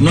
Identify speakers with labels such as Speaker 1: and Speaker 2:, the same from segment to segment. Speaker 1: No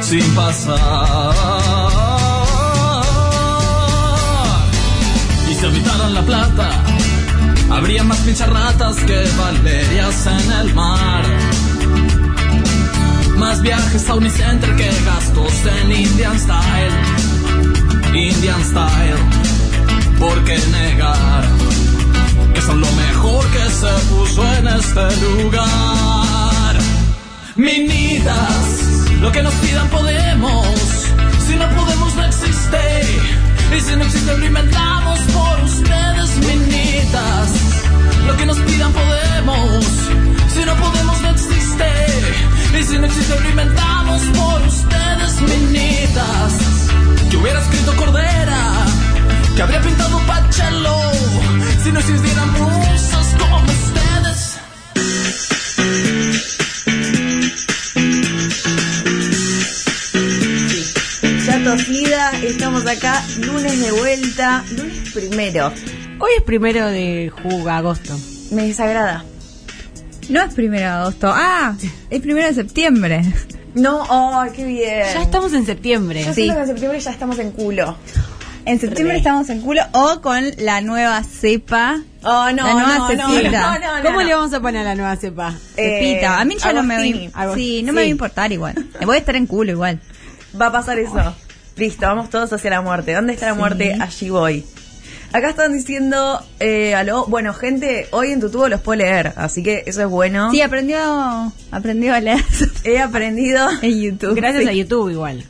Speaker 1: Sin pasar. Y si habitaran la plata, habría más pincharratas que valerias en el mar. Más viajes a Unicenter que gastos en Indian Style. Indian Style, ¿por qué negar? Que son lo mejor que se puso en este lugar. Minitas, lo que nos pidan podemos. Si no podemos, no existe. Y si no existe, lo inventamos por ustedes, minitas. Lo que nos pidan podemos. Si no podemos, no existe. Y si no existe, lo inventamos por ustedes, minitas. Que hubiera escrito Cordera, que habría pintado Pachelo. Si no existieran musas como ustedes.
Speaker 2: Ya tosida, estamos acá, lunes de vuelta, lunes primero.
Speaker 3: Hoy es primero de ju- agosto.
Speaker 2: Me desagrada.
Speaker 4: No es primero de agosto. Ah, es primero de septiembre.
Speaker 2: No, oh, qué bien.
Speaker 3: Ya estamos en septiembre.
Speaker 2: Yo
Speaker 4: Sí.
Speaker 2: siento que en septiembre ya estamos en culo.
Speaker 4: En septiembre
Speaker 2: Re.
Speaker 4: estamos en culo o con la nueva cepa.
Speaker 2: Oh, no,
Speaker 4: la
Speaker 2: no,
Speaker 4: nueva
Speaker 2: no, no,
Speaker 4: cepita.
Speaker 2: no, no,
Speaker 3: ¿Cómo
Speaker 2: no.
Speaker 3: le vamos a poner a la nueva cepa?
Speaker 2: Eh,
Speaker 4: Cepita. A mí ya no me, va a
Speaker 2: Agostini.
Speaker 4: im- sí, no me
Speaker 3: Sí.
Speaker 4: va a importar igual. Me voy a estar en culo igual.
Speaker 2: Va a pasar eso. Listo, vamos todos hacia la muerte. ¿Dónde está la muerte? Allí voy. Acá están diciendo, eh, aló. Bueno, gente, hoy en tu tubo los puedo leer, así que eso es bueno.
Speaker 4: Sí, aprendió, aprendió a leer
Speaker 2: He aprendido.
Speaker 4: en YouTube.
Speaker 3: Gracias
Speaker 4: Sí.
Speaker 3: a YouTube igual.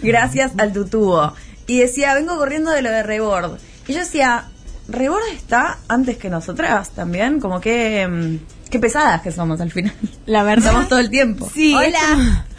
Speaker 2: gracias al tutubo. Y decía, vengo corriendo de lo de Rebord. Y yo decía, Rebord está antes que nosotras también, como que... mm, Qué pesadas que somos al final.
Speaker 3: La verdad.
Speaker 2: Estamos todo el tiempo.
Speaker 3: Sí.
Speaker 4: Hola.
Speaker 3: es como-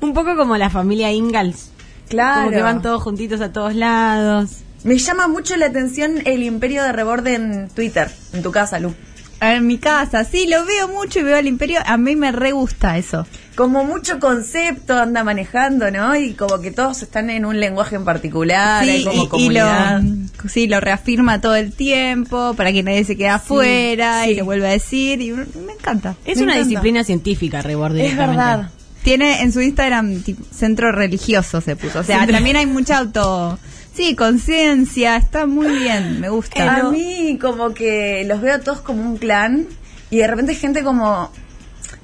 Speaker 3: Un poco como la familia Ingalls.
Speaker 2: Claro.
Speaker 3: Como que van todos juntitos a todos lados.
Speaker 2: Me llama mucho la atención el imperio de Rebord en Twitter, en tu casa, Lu.
Speaker 4: En mi casa, sí, lo veo mucho y veo al imperio. A mí me re gusta eso.
Speaker 2: Como mucho concepto anda manejando, ¿no? Y como que todos están en un lenguaje en particular, hay
Speaker 4: Sí,
Speaker 2: como
Speaker 4: y, y lo,
Speaker 2: comunidad.
Speaker 4: sí, lo reafirma todo el tiempo para que nadie se quede afuera y lo vuelve a decir. Y me encanta.
Speaker 3: Es
Speaker 2: Me
Speaker 3: una
Speaker 2: encanta.
Speaker 3: disciplina científica, Rebord.
Speaker 2: Es
Speaker 3: directamente.
Speaker 2: verdad.
Speaker 4: Tiene en su Instagram tipo, centro religioso se puso. O sea,
Speaker 3: Centro-
Speaker 4: también hay mucha auto. Sí, conciencia, está muy bien, me gusta.
Speaker 2: A mí como que los veo todos como un clan y de repente gente como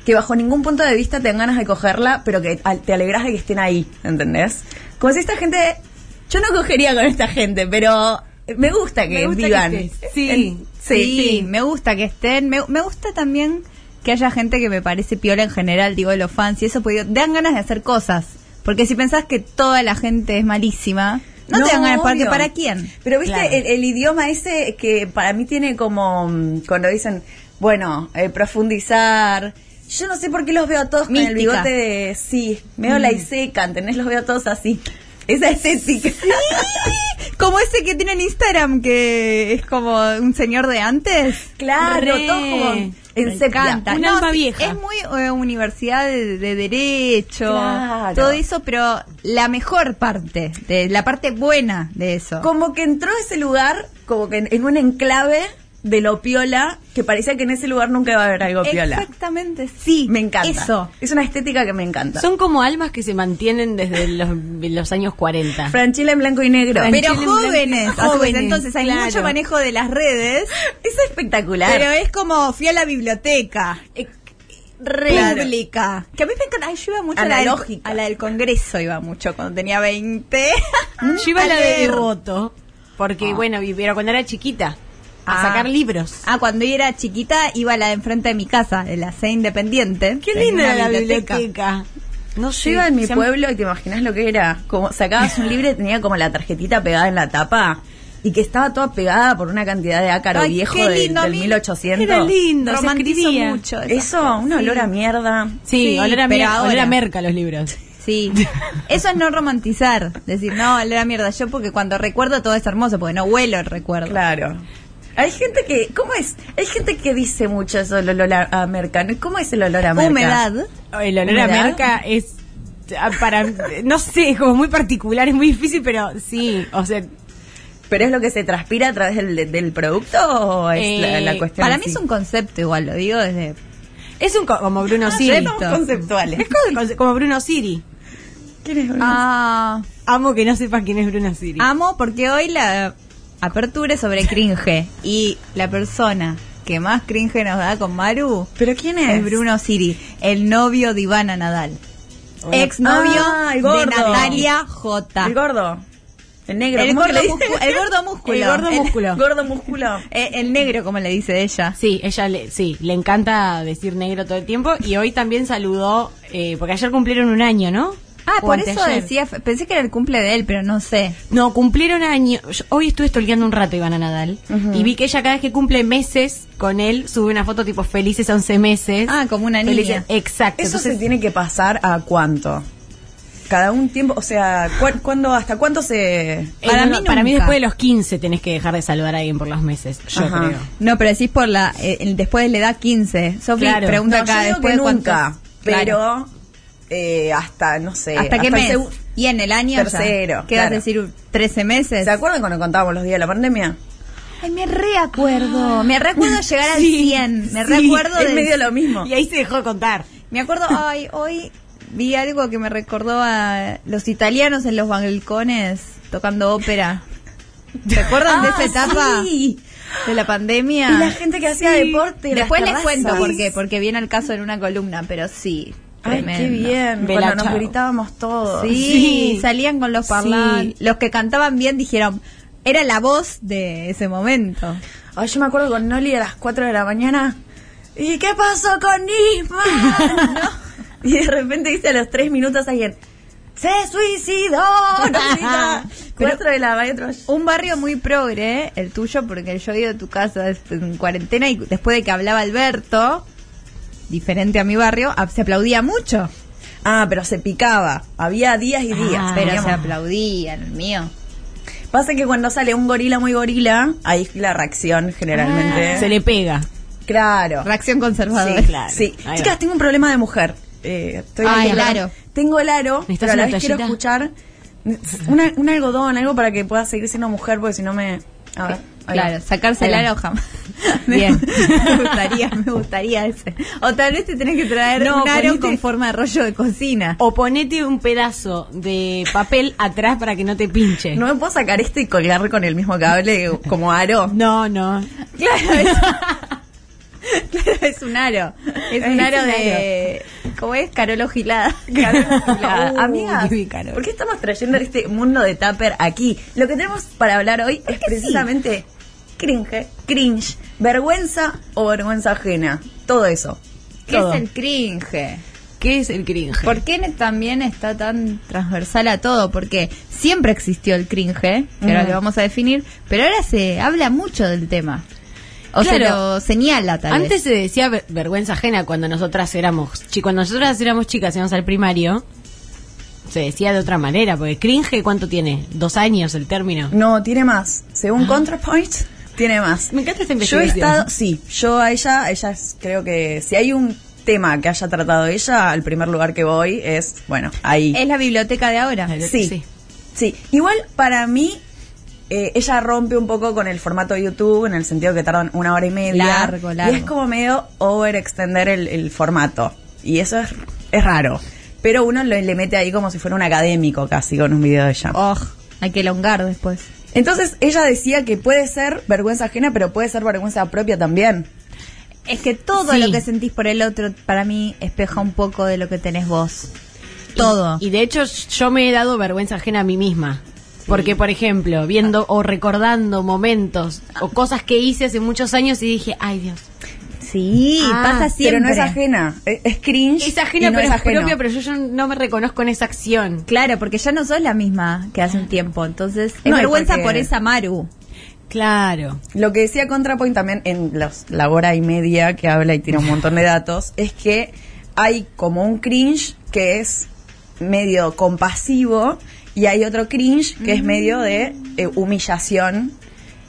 Speaker 2: que bajo ningún punto de vista te dan ganas de cogerla, pero que al- te alegras de que estén ahí, ¿entendés? Como si esta gente... Yo no cogería con esta gente, pero me gusta que
Speaker 3: Me gusta que
Speaker 2: vivan.
Speaker 3: estés. Sí.
Speaker 2: En- sí,
Speaker 4: sí,
Speaker 2: sí.
Speaker 4: me gusta que estén. Me, me gusta también que haya gente que me parece piola en general, digo, de los fans y eso, porque digo, dan ganas de hacer cosas. Porque si pensás que toda la gente es malísima, no, te dan ganas, porque
Speaker 2: obvio.
Speaker 4: ¿para quién?
Speaker 2: Pero viste
Speaker 3: Claro.
Speaker 2: el, el idioma ese que para mí tiene como mm, cuando dicen, bueno, eh, profundizar. Yo no sé por qué los veo a todos con el
Speaker 4: Mística. Mm.
Speaker 2: bigote de sí, medio la iseca, ¿entendés? Los veo a todos así. Esa estética.
Speaker 4: Como ese que tiene en Instagram, que es como un señor de antes.
Speaker 2: claro,
Speaker 3: Re.
Speaker 2: todos como en
Speaker 4: Me
Speaker 2: sepia.
Speaker 4: encanta.
Speaker 3: Un
Speaker 4: No,
Speaker 3: alma
Speaker 4: sí,
Speaker 3: vieja.
Speaker 4: Es muy eh, universidad de, de derecho,
Speaker 2: Claro.
Speaker 4: todo eso, pero la mejor parte, de, la parte buena de eso.
Speaker 2: Como que entró a ese lugar, como que en, en un enclave de lo piola, que parecía que en ese lugar nunca iba a haber algo piola.
Speaker 4: Exactamente, sí.
Speaker 2: Me encanta.
Speaker 4: Eso.
Speaker 2: Es una estética que me encanta.
Speaker 3: Son como almas que se mantienen desde los, los años 40.
Speaker 2: Franchila en blanco y negro.
Speaker 3: Franchila
Speaker 4: Pero
Speaker 3: Chile en blanco.
Speaker 4: jóvenes,
Speaker 3: Jóvenes,
Speaker 4: jóvenes, entonces hay
Speaker 3: claro.
Speaker 4: mucho manejo de las redes,
Speaker 2: Es espectacular. Eh,
Speaker 4: pero es como fui a la biblioteca.
Speaker 2: Claro.
Speaker 4: Pública. Que a mí me encanta. Ay, yo iba mucho a la, del,
Speaker 2: Analógica.
Speaker 4: a la del Congreso, iba mucho cuando tenía 20.
Speaker 3: Yo iba a la de
Speaker 4: leer.
Speaker 3: devoto. Porque, bueno, vi- pero cuando era chiquita. A
Speaker 4: Ah.
Speaker 3: sacar libros.
Speaker 4: Ah, cuando yo era chiquita iba a la de enfrente de mi casa, de la C Independiente. Tenía una
Speaker 3: No
Speaker 2: Yo
Speaker 3: sé.
Speaker 2: iba en mi
Speaker 3: se-
Speaker 2: pueblo y te imaginas lo que era. Como sacabas un libro y tenía como la tarjetita pegada en la tapa y que estaba toda pegada por una cantidad de ácaro
Speaker 4: Ay,
Speaker 2: viejo
Speaker 4: qué
Speaker 2: del-
Speaker 4: lindo, a
Speaker 2: del
Speaker 4: mí
Speaker 2: 1800.
Speaker 3: era lindo, se
Speaker 4: Romantizo
Speaker 3: escribía.
Speaker 4: mucho. esas
Speaker 2: Eso, un olor a mierda.
Speaker 3: Sí,
Speaker 4: Sí,
Speaker 3: olor,
Speaker 4: pero
Speaker 3: a mer- olor a
Speaker 4: ahora.
Speaker 3: merca los libros.
Speaker 4: Sí. Eso es no romantizar. Decir, no, le da mierda yo porque cuando recuerdo todo es hermoso, porque no huelo el recuerdo.
Speaker 2: Claro. Hay gente que, ¿cómo es? Hay gente que dice mucho eso del olor a, a merca. ¿no? ¿Cómo es el olor a merca?
Speaker 4: Humedad.
Speaker 3: El olor a
Speaker 2: ¿Humedad?
Speaker 3: merca es ah, para no sé, es como muy particular, es muy difícil, pero sí, o sea,
Speaker 2: ¿Pero es lo que se transpira a través del, del producto o es
Speaker 3: Eh,
Speaker 2: la, la cuestión?
Speaker 4: Para mí
Speaker 2: así?
Speaker 4: es un concepto igual, lo digo desde...
Speaker 3: es un co- como Bruno
Speaker 2: Ah,
Speaker 3: Siri.
Speaker 2: ya estamos conceptuales.
Speaker 3: Es como, como Bruno Siri.
Speaker 2: ¿Quién es Bruno?
Speaker 4: Ah,
Speaker 3: Amo que no sepas quién es Bruno Siri.
Speaker 4: amo porque hoy la apertura es sobre cringe. Y la persona que más cringe nos da con Maru
Speaker 2: ¿Pero quién es?
Speaker 4: es Bruno Siri, el novio de Ivana Nadal. Ex novio
Speaker 2: Ah, el
Speaker 4: de
Speaker 2: gordo.
Speaker 4: Natalia J.
Speaker 2: El gordo. El negro.
Speaker 4: El
Speaker 2: ¿cómo que
Speaker 4: gordo
Speaker 2: le dicen?
Speaker 4: muscu- el gordo músculo.
Speaker 2: El gordo
Speaker 4: El-
Speaker 2: músculo. gordo músculo.
Speaker 4: Eh, el negro, como le dice ella.
Speaker 3: Sí, ella le, sí, le encanta decir negro todo el tiempo y hoy también saludó, eh, porque ayer cumplieron un año, ¿no?
Speaker 4: Ah,
Speaker 3: O
Speaker 4: por eso
Speaker 3: anteayer.
Speaker 4: decía, pensé que era el cumple de él, pero no sé.
Speaker 3: No, cumplieron año. yo- hoy estuve stalkeando un rato Ivana Nadal y vi que ella cada vez que cumple meses con él sube una foto tipo felices 11 meses.
Speaker 4: Ah, como una niña.
Speaker 3: Felices- Exacto.
Speaker 2: Eso se
Speaker 3: entonces-
Speaker 2: tiene que pasar a cuánto? Cada un tiempo, o sea, ¿cu- cuándo, ¿hasta cuánto se...?
Speaker 3: Eh,
Speaker 4: para
Speaker 3: no,
Speaker 4: mí
Speaker 3: para mí
Speaker 4: nunca.
Speaker 3: después de los 15 tenés que dejar de saludar a alguien por los meses, yo
Speaker 2: Ajá.
Speaker 3: creo.
Speaker 4: No, pero decís por la, eh, el- después de la edad 15. Sofi
Speaker 3: Claro.
Speaker 4: pregunta
Speaker 2: No, yo
Speaker 4: acá
Speaker 2: digo
Speaker 4: después
Speaker 2: que
Speaker 4: de cuántos-
Speaker 2: nunca, pero
Speaker 4: Claro.
Speaker 2: eh, hasta, no sé...
Speaker 4: ¿Hasta qué
Speaker 2: el
Speaker 4: mes?
Speaker 2: segu-
Speaker 4: Y en el año. ya.
Speaker 2: Tercero,
Speaker 4: ¿Qué vas a
Speaker 2: claro.
Speaker 4: decir? ¿13 meses?
Speaker 2: ¿Se acuerdan cuando contábamos los días de la pandemia?
Speaker 4: Ay, me reacuerdo. Me reacuerdo llegar al
Speaker 3: Sí,
Speaker 4: 100. Me
Speaker 3: sí,
Speaker 4: reaerdo
Speaker 2: es
Speaker 4: del-
Speaker 2: medio lo mismo.
Speaker 3: Y ahí se dejó de contar.
Speaker 4: Me acuerdo, ay, hoy vi algo que me recordó a los italianos en los balcones tocando ópera. ¿Se acuerdan de
Speaker 2: Ah,
Speaker 4: esa etapa
Speaker 2: sí.
Speaker 4: de la pandemia?
Speaker 2: Y la gente que hacía
Speaker 3: Sí.
Speaker 2: deporte en las
Speaker 4: Después les
Speaker 2: terrazas.
Speaker 4: cuento por qué, porque viene el caso en una columna, pero sí.
Speaker 2: Ay, qué
Speaker 4: tremendo.
Speaker 2: bien.
Speaker 3: Bella
Speaker 2: cuando nos
Speaker 3: Ciao.
Speaker 2: gritábamos todos.
Speaker 4: Sí,
Speaker 3: Sí.
Speaker 4: salían con los parlantes.
Speaker 3: Sí.
Speaker 4: Los que cantaban bien dijeron, era la voz de ese momento.
Speaker 2: Ay, Ah, yo me acuerdo con Noli a las 4 de la mañana. ¿Y qué pasó con Isma? ¿No? Y de repente dice a los 3 minutos alguien, ¡se suicidó! Nolita".
Speaker 4: Pero-
Speaker 2: 4 de la mañana.
Speaker 4: Un barrio muy progre, ¿eh? el tuyo, porque yo he ido a tu casa es- en cuarentena y después de que hablaba Alberto, diferente a mi barrio, a- se aplaudía mucho.
Speaker 2: Ah, pero se picaba. Había días y días.
Speaker 3: Ah.
Speaker 4: pero
Speaker 2: digamos.
Speaker 4: se aplaudía, en el mío.
Speaker 2: Pasa que cuando sale un gorila muy gorila, ahí es la reacción generalmente.
Speaker 4: Ah.
Speaker 3: Se le pega.
Speaker 2: Claro.
Speaker 4: Reacción conservadora.
Speaker 2: Sí,
Speaker 3: claro.
Speaker 2: sí.
Speaker 3: Ahí va.
Speaker 2: Chicas, tengo un problema de mujer. Eh, estoy
Speaker 4: Ay,
Speaker 2: muy
Speaker 4: el
Speaker 2: clara.
Speaker 4: aro.
Speaker 2: Tengo el aro,
Speaker 3: ¿Necesitas
Speaker 2: pero a la
Speaker 3: una
Speaker 2: vez quiero
Speaker 3: toallita?
Speaker 2: escuchar una- un algodón, algo para que pueda seguir siendo mujer, porque si no me... A ver, ahí va.
Speaker 4: Claro, sacarse
Speaker 3: Ahí
Speaker 4: el
Speaker 3: va.
Speaker 4: aro jamás.
Speaker 3: Bien.
Speaker 4: me gustaría, me gustaría ese. O tal vez te tenés que traer
Speaker 3: No,
Speaker 4: un aro
Speaker 3: ponete-
Speaker 4: con forma de rollo de cocina.
Speaker 3: O ponete un pedazo de papel atrás para que no te pinche.
Speaker 2: No me puedo sacar este y colgar con el mismo cable como aro.
Speaker 3: no. no.
Speaker 4: Claro, es, claro, es un aro. Es un
Speaker 2: Es
Speaker 4: aro
Speaker 2: un
Speaker 4: de. ¿Cómo es? Carolo Gilada.
Speaker 2: Claro,
Speaker 3: Uh,
Speaker 2: Amigas,
Speaker 3: qué caro.
Speaker 2: ¿por qué estamos trayendo este mundo de tupper aquí? Lo que tenemos para hablar hoy es precisamente cringe, cringe, vergüenza o vergüenza ajena. Todo eso.
Speaker 4: ¿Qué
Speaker 3: Todo.
Speaker 4: es el cringe?
Speaker 3: ¿Qué es el cringe?
Speaker 4: ¿Por qué ne- también está tan transversal a todo? Porque siempre existió el cringe, que ahora lo vamos a definir, pero ahora se habla mucho del tema. O se
Speaker 3: Claro.
Speaker 4: lo señala tal vez.
Speaker 3: Antes se decía ver- vergüenza ajena cuando nosotras éramos chi- cuando nosotras éramos chicas íbamos al primario. Se decía de otra manera, porque cringe, ¿cuánto tiene? ¿Dos años el término?
Speaker 2: No, tiene más.
Speaker 4: Ah.
Speaker 2: Según ContraPoint, tiene más.
Speaker 3: Me encanta esta
Speaker 2: Yo he
Speaker 3: investigación.
Speaker 2: estado, sí, yo a ella, a ella es- creo que si hay un tema que haya tratado ella, al primer lugar que voy es, bueno, ahí.
Speaker 4: Es la biblioteca de ahora.
Speaker 2: sí, sí. Igual para mí, eh, ella rompe un poco con el formato de YouTube en el sentido que tardan una hora y media.
Speaker 4: Largo, largo.
Speaker 2: Y es como medio overextender el, el formato. Y eso es, es raro. Pero uno lo- le mete ahí como si fuera un académico casi con un video de ella.
Speaker 4: Oh, hay que elongar después.
Speaker 2: Entonces ella decía que puede ser vergüenza ajena, pero puede ser vergüenza propia también.
Speaker 4: Es que todo
Speaker 3: Sí.
Speaker 4: lo que sentís por el otro, para mí, espeja un poco de lo que tenés vos. Todo.
Speaker 3: Y de hecho yo me he dado vergüenza ajena a mí misma. Porque, por ejemplo, viendo
Speaker 4: Ah.
Speaker 3: o recordando momentos o cosas que hice hace muchos años y dije, ay Dios.
Speaker 4: sí,
Speaker 3: Ah,
Speaker 4: pasa siempre.
Speaker 2: Pero no es ajena, e, es, es cringe.
Speaker 3: Es ajena,
Speaker 2: y no
Speaker 3: pero es,
Speaker 2: ajeno.
Speaker 3: propia, pero yo, yo no me reconozco en esa acción. Ah.
Speaker 4: Claro, porque ya no sos la misma que hace un tiempo. Entonces, es
Speaker 2: No, y
Speaker 4: vergüenza
Speaker 2: porque-
Speaker 4: por esa Maru.
Speaker 3: Claro.
Speaker 2: Lo que decía ContraPoint también en los, la hora y media que habla y tiene un montón de datos es que hay como un cringe que es medio compasivo y hay otro cringe que es medio de eh, humillación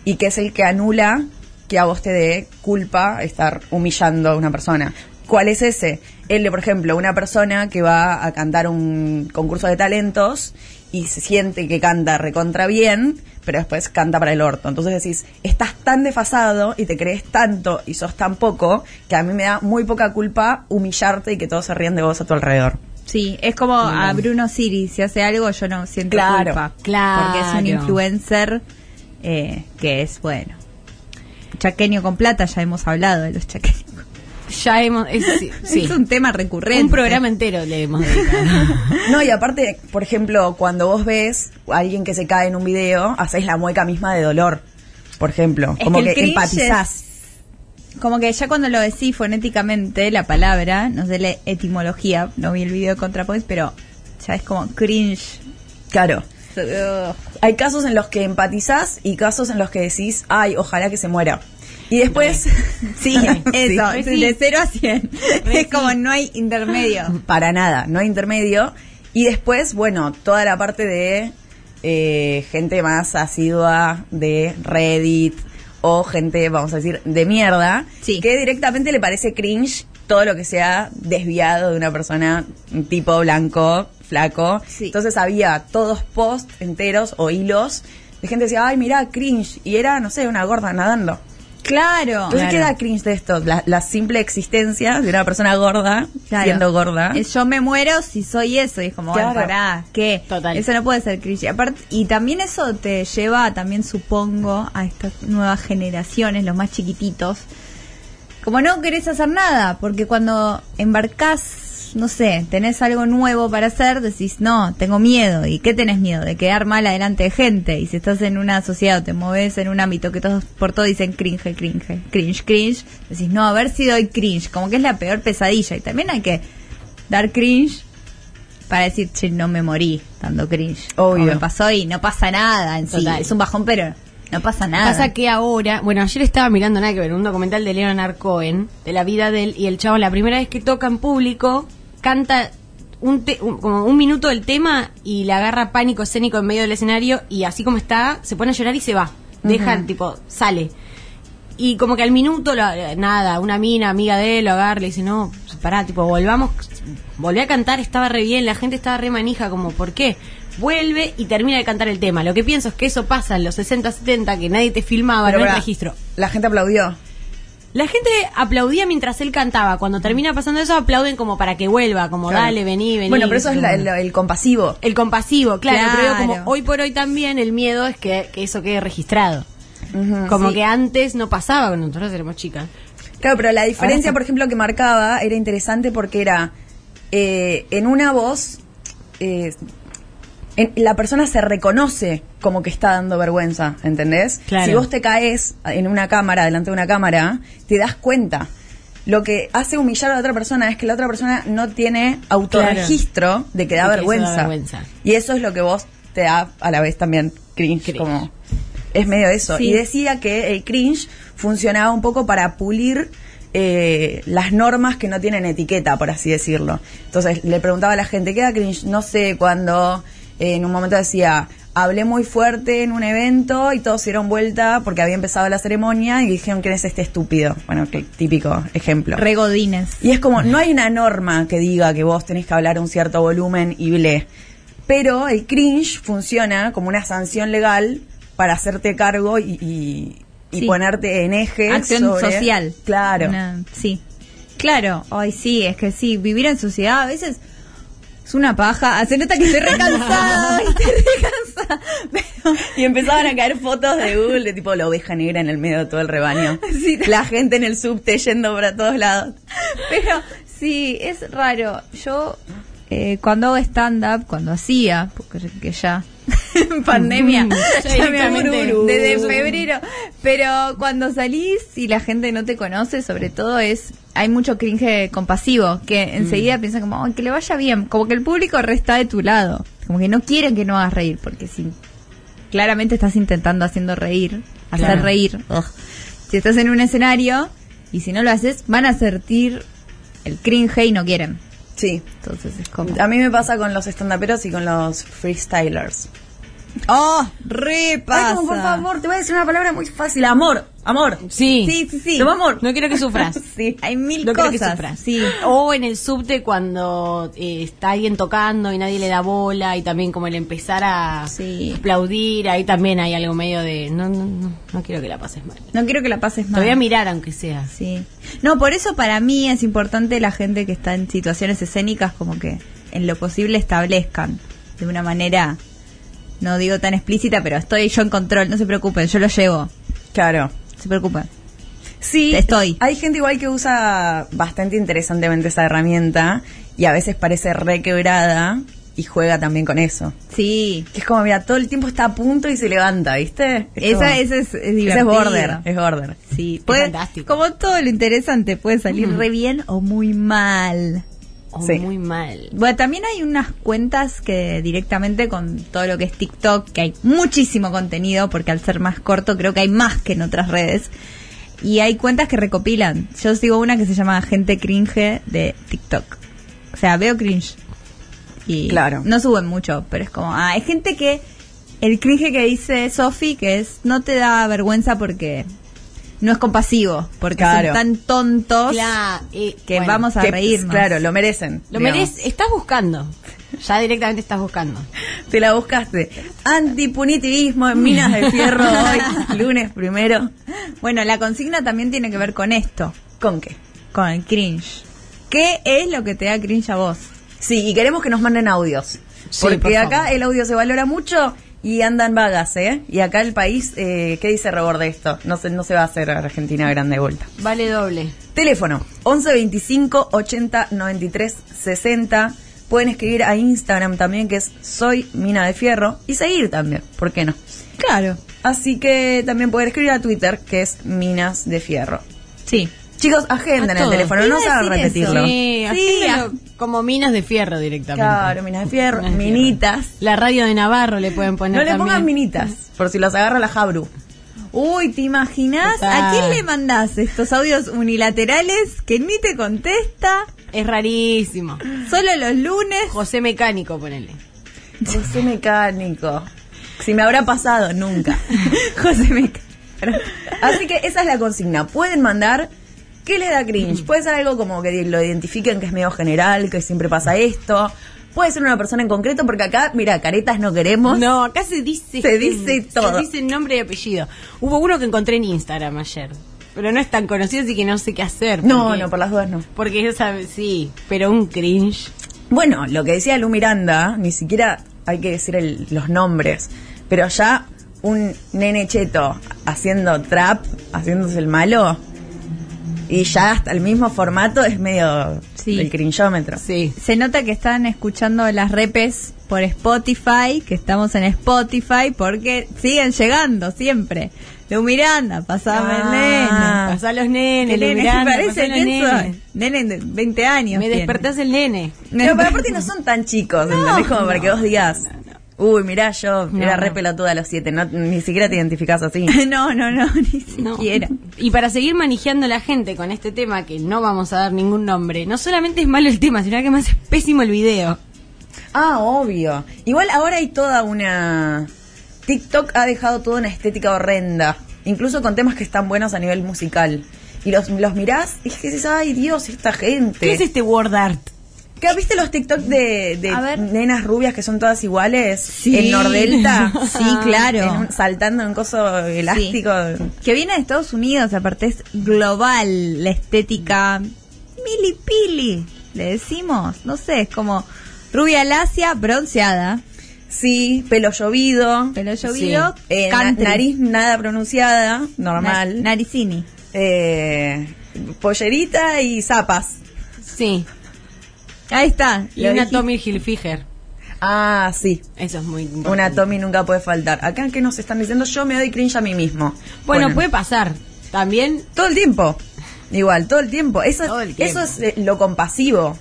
Speaker 2: y que es el que anula que a vos te dé culpa estar humillando a una persona. ¿Cuál es ese? El de, por ejemplo, una persona que va a cantar un concurso de talentos y se siente que canta recontra bien, pero después canta para el orto. Entonces decís, estás tan desfasado y te crees tanto y sos tan poco que a mí me da muy poca culpa humillarte y que todos se rían de vos a tu alrededor.
Speaker 4: Sí, es como a Bruno Siri, si hace algo yo no siento
Speaker 2: Claro,
Speaker 4: culpa.
Speaker 3: claro.
Speaker 4: Porque es un influencer eh, que es, bueno, chaqueño con plata, ya hemos hablado de los chaqueños.
Speaker 3: Ya hemos. Es, sí, sí.
Speaker 4: Es un tema recurrente.
Speaker 3: Un programa entero le hemos dedicado.
Speaker 2: No, y aparte, por ejemplo, cuando vos ves a alguien que se cae en un video, hacéis la mueca misma de dolor, por ejemplo.
Speaker 4: Es
Speaker 2: como
Speaker 4: que el
Speaker 2: que,
Speaker 4: cringe
Speaker 2: empatizás.
Speaker 4: Como que ya cuando lo decís fonéticamente, la palabra, no sé la etimología, no vi el video de ContraPoints, pero ya es como cringe.
Speaker 2: Claro.
Speaker 4: Ugh.
Speaker 2: Hay casos en los que empatizás y casos en los que decís, ay, ojalá que se muera. Y después,
Speaker 4: Sí, eso,
Speaker 3: Re
Speaker 4: sí,
Speaker 3: sí.
Speaker 4: de 0 a 100. Es como no hay intermedio.
Speaker 2: para nada, no hay intermedio. Y después, bueno, toda la parte de eh, gente más asidua de Reddit o gente, vamos a decir, de mierda,
Speaker 4: Sí.
Speaker 2: que directamente le parece cringe todo lo que sea desviado de una persona un tipo blanco, flaco.
Speaker 4: Sí.
Speaker 2: Entonces había todos posts enteros o hilos de gente que decía, ay, mirá, cringe. Y era, no sé, una gorda nadando.
Speaker 4: Claro.
Speaker 2: Entonces, ¿qué da cringe de esto? La, la simple existencia de una persona gorda,
Speaker 4: Claro.
Speaker 2: siendo gorda.
Speaker 4: Es yo me muero si soy eso. Y es como, bueno,
Speaker 2: Claro.
Speaker 4: pará, ¿qué?
Speaker 3: Total.
Speaker 4: Eso no puede ser cringe. Y aparte- y también eso te lleva, también supongo, a estas nuevas generaciones, los más chiquititos. Como no querés hacer nada, porque cuando embarcás, no sé, tenés algo nuevo para hacer, decís, no, tengo miedo. ¿Y qué tenés miedo? De quedar mal adelante de gente. Y si estás en una sociedad o te moves en un ámbito que todos por todo dicen cringe, cringe, cringe, cringe, decís, no, a ver si doy cringe. Como que es la peor pesadilla. Y también hay que dar cringe para decir, che, no me morí dando cringe.
Speaker 2: Obvio.
Speaker 4: O me pasó y no pasa nada en sí.
Speaker 3: Total.
Speaker 4: Es un bajón, pero no pasa nada.
Speaker 3: Pasa que ahora, bueno, ayer estaba mirando nada que ver, un documental de Leonard Cohen, de la vida de él, y el chavo la primera vez que toca en público, canta un, te- un- como un minuto del tema y le agarra pánico escénico en medio del escenario y así como está, se pone a llorar y se va. Deja, tipo, sale. Y como que al minuto, lo- nada, una mina, amiga de él, lo agarra, le dice, no, pará, tipo, volvamos, volví a cantar, estaba re bien, la gente estaba re manija, como, ¿por qué? Vuelve y termina de cantar el tema. Lo que pienso es que eso pasa en los 60, 70, que nadie te filmaba,
Speaker 2: Pero
Speaker 3: no hay
Speaker 2: pará,
Speaker 3: registro.
Speaker 2: La gente aplaudió.
Speaker 3: La gente aplaudía mientras él cantaba. Cuando termina pasando eso, aplauden como para que vuelva, como,
Speaker 2: Claro.
Speaker 3: dale, vení, vení.
Speaker 2: Bueno, pero eso es la- el,
Speaker 3: Como-
Speaker 2: el compasivo.
Speaker 3: el compasivo, claro,
Speaker 4: Claro.
Speaker 3: pero digo, como hoy por hoy también el miedo es que, que eso quede registrado. como que antes no pasaba cuando nosotros éramos chicas.
Speaker 2: Claro, pero la diferencia,
Speaker 3: Ahora-
Speaker 2: por ejemplo, que marcaba era interesante porque era eh, en una voz eh, en- la persona se reconoce como que está dando vergüenza, ¿entendés?
Speaker 3: Claro.
Speaker 2: Si vos te caes en una cámara, delante de una cámara, te das cuenta. Lo que hace humillar a la otra persona es que la otra persona no tiene autorregistro de que da
Speaker 3: De que eso da
Speaker 2: vergüenza.
Speaker 3: vergüenza.
Speaker 2: Y eso es lo que vos te da a la vez también cringe,
Speaker 3: Cringe.
Speaker 2: como es medio eso.
Speaker 4: Sí.
Speaker 2: Y decía que el cringe funcionaba un poco para pulir eh, las normas que no tienen etiqueta, por así decirlo. Entonces le preguntaba a la gente, ¿qué da cringe? No sé, cuando eh, en un momento decía, hablé muy fuerte en un evento y todos se dieron vuelta porque había empezado la ceremonia y dijeron, ¿quién es este estúpido? Bueno, que- típico ejemplo.
Speaker 4: Regodines.
Speaker 2: Y es como, no hay una norma que diga que vos tenés que hablar a un cierto volumen y ble. Pero el cringe funciona como una sanción legal para hacerte cargo y, y- y
Speaker 4: Sí.
Speaker 2: ponerte en eje.
Speaker 4: Acción
Speaker 2: sobre-
Speaker 4: social.
Speaker 2: Claro.
Speaker 4: Una- sí. Claro. Ay, sí, es que sí, vivir en sociedad a veces es una paja. Hace nota que estoy recansada, estoy recansada. Pero
Speaker 2: Y empezaban a caer fotos de Google de tipo la oveja negra en el medio de todo el rebaño.
Speaker 4: Sí.
Speaker 2: La gente en el subte yendo para todos lados.
Speaker 4: Pero sí, es raro. Yo eh, cuando hago stand-up, cuando hacía, porque que ya pandemia,
Speaker 3: Ya
Speaker 4: ya me
Speaker 3: directamente.
Speaker 4: aburro desde febrero, pero cuando salís y la gente no te conoce, sobre todo es hay mucho cringe compasivo, que enseguida piensan como, "Ay, que le vaya bien, como que el público resta de tu lado, como que no quieren que no hagas reír, porque si claramente estás intentando haciendo reír, hacer
Speaker 3: Claro.
Speaker 4: reír. Ugh. Si estás en un escenario y si no lo haces, van a sentir el cringe y no quieren.
Speaker 2: Sí.
Speaker 4: Entonces es como.
Speaker 2: A mí me pasa con los estandaperos y con los freestylers.
Speaker 4: ¡Oh! ¡Re
Speaker 2: Ay, como, por favor, te voy a decir una palabra muy fácil. Amor, amor.
Speaker 3: Sí.
Speaker 4: Sí, sí, sí.
Speaker 2: Te amo, amor.
Speaker 3: No quiero que sufras.
Speaker 2: Sí.
Speaker 4: Hay mil
Speaker 3: No creo que
Speaker 4: cosas.
Speaker 3: sufras. Oh,
Speaker 4: Sí.
Speaker 3: O en el subte cuando eh, está alguien tocando y nadie le da bola y también como el empezar a
Speaker 4: Sí.
Speaker 3: aplaudir, ahí también hay algo medio de no, no, no, no quiero que la pases mal.
Speaker 4: No quiero que la pases
Speaker 3: Te
Speaker 4: mal.
Speaker 3: voy a mirar aunque sea.
Speaker 4: Sí. No, por eso para mí es importante la gente que está en situaciones escénicas como que en lo posible establezcan de una manera, no digo tan explícita, pero estoy yo en control, no se preocupen, yo lo llevo,
Speaker 2: Claro.
Speaker 4: no se preocupen.
Speaker 2: Sí,
Speaker 4: Estoy.
Speaker 2: Hay gente igual que usa bastante interesantemente esa herramienta y a veces parece re quebrada y juega también con eso.
Speaker 4: Sí,
Speaker 2: Que es como, mira, todo el tiempo está a punto y se levanta, ¿viste? Es como-
Speaker 4: esa, esa es, es
Speaker 2: ese es
Speaker 4: divertido.
Speaker 2: border, es border.
Speaker 4: Sí, puede-
Speaker 3: fantástico.
Speaker 4: como todo lo interesante puede salir re bien o muy mal.
Speaker 3: O
Speaker 2: Sí.
Speaker 3: muy mal.
Speaker 4: Bueno, también hay unas cuentas que directamente con todo lo que es TikTok, que hay muchísimo contenido, porque al ser más corto creo que hay más que en otras redes. Y hay cuentas que recopilan. Yo sigo una que se llama Gente Cringe de TikTok. O sea, veo cringe. Y
Speaker 2: Claro.
Speaker 4: no suben mucho, pero es como, ah, hay gente que el cringe que dice Sofi, que es no te da vergüenza porque no es compasivo, porque
Speaker 2: Claro.
Speaker 4: son tan tontos
Speaker 3: Cla- eh,
Speaker 4: que
Speaker 3: bueno,
Speaker 4: vamos a
Speaker 2: Que,
Speaker 4: reírnos.
Speaker 2: Claro, lo merecen.
Speaker 3: Lo
Speaker 2: digamos.
Speaker 3: mereces, estás buscando. Ya directamente estás buscando.
Speaker 2: Te la buscaste. Antipunitivismo en Minas de Fierro hoy, lunes primero.
Speaker 4: Bueno, la consigna también tiene que ver con esto,
Speaker 2: ¿Con qué?
Speaker 4: con el cringe. ¿Qué es lo que te da cringe a vos?
Speaker 2: Sí, y queremos que nos manden audios.
Speaker 3: Sí,
Speaker 2: porque
Speaker 3: por favor.
Speaker 2: acá el audio se valora mucho y andan vagas, ¿eh? Y acá el país, eh, ¿qué dice Rebord de esto? No se, no se va a hacer Argentina grande de vuelta.
Speaker 3: Vale doble.
Speaker 2: Teléfono 11 25 80 93 60. Pueden escribir a Instagram también, que es Soy Mina de Fierro. Y seguir también, ¿por qué no?
Speaker 4: Claro.
Speaker 2: Así que también pueden escribir a Twitter, que es Minas de Fierro.
Speaker 4: Sí.
Speaker 2: Chicos, agenden
Speaker 3: A
Speaker 2: el
Speaker 3: todo.
Speaker 2: teléfono,
Speaker 4: Te
Speaker 2: no
Speaker 4: iba
Speaker 2: se
Speaker 4: a
Speaker 2: hagan
Speaker 4: decir eso.
Speaker 2: repetirlo.
Speaker 3: Sí, hacémelo como minas de fierro directamente.
Speaker 2: Claro, Minas de Fierro,
Speaker 3: Minas de Fierro.
Speaker 2: Minitas.
Speaker 3: La radio de Navarro le pueden poner
Speaker 2: No le pongan
Speaker 3: también.
Speaker 2: minitas, por si los agarra la jabru.
Speaker 4: Uy, ¿te imaginas?
Speaker 3: Total.
Speaker 4: ¿A quién le mandás estos audios unilaterales que ni te contesta?
Speaker 3: Es rarísimo.
Speaker 4: Solo los lunes.
Speaker 3: José Mecánico, ponele.
Speaker 2: José Mecánico. Si me habrá pasado, nunca.
Speaker 4: José Meca.
Speaker 2: Así que esa es la consigna. Pueden mandar. ¿Qué le da cringe? Puede ser algo como que lo identifiquen, que es medio general, que siempre pasa esto. Puede ser una persona en concreto, porque acá, mira, caretas no queremos.
Speaker 3: No, acá se dice.
Speaker 2: Se dice todo.
Speaker 3: Se dice nombre y apellido. Hubo uno que encontré en Instagram ayer. Pero no es tan conocido, así que no sé qué hacer.
Speaker 2: no,
Speaker 3: porque-
Speaker 2: no, por las dudas no.
Speaker 3: Porque ya sabe- sí, pero un cringe.
Speaker 2: Bueno, lo que decía Lu Miranda, ni siquiera hay que decir el- los nombres, pero ya un nene cheto haciendo trap, haciéndose el malo, y ya hasta el mismo formato es medio
Speaker 4: Sí.
Speaker 2: el cringeómetro.
Speaker 3: Sí.
Speaker 4: Se nota que están escuchando las repes por Spotify, que estamos en Spotify, porque siguen llegando siempre. Lu Miranda, pasame el
Speaker 2: Ah.
Speaker 4: nene.
Speaker 3: Pasá a los nenes,
Speaker 4: El
Speaker 3: le
Speaker 4: nene,
Speaker 3: mirando, pasá
Speaker 4: parece
Speaker 3: a los
Speaker 4: ¿quién
Speaker 3: nenes.
Speaker 4: soy? Nene de 20 años.
Speaker 3: Me
Speaker 4: tiene.
Speaker 3: despertás el nene.
Speaker 2: Pero para aparte no son tan chicos, ¿entendés? Como para que vos digas, uy, mirá, yo era re
Speaker 3: no.
Speaker 2: pelotuda a los siete, no- ni siquiera te identificás así.
Speaker 4: No, no, no, ni
Speaker 3: No.
Speaker 4: siquiera.
Speaker 3: Y para seguir manejando a la gente con este tema, que no vamos a dar ningún nombre, no solamente es malo el tema, sino que además es pésimo el video.
Speaker 2: Ah, obvio. Igual ahora hay toda una... TikTok ha dejado toda una estética horrenda, incluso con temas que están buenos a nivel musical. Y los, los mirás y es que dices, ay Dios, esta gente.
Speaker 3: ¿Qué es este word art?
Speaker 2: ¿Qué, ¿Viste los TikTok de, de
Speaker 4: A ver.
Speaker 2: nenas rubias que son todas iguales?
Speaker 4: Sí.
Speaker 2: En Nordelta.
Speaker 4: Sí, claro.
Speaker 2: En un- saltando en un coso elástico.
Speaker 4: Que viene de Estados Unidos, aparte es global la estética. Milipili, le decimos. No sé, es como rubia lacia, bronceada,
Speaker 2: Sí, pelo llovido.
Speaker 4: pelo llovido,
Speaker 2: Eh, na-
Speaker 4: country.
Speaker 2: nariz nada pronunciada,
Speaker 4: Na-
Speaker 2: normal.
Speaker 4: naricini.
Speaker 2: Eh, pollerita y zapas.
Speaker 3: Sí.
Speaker 4: Ahí está.
Speaker 3: Y
Speaker 4: lo
Speaker 3: una
Speaker 4: dijiste.
Speaker 3: Tommy Hilfiger.
Speaker 2: Ah, sí.
Speaker 3: Eso es muy importante.
Speaker 2: Una Tommy nunca puede faltar. Acá que nos están diciendo, yo me doy cringe a mí mismo.
Speaker 3: Bueno, puede pasar. También
Speaker 2: Todo el tiempo. Igual, todo el tiempo. Eso,
Speaker 3: Todo el tiempo.
Speaker 2: eso es eh, lo compasivo.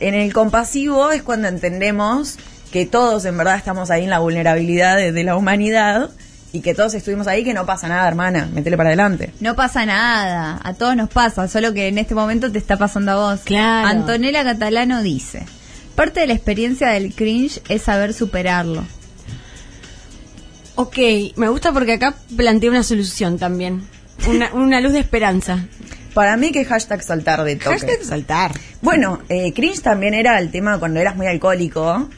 Speaker 2: En el compasivo es cuando entendemos que todos en verdad estamos ahí en la vulnerabilidad de, de la humanidad y que todos estuvimos ahí, que no pasa nada, hermana, métele para adelante.
Speaker 4: No pasa nada, a todos nos pasa, solo que en este momento te está pasando a vos.
Speaker 3: Claro.
Speaker 4: Antonella Catalano dice, parte de la experiencia del cringe es saber superarlo.
Speaker 3: Ok, me gusta porque acá plantea una solución también. Una, una luz de esperanza.
Speaker 2: Para mí que hashtag saltar de toque.
Speaker 3: Hashtag saltar.
Speaker 2: Bueno, eh, cringe también era el tema cuando eras muy alcohólico.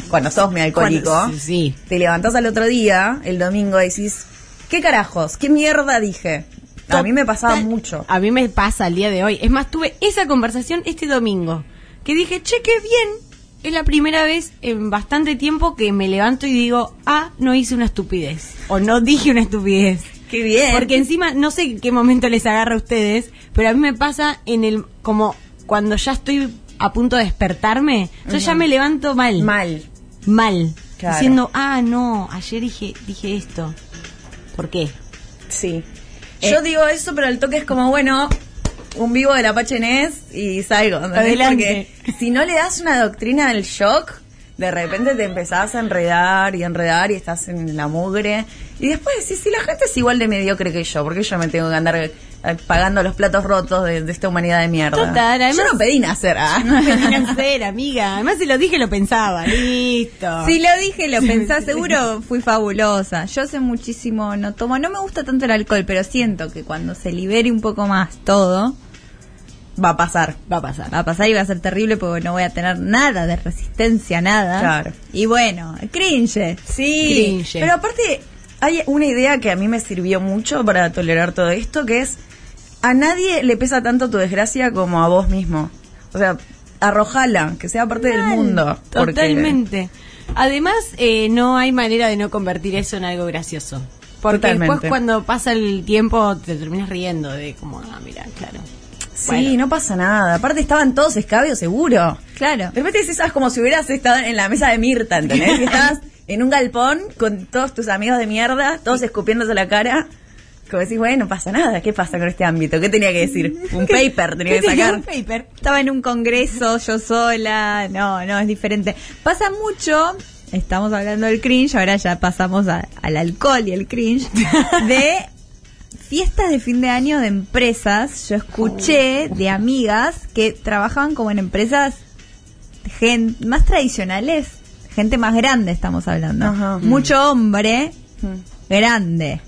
Speaker 2: Cuando sos muy alcohólico.
Speaker 3: Cuando- sí, sí.
Speaker 2: Te levantás al otro día, el domingo, y decís, ¿qué carajos? ¿Qué mierda dije? A mí me pasaba
Speaker 3: Total-
Speaker 2: mucho.
Speaker 3: A mí me pasa el día de hoy. Es más, tuve esa conversación este domingo. Que dije, che, qué bien. Es la primera vez en bastante tiempo que me levanto y digo, ah, no hice una estupidez. O no dije una estupidez.
Speaker 2: ¡Qué bien!
Speaker 3: Porque encima, no sé en qué momento les agarra a ustedes, pero a mí me pasa en el. como cuando ya estoy a punto de despertarme, yo ya me levanto mal.
Speaker 2: Mal.
Speaker 3: Mal.
Speaker 2: Claro.
Speaker 3: Diciendo, ah, no, ayer dije, dije esto. ¿Por qué?
Speaker 2: Sí.
Speaker 3: Eh,
Speaker 2: Yo digo eso, pero el toque es como, bueno, un vivo del Apache Ness y salgo. ¿entendés?
Speaker 3: Adelante.
Speaker 2: Porque si no le das una doctrina del shock, de repente te empezás a enredar y enredar y estás en la mugre. Y después decís, si la gente es igual de mediocre que yo, porque yo me tengo que andar eh, pagando los platos rotos de, de esta humanidad de mierda.
Speaker 3: Total, además-
Speaker 2: yo no pedí nacer. ah.
Speaker 3: Tenía que ser, amiga. Además, si lo dije, lo pensaba. Listo.
Speaker 4: Si lo dije, lo pensás, seguro fui fabulosa. Yo sé muchísimo, no tomo, no me gusta tanto el alcohol, pero siento que cuando se libere un poco más todo,
Speaker 2: Va a pasar.
Speaker 3: va a pasar.
Speaker 4: va a pasar y va a ser terrible porque no voy a tener nada de resistencia, nada.
Speaker 2: Claro.
Speaker 4: Y bueno, cringe.
Speaker 2: Sí,
Speaker 3: Cringe.
Speaker 2: pero aparte hay una idea que a mí me sirvió mucho para tolerar todo esto, que es a nadie le pesa tanto tu desgracia como a vos mismo. O sea, arrojala, que sea parte del mundo. porque-
Speaker 3: Totalmente. Además, eh, no hay manera de no convertir eso en algo gracioso. Porque
Speaker 2: Totalmente.
Speaker 3: después, cuando pasa el tiempo, te terminas riendo de como, ah, mira, claro.
Speaker 2: Sí,
Speaker 3: Bueno.
Speaker 2: no pasa nada. Aparte estaban todos escabios, seguro.
Speaker 4: Claro.
Speaker 2: De repente decís, "Ah, es como si hubieras estado en la mesa de Mirta, ¿entendés? Y estabas en un galpón con todos tus amigos de mierda, todos escupiéndose la cara. Como decís, bueno, no pasa nada. ¿Qué pasa con este ámbito? ¿Qué tenía que decir? Un paper tenía que sacar.
Speaker 4: paper. Estaba en un congreso yo sola. No, no, es diferente. Pasa mucho. Estamos hablando del cringe, ahora ya pasamos a- al alcohol y el cringe. De fiestas de fin de año de empresas. Yo escuché de amigas que trabajaban como en empresas gen- más tradicionales. Gente más grande estamos hablando.
Speaker 2: Ajá.
Speaker 4: Mucho hombre grande.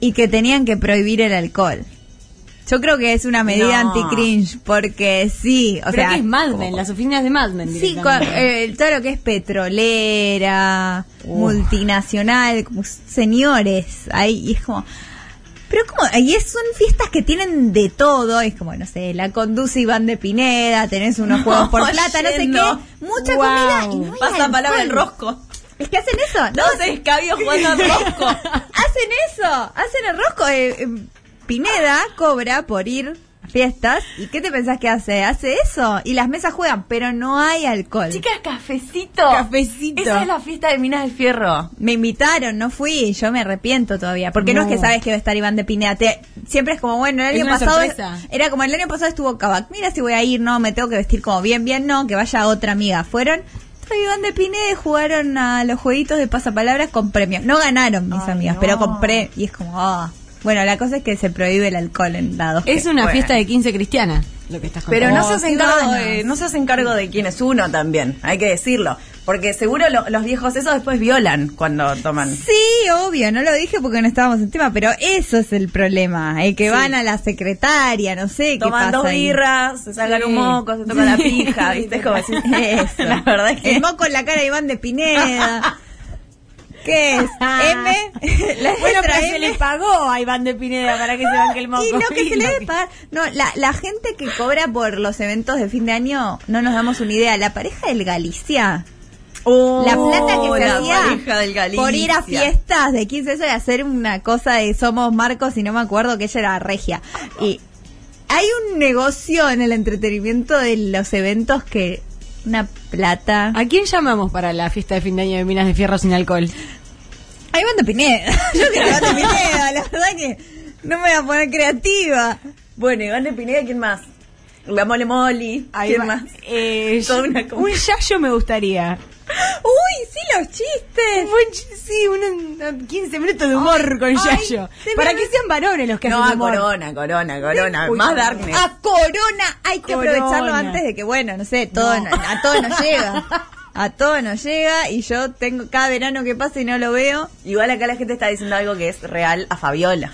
Speaker 4: Y que tenían que prohibir el alcohol. Yo creo que es una medida
Speaker 2: No.
Speaker 4: anti-cringe, porque sí, o
Speaker 3: O
Speaker 4: sea...
Speaker 3: sea, que es Mad Men, las oficinas de Mad Men.
Speaker 4: Sí,
Speaker 3: directamente.
Speaker 4: cua- eh, todo lo que es petrolera, multinacional, como señores, ahí y es como... Pero como, ahí es- son fiestas que tienen de todo, es como, no sé, la conduce Iván de Pineda, tenés unos juegos por plata, no sé qué,
Speaker 2: yendo.
Speaker 4: mucha
Speaker 3: Wow.
Speaker 4: comida y no hay
Speaker 2: Pasa palabra el
Speaker 4: alcohol.
Speaker 2: rosco.
Speaker 4: Es que hacen eso, no,
Speaker 2: Todos escabios jugando al rosco.
Speaker 4: Hacen eso, hacen el rosco. eh, eh, Pineda cobra por ir a fiestas. ¿Y qué te pensás que hace? Hace eso. Y las mesas juegan, pero no hay alcohol.
Speaker 2: Chicas, cafecito.
Speaker 3: Cafecito.
Speaker 2: Esa es la fiesta de Minas del Fierro.
Speaker 4: Me invitaron, no fui, yo me arrepiento todavía. Porque no,
Speaker 3: No.
Speaker 4: es que sabes que va a estar Iván de Pineda. te- siempre es como, bueno, el
Speaker 3: Es
Speaker 4: año
Speaker 3: una
Speaker 4: pasado.
Speaker 3: sorpresa.
Speaker 4: Era como el año pasado estuvo Kavak. Mira si voy a ir, no, me tengo que vestir como bien, bien, no, que vaya otra amiga. Fueron, trae Iván de Pineda y jugaron a los jueguitos de pasapalabras con premios. No ganaron mis
Speaker 2: Ay,
Speaker 4: amigas,
Speaker 2: no.
Speaker 4: pero compré. Y es como, ah. Bueno, la cosa es que se prohíbe el alcohol en dados.
Speaker 3: Es una
Speaker 2: Bueno.
Speaker 3: fiesta de 15 cristiana, lo que estás
Speaker 2: Pero
Speaker 3: contando.
Speaker 2: no
Speaker 4: Oh,
Speaker 2: se hacen
Speaker 4: qué
Speaker 2: cargo
Speaker 4: ganas.
Speaker 2: de, no se hacen cargo de quién es uno también, hay que decirlo. Porque seguro lo- los viejos esos después violan cuando toman.
Speaker 4: Sí, obvio, no lo dije porque no estábamos en tema, pero eso es el problema. El que van a la secretaria, no sé qué
Speaker 2: Toman
Speaker 4: pasa
Speaker 2: dos
Speaker 4: ahí.
Speaker 2: birras, se sacan
Speaker 3: Sí.
Speaker 2: un moco, se tocan la pija, ¿viste? Es Como así.
Speaker 4: Eso.
Speaker 2: La verdad es que.
Speaker 4: El moco en la cara de Iván de Pineda. ¿Qué es? ¿M? La
Speaker 3: Bueno,
Speaker 4: letra
Speaker 3: pero se
Speaker 4: M.
Speaker 3: le pagó a Iván de Pineda para que se banque el moco.
Speaker 4: Y lo que se le debe
Speaker 3: Y-
Speaker 4: pagar. No, la, la gente que cobra por los eventos de fin de año, no nos damos una idea. La pareja del Galicia. La plata que se
Speaker 2: Oh, la pareja del
Speaker 4: hacía
Speaker 2: Galicia.
Speaker 4: por ir a fiestas de 15 años y hacer una cosa de somos Marcos y no me acuerdo que ella era regia. Y hay un negocio en el entretenimiento de los eventos que una plata.
Speaker 3: ¿A quién llamamos para la fiesta de fin de año de Minas de Fierro sin alcohol?
Speaker 4: Ahí mando Pineda. Yo quiero Iván de Pineda, la verdad que no me voy a poner creativa.
Speaker 2: Bueno, Iván de Pineda, ¿quién más? La mole moli.
Speaker 3: Ahí
Speaker 2: ¿Quién
Speaker 3: va.
Speaker 2: más?
Speaker 3: Eh,
Speaker 2: Toda una
Speaker 3: un
Speaker 2: compra.
Speaker 3: yayo me gustaría.
Speaker 4: ¡Uy, sí, los chistes!
Speaker 3: Un buen ch- sí, un- un 15 minutos de humor
Speaker 4: Ay,
Speaker 3: con
Speaker 4: ay,
Speaker 3: yayo.
Speaker 4: se
Speaker 3: Para
Speaker 4: me-
Speaker 3: que sean varones los que
Speaker 2: No, a
Speaker 3: hacen humor.
Speaker 2: corona, corona, corona. Más
Speaker 3: Ah.
Speaker 2: darkness.
Speaker 4: A Corona hay que
Speaker 3: Corona.
Speaker 4: aprovecharlo antes de que, bueno, no sé, todo
Speaker 3: No.
Speaker 4: no- a todo nos llega. A todo nos llega y yo tengo cada verano que pasa y no lo veo.
Speaker 2: Igual acá la gente está diciendo algo que es real a Fabiola.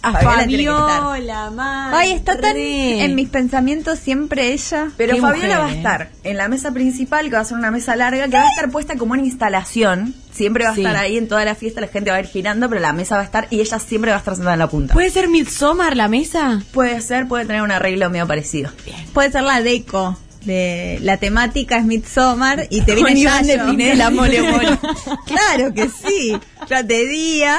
Speaker 3: A
Speaker 2: Fabiola tiene que
Speaker 3: Fabiola, man.
Speaker 4: Ay, está tan
Speaker 3: re.
Speaker 4: en mis pensamientos siempre ella.
Speaker 2: Pero
Speaker 3: Qué
Speaker 2: Fabiola
Speaker 3: mujer,
Speaker 2: va a
Speaker 3: eh. ¡Ah!
Speaker 2: estar en la mesa principal, que va a ser una mesa larga, que va a estar puesta como una instalación. Siempre va a
Speaker 3: Sí.
Speaker 2: estar ahí en toda la fiesta, la gente va a ir girando, pero la mesa va a estar y ella siempre va a estar sentada en la punta.
Speaker 3: ¿Puede ser Midsommar la mesa?
Speaker 2: Puede ser, puede tener un arreglo medio parecido.
Speaker 4: Puede ser la deco de la temática es Midsommar y te
Speaker 2: Con
Speaker 4: viene
Speaker 2: Iván
Speaker 4: Yayo.
Speaker 2: de Pinela, mole, mole.
Speaker 4: claro que sí. Ya de día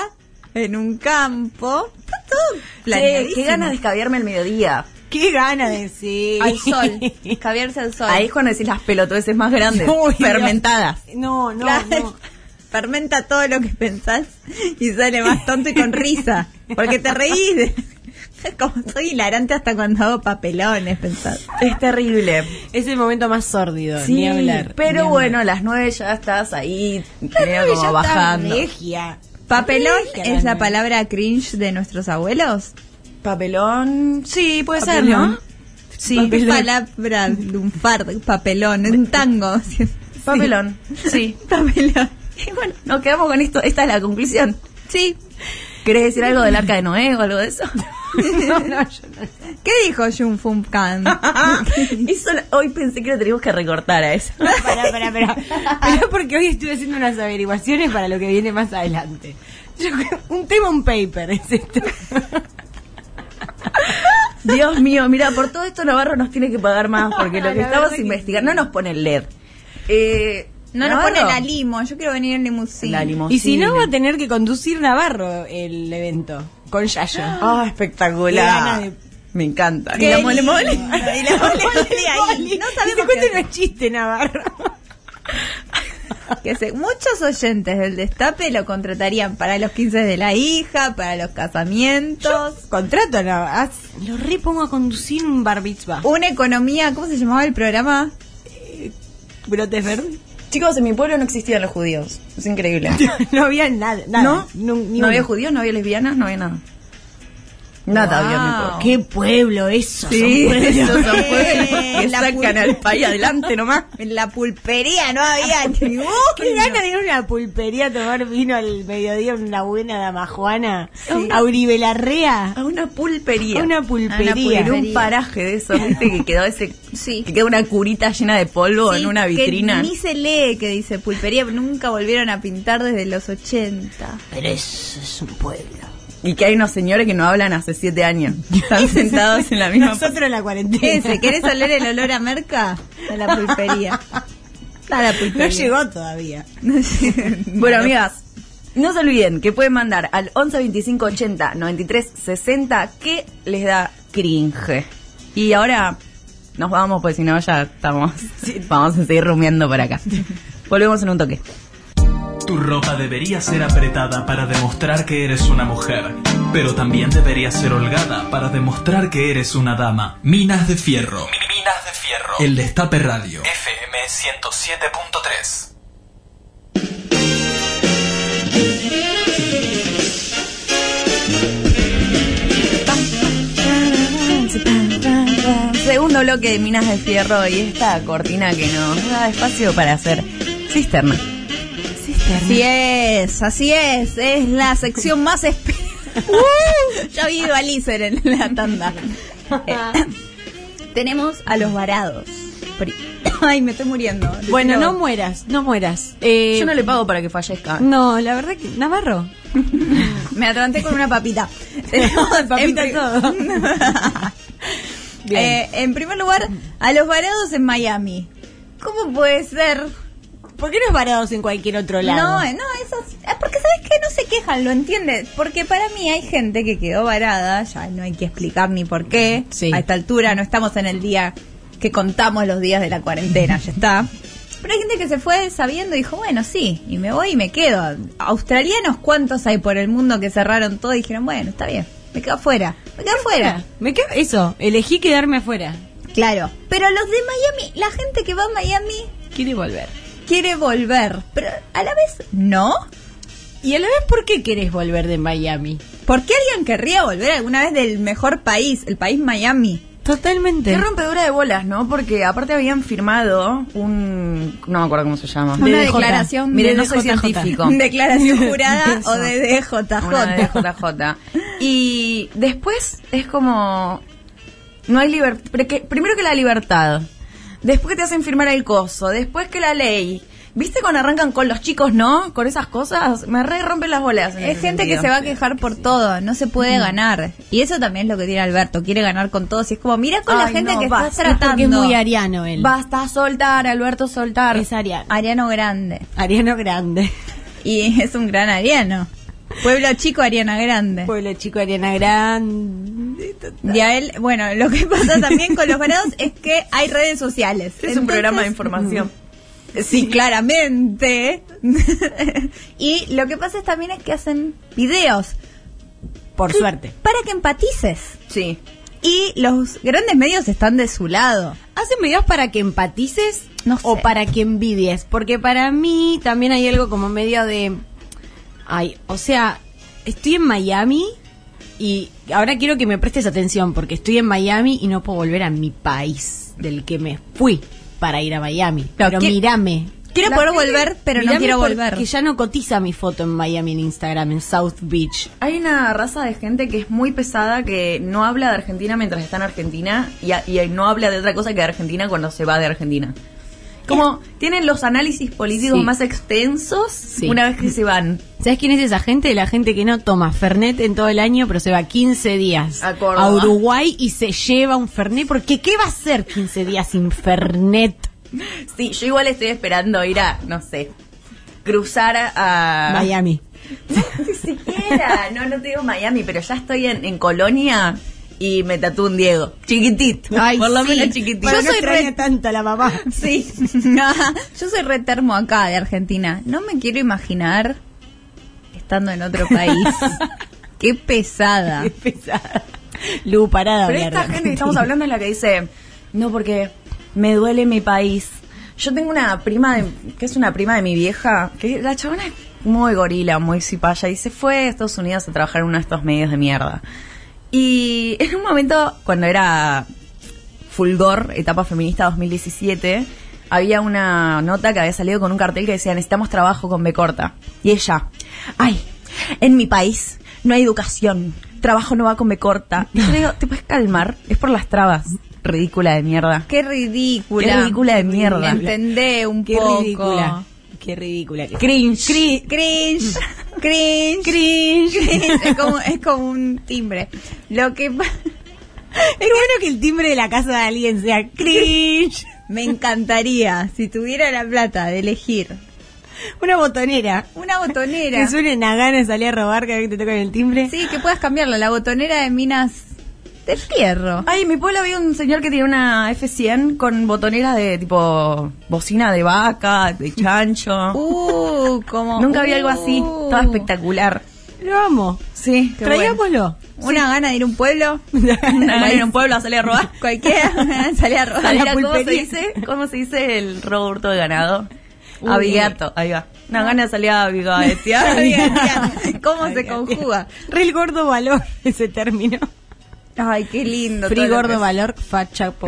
Speaker 4: en un campo. Está todo
Speaker 2: Che,
Speaker 4: planeadísimo.
Speaker 2: qué ganas de escabiarme al mediodía.
Speaker 3: Qué gana de decir.
Speaker 4: al sol, escabiarse al sol.
Speaker 2: Ahí es cuando decís las pelotudeces más grandes,
Speaker 3: Uy, Dios.
Speaker 2: fermentadas.
Speaker 3: No, no,
Speaker 4: Claro.
Speaker 3: no.
Speaker 4: Fermenta todo lo que pensás y sale más tonto y con risa. Porque te reís. de- Como soy hilarante hasta cuando hago papelones, pensás.
Speaker 2: Es terrible.
Speaker 3: Es el momento más sórdido, ni hablar. ni
Speaker 2: pero
Speaker 3: hablar.
Speaker 2: bueno, a las nueve ya estás ahí, medio como
Speaker 3: Ay, ya está
Speaker 2: bajando.
Speaker 3: regia.
Speaker 4: ¿Papelón
Speaker 3: Regia,
Speaker 4: es la
Speaker 3: Daniel.
Speaker 4: palabra cringe de nuestros abuelos?
Speaker 2: Papelón, sí, puede
Speaker 4: Papelón.
Speaker 2: ser, ¿no? Sí,
Speaker 4: ¿Qué palabra de un fardo, papelón, un tango? Sí.
Speaker 2: papelón, sí.
Speaker 4: Papelón.
Speaker 2: Y bueno, nos quedamos con esto. Esta es la conclusión.
Speaker 4: Sí.
Speaker 2: ¿Querés decir algo del arca de Noé o algo de eso?
Speaker 3: No, no, yo no.
Speaker 4: ¿Qué dijo Jun Fum Kang?
Speaker 2: eso lo- hoy pensé que lo teníamos que recortar a eso.
Speaker 3: Pará, pará, pará. Pará porque hoy estuve haciendo unas averiguaciones para lo que viene más adelante. Yo creo- un tema, un paper, es esto.
Speaker 2: Dios mío, mira, por todo esto Navarro nos tiene que pagar más porque lo que
Speaker 3: La verdad
Speaker 2: estamos
Speaker 3: que
Speaker 2: investigando no nos pone el LED. Eh,
Speaker 4: No nos
Speaker 2: Navarro,
Speaker 4: pone la limo, yo quiero venir en limusina.
Speaker 2: La limo.
Speaker 3: Y si no, va a tener que conducir Navarro el evento con Yayo.
Speaker 2: Ah,
Speaker 3: Qué ganas
Speaker 2: espectacular.
Speaker 3: de-
Speaker 2: Me encanta.
Speaker 4: Qué
Speaker 2: Y la mole
Speaker 4: lindo.
Speaker 2: mole.
Speaker 4: Y la mole mole ahí. No
Speaker 3: y se
Speaker 4: sabemos
Speaker 3: cuenta
Speaker 4: qué
Speaker 3: unos chistes, Navarro.
Speaker 4: Que se- muchos oyentes del destape lo contratarían para los 15 de la hija, para los casamientos.
Speaker 3: Contrato a Navarro. Lo repongo a conducir un bar mitzvah.
Speaker 4: Una economía, ¿cómo se llamaba el programa?
Speaker 3: ¿Brotes verdes?
Speaker 2: Chicos, en mi pueblo no existían los judíos. Es increíble.
Speaker 3: No había nada. nada.
Speaker 2: ¿No?
Speaker 3: Nu- ni
Speaker 2: no había
Speaker 3: uno.
Speaker 2: judíos, no había lesbianas, no había nada. Nada había en mi pueblo.
Speaker 3: ¡Qué pueblo eso!
Speaker 2: Sí, esos son
Speaker 4: Eh,
Speaker 2: pueblos que
Speaker 4: la
Speaker 2: sacan
Speaker 4: puta.
Speaker 2: al país adelante nomás. Ah,
Speaker 4: En la pulpería no había ningún.
Speaker 3: ¡Uh, ¡Qué ganas de ir a una pulpería a tomar vino al mediodía, una buena damajuana!
Speaker 2: Sí.
Speaker 3: ¿A Uribe Larrea?
Speaker 2: A una pulpería.
Speaker 3: A una pulpería.
Speaker 2: Era un paraje de eso, viste, que quedó ese.
Speaker 4: Sí.
Speaker 2: Que queda una curita llena de polvo en una vitrina.
Speaker 4: ni se lee que dice pulpería, nunca volvieron a pintar desde los 80.
Speaker 3: Pero eso es un pueblo.
Speaker 2: Y que hay unos señores que no hablan hace siete años. Están sentados en la misma.
Speaker 3: Nosotros en la
Speaker 4: ¿Qué
Speaker 3: cuarentena.
Speaker 4: dice? ¿Querés oler el olor a merca? A la pulpería. A la pulpería.
Speaker 3: No llegó todavía.
Speaker 4: No llegó.
Speaker 2: Bueno, amigas, no se olviden que pueden mandar al 11 25 80 93 60 que les da cringe. Y ahora nos vamos, pues si no ya estamos. Vamos a seguir rumiando por acá. Volvemos en un toque.
Speaker 5: Tu ropa debería ser apretada para demostrar que eres una mujer, pero también debería ser holgada para demostrar que eres una dama. Minas de Fierro.
Speaker 6: Minas de Fierro.
Speaker 5: El Destape Radio.
Speaker 6: FM 107.3.
Speaker 2: Segundo bloque de Minas de Fierro y esta cortina que nos da espacio para hacer cisterna.
Speaker 4: Así es, así es, es la sección más esperada. ya vi a Lizer en la tanda. Eh, tenemos a los varados. Pri- Ay, me estoy muriendo.
Speaker 3: Bueno,
Speaker 4: Pero-
Speaker 3: no mueras, no mueras. Eh,
Speaker 2: Yo no le pago para que fallezca.
Speaker 3: no, la verdad que. Navarro.
Speaker 4: me atraganté con una papita.
Speaker 3: Papita
Speaker 4: en pri-
Speaker 3: todo. Bien.
Speaker 4: Eh, en primer lugar, a los varados en Miami. ¿Cómo puede ser?
Speaker 3: ¿Por qué no es varados en cualquier otro lado?
Speaker 4: No, eh, no, eso es, es porque sabes que no se quejan, lo entiendes. Porque para mí hay gente que quedó varada, ya no hay que explicar ni por qué.
Speaker 3: Sí.
Speaker 4: A esta altura no estamos en el día que contamos los días de la cuarentena, ya está. Pero hay gente que se fue sabiendo y dijo, bueno, sí, y me voy y me quedo. Australianos, ¿cuántos hay por el mundo que cerraron todo y dijeron, bueno, está bien, me quedo afuera, me quedo afuera?
Speaker 3: Me quedo- eso, elegí quedarme afuera.
Speaker 4: Claro. Pero los de Miami, la gente que va a Miami
Speaker 3: Quiere volver.
Speaker 4: quiere volver, pero a la vez no.
Speaker 3: Y a la vez, ¿por qué querés volver de Miami?
Speaker 4: ¿Por qué alguien querría volver alguna vez del mejor país, el país Miami?
Speaker 3: Totalmente.
Speaker 2: Qué rompedora de bolas, ¿no? Porque aparte habían firmado un... No me acuerdo cómo se llama.
Speaker 4: Una
Speaker 3: DDJ.
Speaker 4: declaración
Speaker 2: Mire,
Speaker 4: de
Speaker 2: no soy
Speaker 3: DDJJ.
Speaker 2: científico.
Speaker 4: Declaración jurada
Speaker 2: Eso.
Speaker 4: o de DJJ.
Speaker 2: Una de JJ. Y después es como. No hay libertad. Primero que la libertad. Después que te hacen firmar el coso. Después que la ley. ¿Viste cuando arrancan con los chicos, no? Con esas cosas. Me re rompen las bolas. en
Speaker 4: Es
Speaker 2: ese
Speaker 4: gente que
Speaker 2: sentido.
Speaker 4: se va a quejar por todo, no se puede ganar. Y eso también es lo que tiene Alberto, quiere ganar con todos. Y es como, mira con la
Speaker 2: Ay,
Speaker 4: gente
Speaker 2: no,
Speaker 4: que
Speaker 2: basta,
Speaker 4: estás
Speaker 3: Es porque es
Speaker 4: tratando.
Speaker 3: muy ariano él.
Speaker 2: Basta soltar, Alberto, soltar.
Speaker 3: Es ariano.
Speaker 4: Ariano Grande.
Speaker 3: Ariano Grande.
Speaker 4: Y es un gran Ariano. Pueblo chico, Ariana Grande.
Speaker 3: Pueblo chico, Ariana Grande.
Speaker 4: De a él, bueno, lo que pasa también con los grados es que hay redes sociales.
Speaker 2: Este es un programa de
Speaker 4: Entonces,
Speaker 2: información.
Speaker 4: Sí, claramente. y lo que pasa es también es que hacen videos
Speaker 3: Por suerte.
Speaker 4: para que empatices.
Speaker 2: Sí.
Speaker 4: Y los grandes medios están de su lado.
Speaker 3: ¿Hacen videos para que empatices
Speaker 4: No sé.
Speaker 3: o para que envidies? Porque para mí también hay algo como medio de... Ay, o sea, estoy en Miami y ahora quiero que me prestes atención porque estoy en Miami y no puedo volver a mi país del que me fui para ir a Miami.
Speaker 4: Pero
Speaker 3: Pero
Speaker 4: que-
Speaker 3: mírame.
Speaker 4: Quiero
Speaker 2: La
Speaker 4: poder
Speaker 2: gente-
Speaker 4: volver, pero no
Speaker 3: Mírame
Speaker 4: quiero
Speaker 3: porque
Speaker 4: volver.
Speaker 3: ya no cotiza mi foto en Miami en Instagram, en South Beach.
Speaker 2: Hay una raza de gente que es muy pesada, que no habla de Argentina mientras está en Argentina y, a- y no habla de otra cosa que de Argentina cuando se va de Argentina. Como tienen los análisis políticos
Speaker 3: Sí.
Speaker 2: más extensos
Speaker 3: Sí.
Speaker 2: una vez que se van.
Speaker 3: ¿Sabes quién es esa gente? La gente que no toma Fernet en todo el año, pero se va 15 días
Speaker 2: A Córdoba.
Speaker 3: Uruguay y se lleva un Fernet. Porque ¿qué va a hacer 15 días sin Fernet?
Speaker 2: Sí, yo igual estoy esperando ir a, no sé, cruzar a...
Speaker 3: Miami.
Speaker 2: Ni siquiera, no, no te digo Miami, pero ya estoy en, en Colonia y me tatúo un Diego. Chiquitito.
Speaker 3: Ay,
Speaker 2: por lo
Speaker 3: sí.
Speaker 2: menos chiquitito.
Speaker 3: Para
Speaker 4: Yo
Speaker 3: no
Speaker 4: soy
Speaker 3: extraña
Speaker 4: re-
Speaker 3: tanta la mamá.
Speaker 4: Sí, No, yo soy retermo acá de Argentina. No me quiero imaginar estando en otro país. Qué pesada.
Speaker 3: Qué pesada. Lu, parada
Speaker 2: Pero esta gente que estamos hablando es la que dice, no, porque me duele mi país. Yo tengo una prima, de- que es una prima de mi vieja, que la chabona es muy gorila, muy cipaya, y se fue a Estados Unidos a trabajar en uno de estos medios de mierda. Y en un momento, cuando era Fulgor, etapa feminista 2017, había una nota que había salido con un cartel que decía necesitamos trabajo con B corta. Y ella, ay, en mi país no hay educación, trabajo no va con B corta. Y yo le digo, ¿te puedes calmar? Es por las trabas, ridícula de mierda.
Speaker 4: Qué ridícula.
Speaker 2: Qué ridícula de mierda.
Speaker 4: Entendé un
Speaker 3: Qué
Speaker 4: poco.
Speaker 3: ridícula. Qué ridícula.
Speaker 2: Cringe.
Speaker 3: Cri-
Speaker 4: Cringe, cringe, Es como, es como un timbre. Lo que pa-
Speaker 3: Es bueno que el timbre de la casa de alguien sea cringe.
Speaker 4: me encantaría, si tuviera la plata de elegir
Speaker 3: Una botonera.
Speaker 4: una botonera.
Speaker 3: Que suenen a ganas salir a robar cada vez que te tocan el timbre.
Speaker 4: Sí, que puedas cambiarla, la botonera de minas de fierro.
Speaker 2: Ay, en mi pueblo había un señor que tenía una F100 con botoneras de tipo bocina de vaca, de chancho.
Speaker 4: Uh, como.
Speaker 2: Nunca había algo así,
Speaker 4: uh.
Speaker 2: estaba espectacular.
Speaker 3: Lo vamos.
Speaker 2: Sí,
Speaker 4: Qué bueno.
Speaker 3: Traigámoslo.
Speaker 4: Una gana de ir a un pueblo.
Speaker 2: en un pueblo a salir a robar.
Speaker 4: Cualquiera sale a robar.
Speaker 2: Ahí
Speaker 4: la
Speaker 2: era, ¿cómo se
Speaker 4: pulpería.
Speaker 2: dice? ¿Cómo se dice el robo hurto de ganado?
Speaker 3: Uy.
Speaker 2: Abigato, ahí va.
Speaker 4: Ah.
Speaker 2: Una gana de salir a
Speaker 4: Ya,
Speaker 2: abigatear.
Speaker 4: ya, ya. ¿Cómo se conjuga?
Speaker 3: Re el gordo valor ese término.
Speaker 4: Ay, qué lindo.
Speaker 3: Free
Speaker 4: todo lo que
Speaker 3: gordo
Speaker 4: es.
Speaker 3: valor, facha po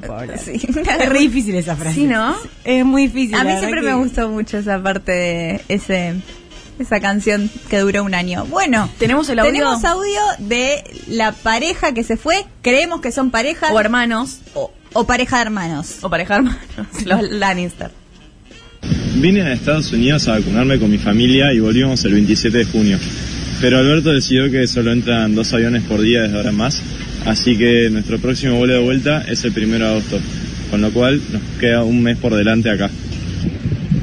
Speaker 4: Bueno,
Speaker 3: pobre.
Speaker 4: sí.
Speaker 3: Es re difícil esa frase.
Speaker 2: Sí, ¿no?
Speaker 3: Es muy difícil.
Speaker 4: A
Speaker 3: la
Speaker 4: mí
Speaker 3: verdad
Speaker 4: siempre
Speaker 3: que-
Speaker 4: me gustó mucho esa parte de ese, esa canción que duró un año. Bueno,
Speaker 2: ¿Tenemos el audio?
Speaker 4: Tenemos audio de la pareja que se fue. Creemos que son pareja
Speaker 2: O hermanos,
Speaker 4: o, o pareja de hermanos.
Speaker 2: o pareja de hermanos, los Lannister.
Speaker 7: Vine a Estados Unidos a vacunarme con mi familia y volvimos el 27 de junio. Pero Alberto decidió que solo entran dos aviones por día desde ahora en más, así que nuestro próximo vuelo de vuelta es el primero de agosto, con lo cual nos queda un mes por delante acá.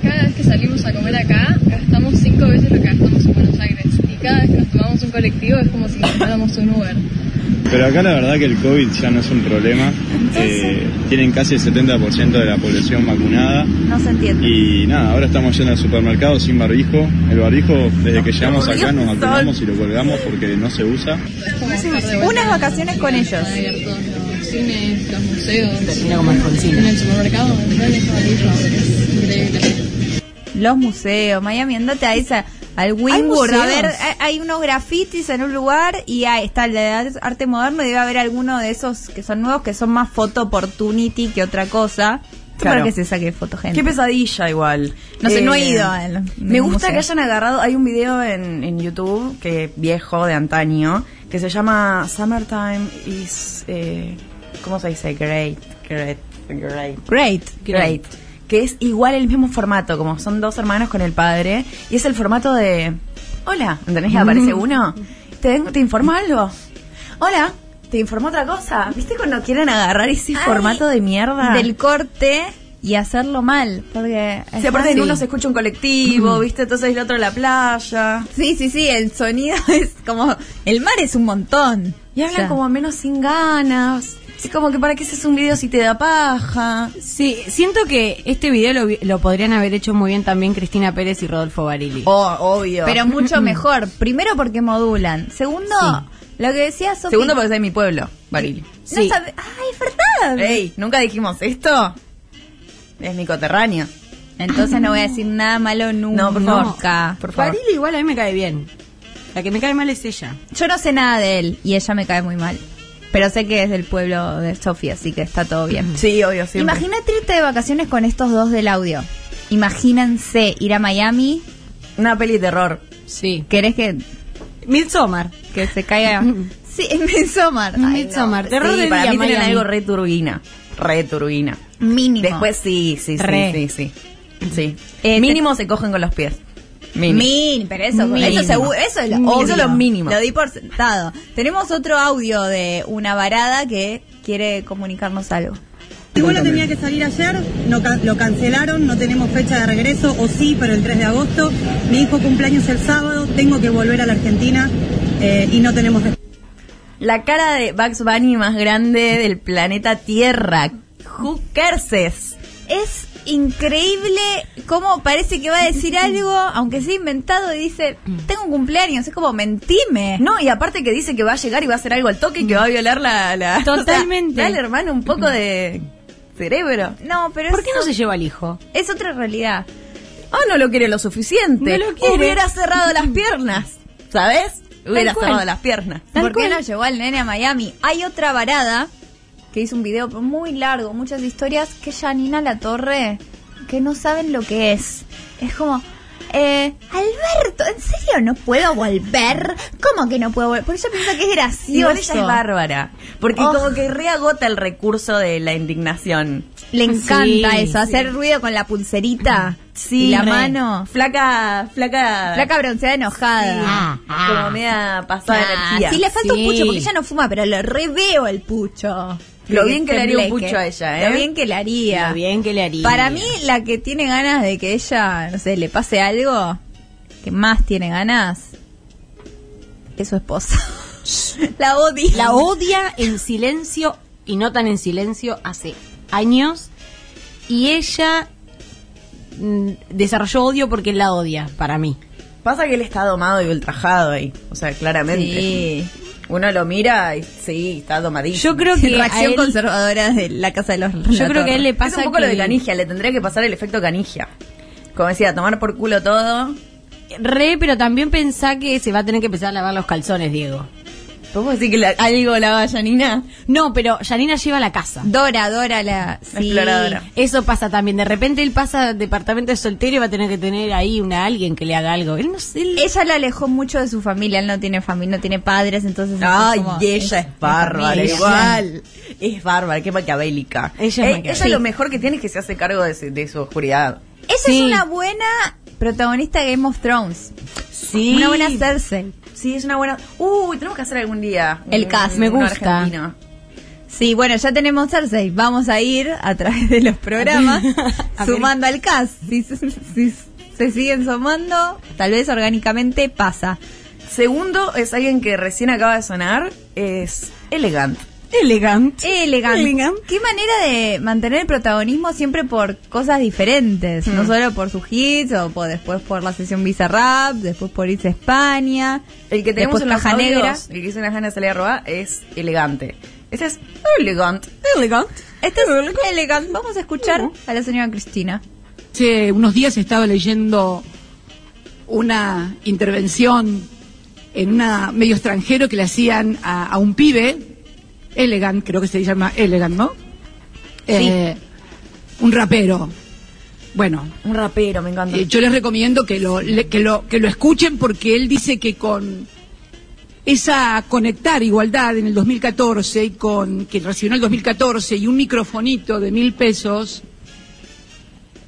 Speaker 8: Cada vez que salimos a comer acá, gastamos cinco veces lo que gastamos en Buenos Aires. Y cada vez que nos tomamos un colectivo es como si gastáramos un Uber.
Speaker 7: Pero acá la verdad que el COVID ya no es un problema, Eh, tienen casi el 70% de la población vacunada
Speaker 4: No se entiende.
Speaker 7: y nada, ahora estamos yendo al supermercado sin barbijo, el barbijo desde que llegamos acá nos vacunamos y lo colgamos porque no se usa.
Speaker 8: Es como estar de vuelta
Speaker 4: Unas vacaciones con ellos.
Speaker 8: abiertos los cines, los museos.
Speaker 3: Termina como el
Speaker 8: En
Speaker 3: concilio.
Speaker 8: el supermercado, en realidad es amarillo, es increíble.
Speaker 4: Los museos, Miami, andate a esa, al Wingwood, a
Speaker 3: museos?
Speaker 4: ver, hay, hay unos grafitis en un lugar y ahí está el de arte moderno y debe haber alguno de esos que son nuevos que son más photo opportunity que otra cosa.
Speaker 2: Claro.
Speaker 4: Para que se saque foto, gente.
Speaker 2: Qué pesadilla igual. Eh,
Speaker 4: No sé, no he ido al-
Speaker 2: Me
Speaker 4: ningún
Speaker 2: gusta
Speaker 4: museo.
Speaker 2: que hayan agarrado, hay un video en, en YouTube, que viejo, de antaño, que se llama Summertime is, eh, ¿cómo se dice? Great, great, great.
Speaker 4: Great.
Speaker 2: Great. Que es igual el mismo formato, como son dos hermanos con el padre. Y es el formato de. Hola, ¿entendés? que Aparece
Speaker 4: Mm.
Speaker 2: uno. ¿Te, te informó algo? Hola, ¿te informó otra cosa? ¿Viste cuando quieren agarrar ese
Speaker 4: Ay,
Speaker 2: formato de mierda?
Speaker 4: Del corte y hacerlo mal, porque... es
Speaker 2: Si aparte en
Speaker 4: fácil.
Speaker 2: uno se escucha un colectivo, ¿viste? Entonces el otro en la playa.
Speaker 4: Sí, sí, sí, el sonido es como... El mar es un montón.
Speaker 2: Y hablan
Speaker 4: O sea,
Speaker 2: como menos sin ganas. Así como que para qué haces un video si te da paja.
Speaker 3: Sí, siento que este video lo, vi- lo podrían haber hecho muy bien también Cristina Pérez y Rodolfo Barili.
Speaker 2: Oh, obvio. Mm.
Speaker 4: Pero mucho mejor. Primero porque modulan. Segundo, lo que decía Sofi...
Speaker 2: Segundo porque soy de mi pueblo, Barili.
Speaker 4: No
Speaker 3: Sí.
Speaker 4: sabe- ¡Ay, es verdad!
Speaker 2: Ey, ¿nunca dijimos esto? Es mi coterráneo.
Speaker 4: Entonces no voy a decir nada malo nunca.
Speaker 2: No, por favor. Por favor.
Speaker 3: Barili igual a mí me cae bien. La que me cae mal es ella.
Speaker 4: Yo no sé nada de él y ella me cae muy mal. Pero sé que es del pueblo de Sofía, así que está todo bien.
Speaker 2: Sí, obvio, siempre.
Speaker 4: Imagínate irte de vacaciones con estos dos del audio. Imagínense ir a Miami.
Speaker 2: Una peli de terror.
Speaker 3: Sí.
Speaker 4: ¿Querés que,
Speaker 3: Midsommar.
Speaker 4: que se caiga? Sí, en Midsommar. Ay, no.
Speaker 3: Midsommar. Terror
Speaker 2: sí,
Speaker 3: de
Speaker 2: para
Speaker 3: día,
Speaker 2: mí tienen
Speaker 3: Miami.
Speaker 2: algo re turbina. Re turbina.
Speaker 4: Mínimo.
Speaker 2: Después sí, sí, sí,
Speaker 3: Re.
Speaker 2: sí, sí. Sí.
Speaker 4: Eh,
Speaker 2: mínimo se cogen con los pies. Mínimo.
Speaker 4: Min, pero eso,
Speaker 2: Mínimo.
Speaker 4: eso, seguro- eso es lo
Speaker 2: Mínimo.
Speaker 4: obvio.
Speaker 2: Eso es lo mínimo.
Speaker 4: Lo di por sentado. Tenemos otro audio de una varada que quiere comunicarnos algo.
Speaker 9: El vuelo tenía que salir ayer, no ca- lo cancelaron, no tenemos fecha de regreso, o sí, pero el 3 de agosto. Mi hijo cumpleaños el sábado, tengo que volver a la Argentina eh, y no tenemos respuesta.
Speaker 2: La cara de Bugs Bunny más grande del planeta Tierra. Who cares?
Speaker 4: Es increíble cómo parece que va a decir algo, aunque sea inventado, y dice, tengo un cumpleaños. Es como, mentime.
Speaker 2: No, y aparte que dice que va a llegar y va a hacer algo al toque y que va a violar la... la- o sea,
Speaker 3: Totalmente.
Speaker 2: dale, hermano, un poco de cerebro.
Speaker 4: No, pero
Speaker 3: ¿Por
Speaker 4: es,
Speaker 3: qué no se lleva al hijo?
Speaker 4: es otra realidad.
Speaker 2: Ah, no lo quiere lo suficiente.
Speaker 3: No lo quiere.
Speaker 2: Hubiera cerrado las piernas, ¿sabes? Hubiera
Speaker 3: cual.
Speaker 2: cerrado las piernas.
Speaker 3: Tal
Speaker 4: ¿Por qué
Speaker 3: cual.
Speaker 4: no llevó al nene a Miami? Hay otra varada que hizo un video muy largo, muchas historias, que es Janina La Torre, que no saben lo que es. Es como, eh, Alberto, ¿en serio no puedo volver? ¿Cómo que no puedo volver? Por eso piensa que es
Speaker 2: Igual
Speaker 4: gracioso.
Speaker 2: ella es bárbara. Porque
Speaker 4: Oh.
Speaker 2: como que reagota el recurso de la indignación.
Speaker 4: Le encanta
Speaker 3: Ah, Sí,
Speaker 4: eso, hacer ruido con la pulserita y la
Speaker 2: re.
Speaker 4: mano.
Speaker 2: Flaca, flaca. Ah,
Speaker 4: La cabronceada enojada.
Speaker 2: Como media pasada de
Speaker 4: Ah,
Speaker 2: energía.
Speaker 4: sí, le falta un
Speaker 3: Sí.
Speaker 4: pucho porque ella no fuma, pero lo reveo el pucho.
Speaker 2: Lo bien que le haría un
Speaker 4: Tembleque.
Speaker 2: pucho a ella, ¿eh?
Speaker 4: Lo bien que le haría.
Speaker 3: Lo bien que le haría.
Speaker 4: Para mí, la que tiene ganas de que ella, no sé, le pase algo, que más tiene ganas, es su esposa. la odia.
Speaker 3: La odia en silencio y no tan en silencio hace años. Y ella mm, desarrolló odio porque la odia, para mí.
Speaker 2: Pasa que él está domado y ultrajado ahí. O sea, claramente.
Speaker 4: Sí.
Speaker 2: Uno lo mira y sí, está domadísimo.
Speaker 3: Yo creo que a
Speaker 4: Reacción
Speaker 3: él,
Speaker 4: conservadora de la casa de los
Speaker 3: yo creo que a él le
Speaker 2: es
Speaker 3: pasa
Speaker 2: un poco
Speaker 3: que
Speaker 2: lo de canigia, le tendría que pasar el efecto canigia. Como decía, tomar por culo todo.
Speaker 3: re, pero también pensá que se va a tener que empezar a lavar los calzones, Diego.
Speaker 2: ¿Podemos decir que la- algo la va Janina?
Speaker 3: No, pero Janina lleva a la casa.
Speaker 4: Dora, Dora,
Speaker 2: La
Speaker 4: la
Speaker 2: exploradora.
Speaker 3: Eso pasa también. De repente él pasa a departamento de soltero y va a tener que tener ahí una alguien que le haga algo. Él no sé. él-
Speaker 4: Ella la alejó mucho de su familia, él no tiene familia, no tiene padres, entonces...
Speaker 2: Ay,
Speaker 4: como-
Speaker 2: y ella es, bárbara,
Speaker 4: familia.
Speaker 2: igual. Es bárbara, qué maquiavélica.
Speaker 3: Ella es
Speaker 2: Eh,
Speaker 3: maquiavélica.
Speaker 2: ella lo mejor que tiene es que se hace cargo de, su- de su oscuridad.
Speaker 4: Ella
Speaker 3: Sí.
Speaker 4: es una buena protagonista de Game of Thrones.
Speaker 3: Sí.
Speaker 4: Una buena Cersei.
Speaker 2: Sí, es una buena. Uy, tenemos que hacer algún día.
Speaker 4: El
Speaker 2: un-
Speaker 4: cast,
Speaker 3: me
Speaker 2: uno
Speaker 3: gusta.
Speaker 2: argentino.
Speaker 4: Sí, bueno, ya tenemos Cersei. Vamos a ir a través de los programas
Speaker 3: A ver.
Speaker 4: sumando al cast. Si, se- si se siguen sumando, tal vez orgánicamente pasa.
Speaker 2: Segundo es alguien que recién acaba de sonar. Es elegante.
Speaker 3: Elegante.
Speaker 4: Elegante.
Speaker 3: Elegant.
Speaker 4: Qué manera de mantener el protagonismo siempre por cosas diferentes.
Speaker 2: Mm.
Speaker 4: No solo por sus hits, o por, después por la sesión Visa Rap, después por irse a España.
Speaker 2: El que tenemos
Speaker 4: después
Speaker 2: en los
Speaker 4: Caja Negra.
Speaker 2: audios, el que hizo una gana de salir a robar, es elegante. Este es elegant.
Speaker 4: Elegant. Este es elegant. Vamos a escuchar
Speaker 2: Uh.
Speaker 4: a la señora Cristina.
Speaker 10: Hace unos días estaba leyendo una intervención en un medio extranjero que le hacían a, a un pibe, Elegant, creo que se llama Elegant, ¿no? Eh, un rapero. Bueno,
Speaker 2: Un rapero, me encanta.
Speaker 10: eh, yo les recomiendo que lo, le- que, lo, que lo escuchen porque él dice que con esa conectar igualdad en el 2014 y con que recibió en el 2014 y un microfonito de mil pesos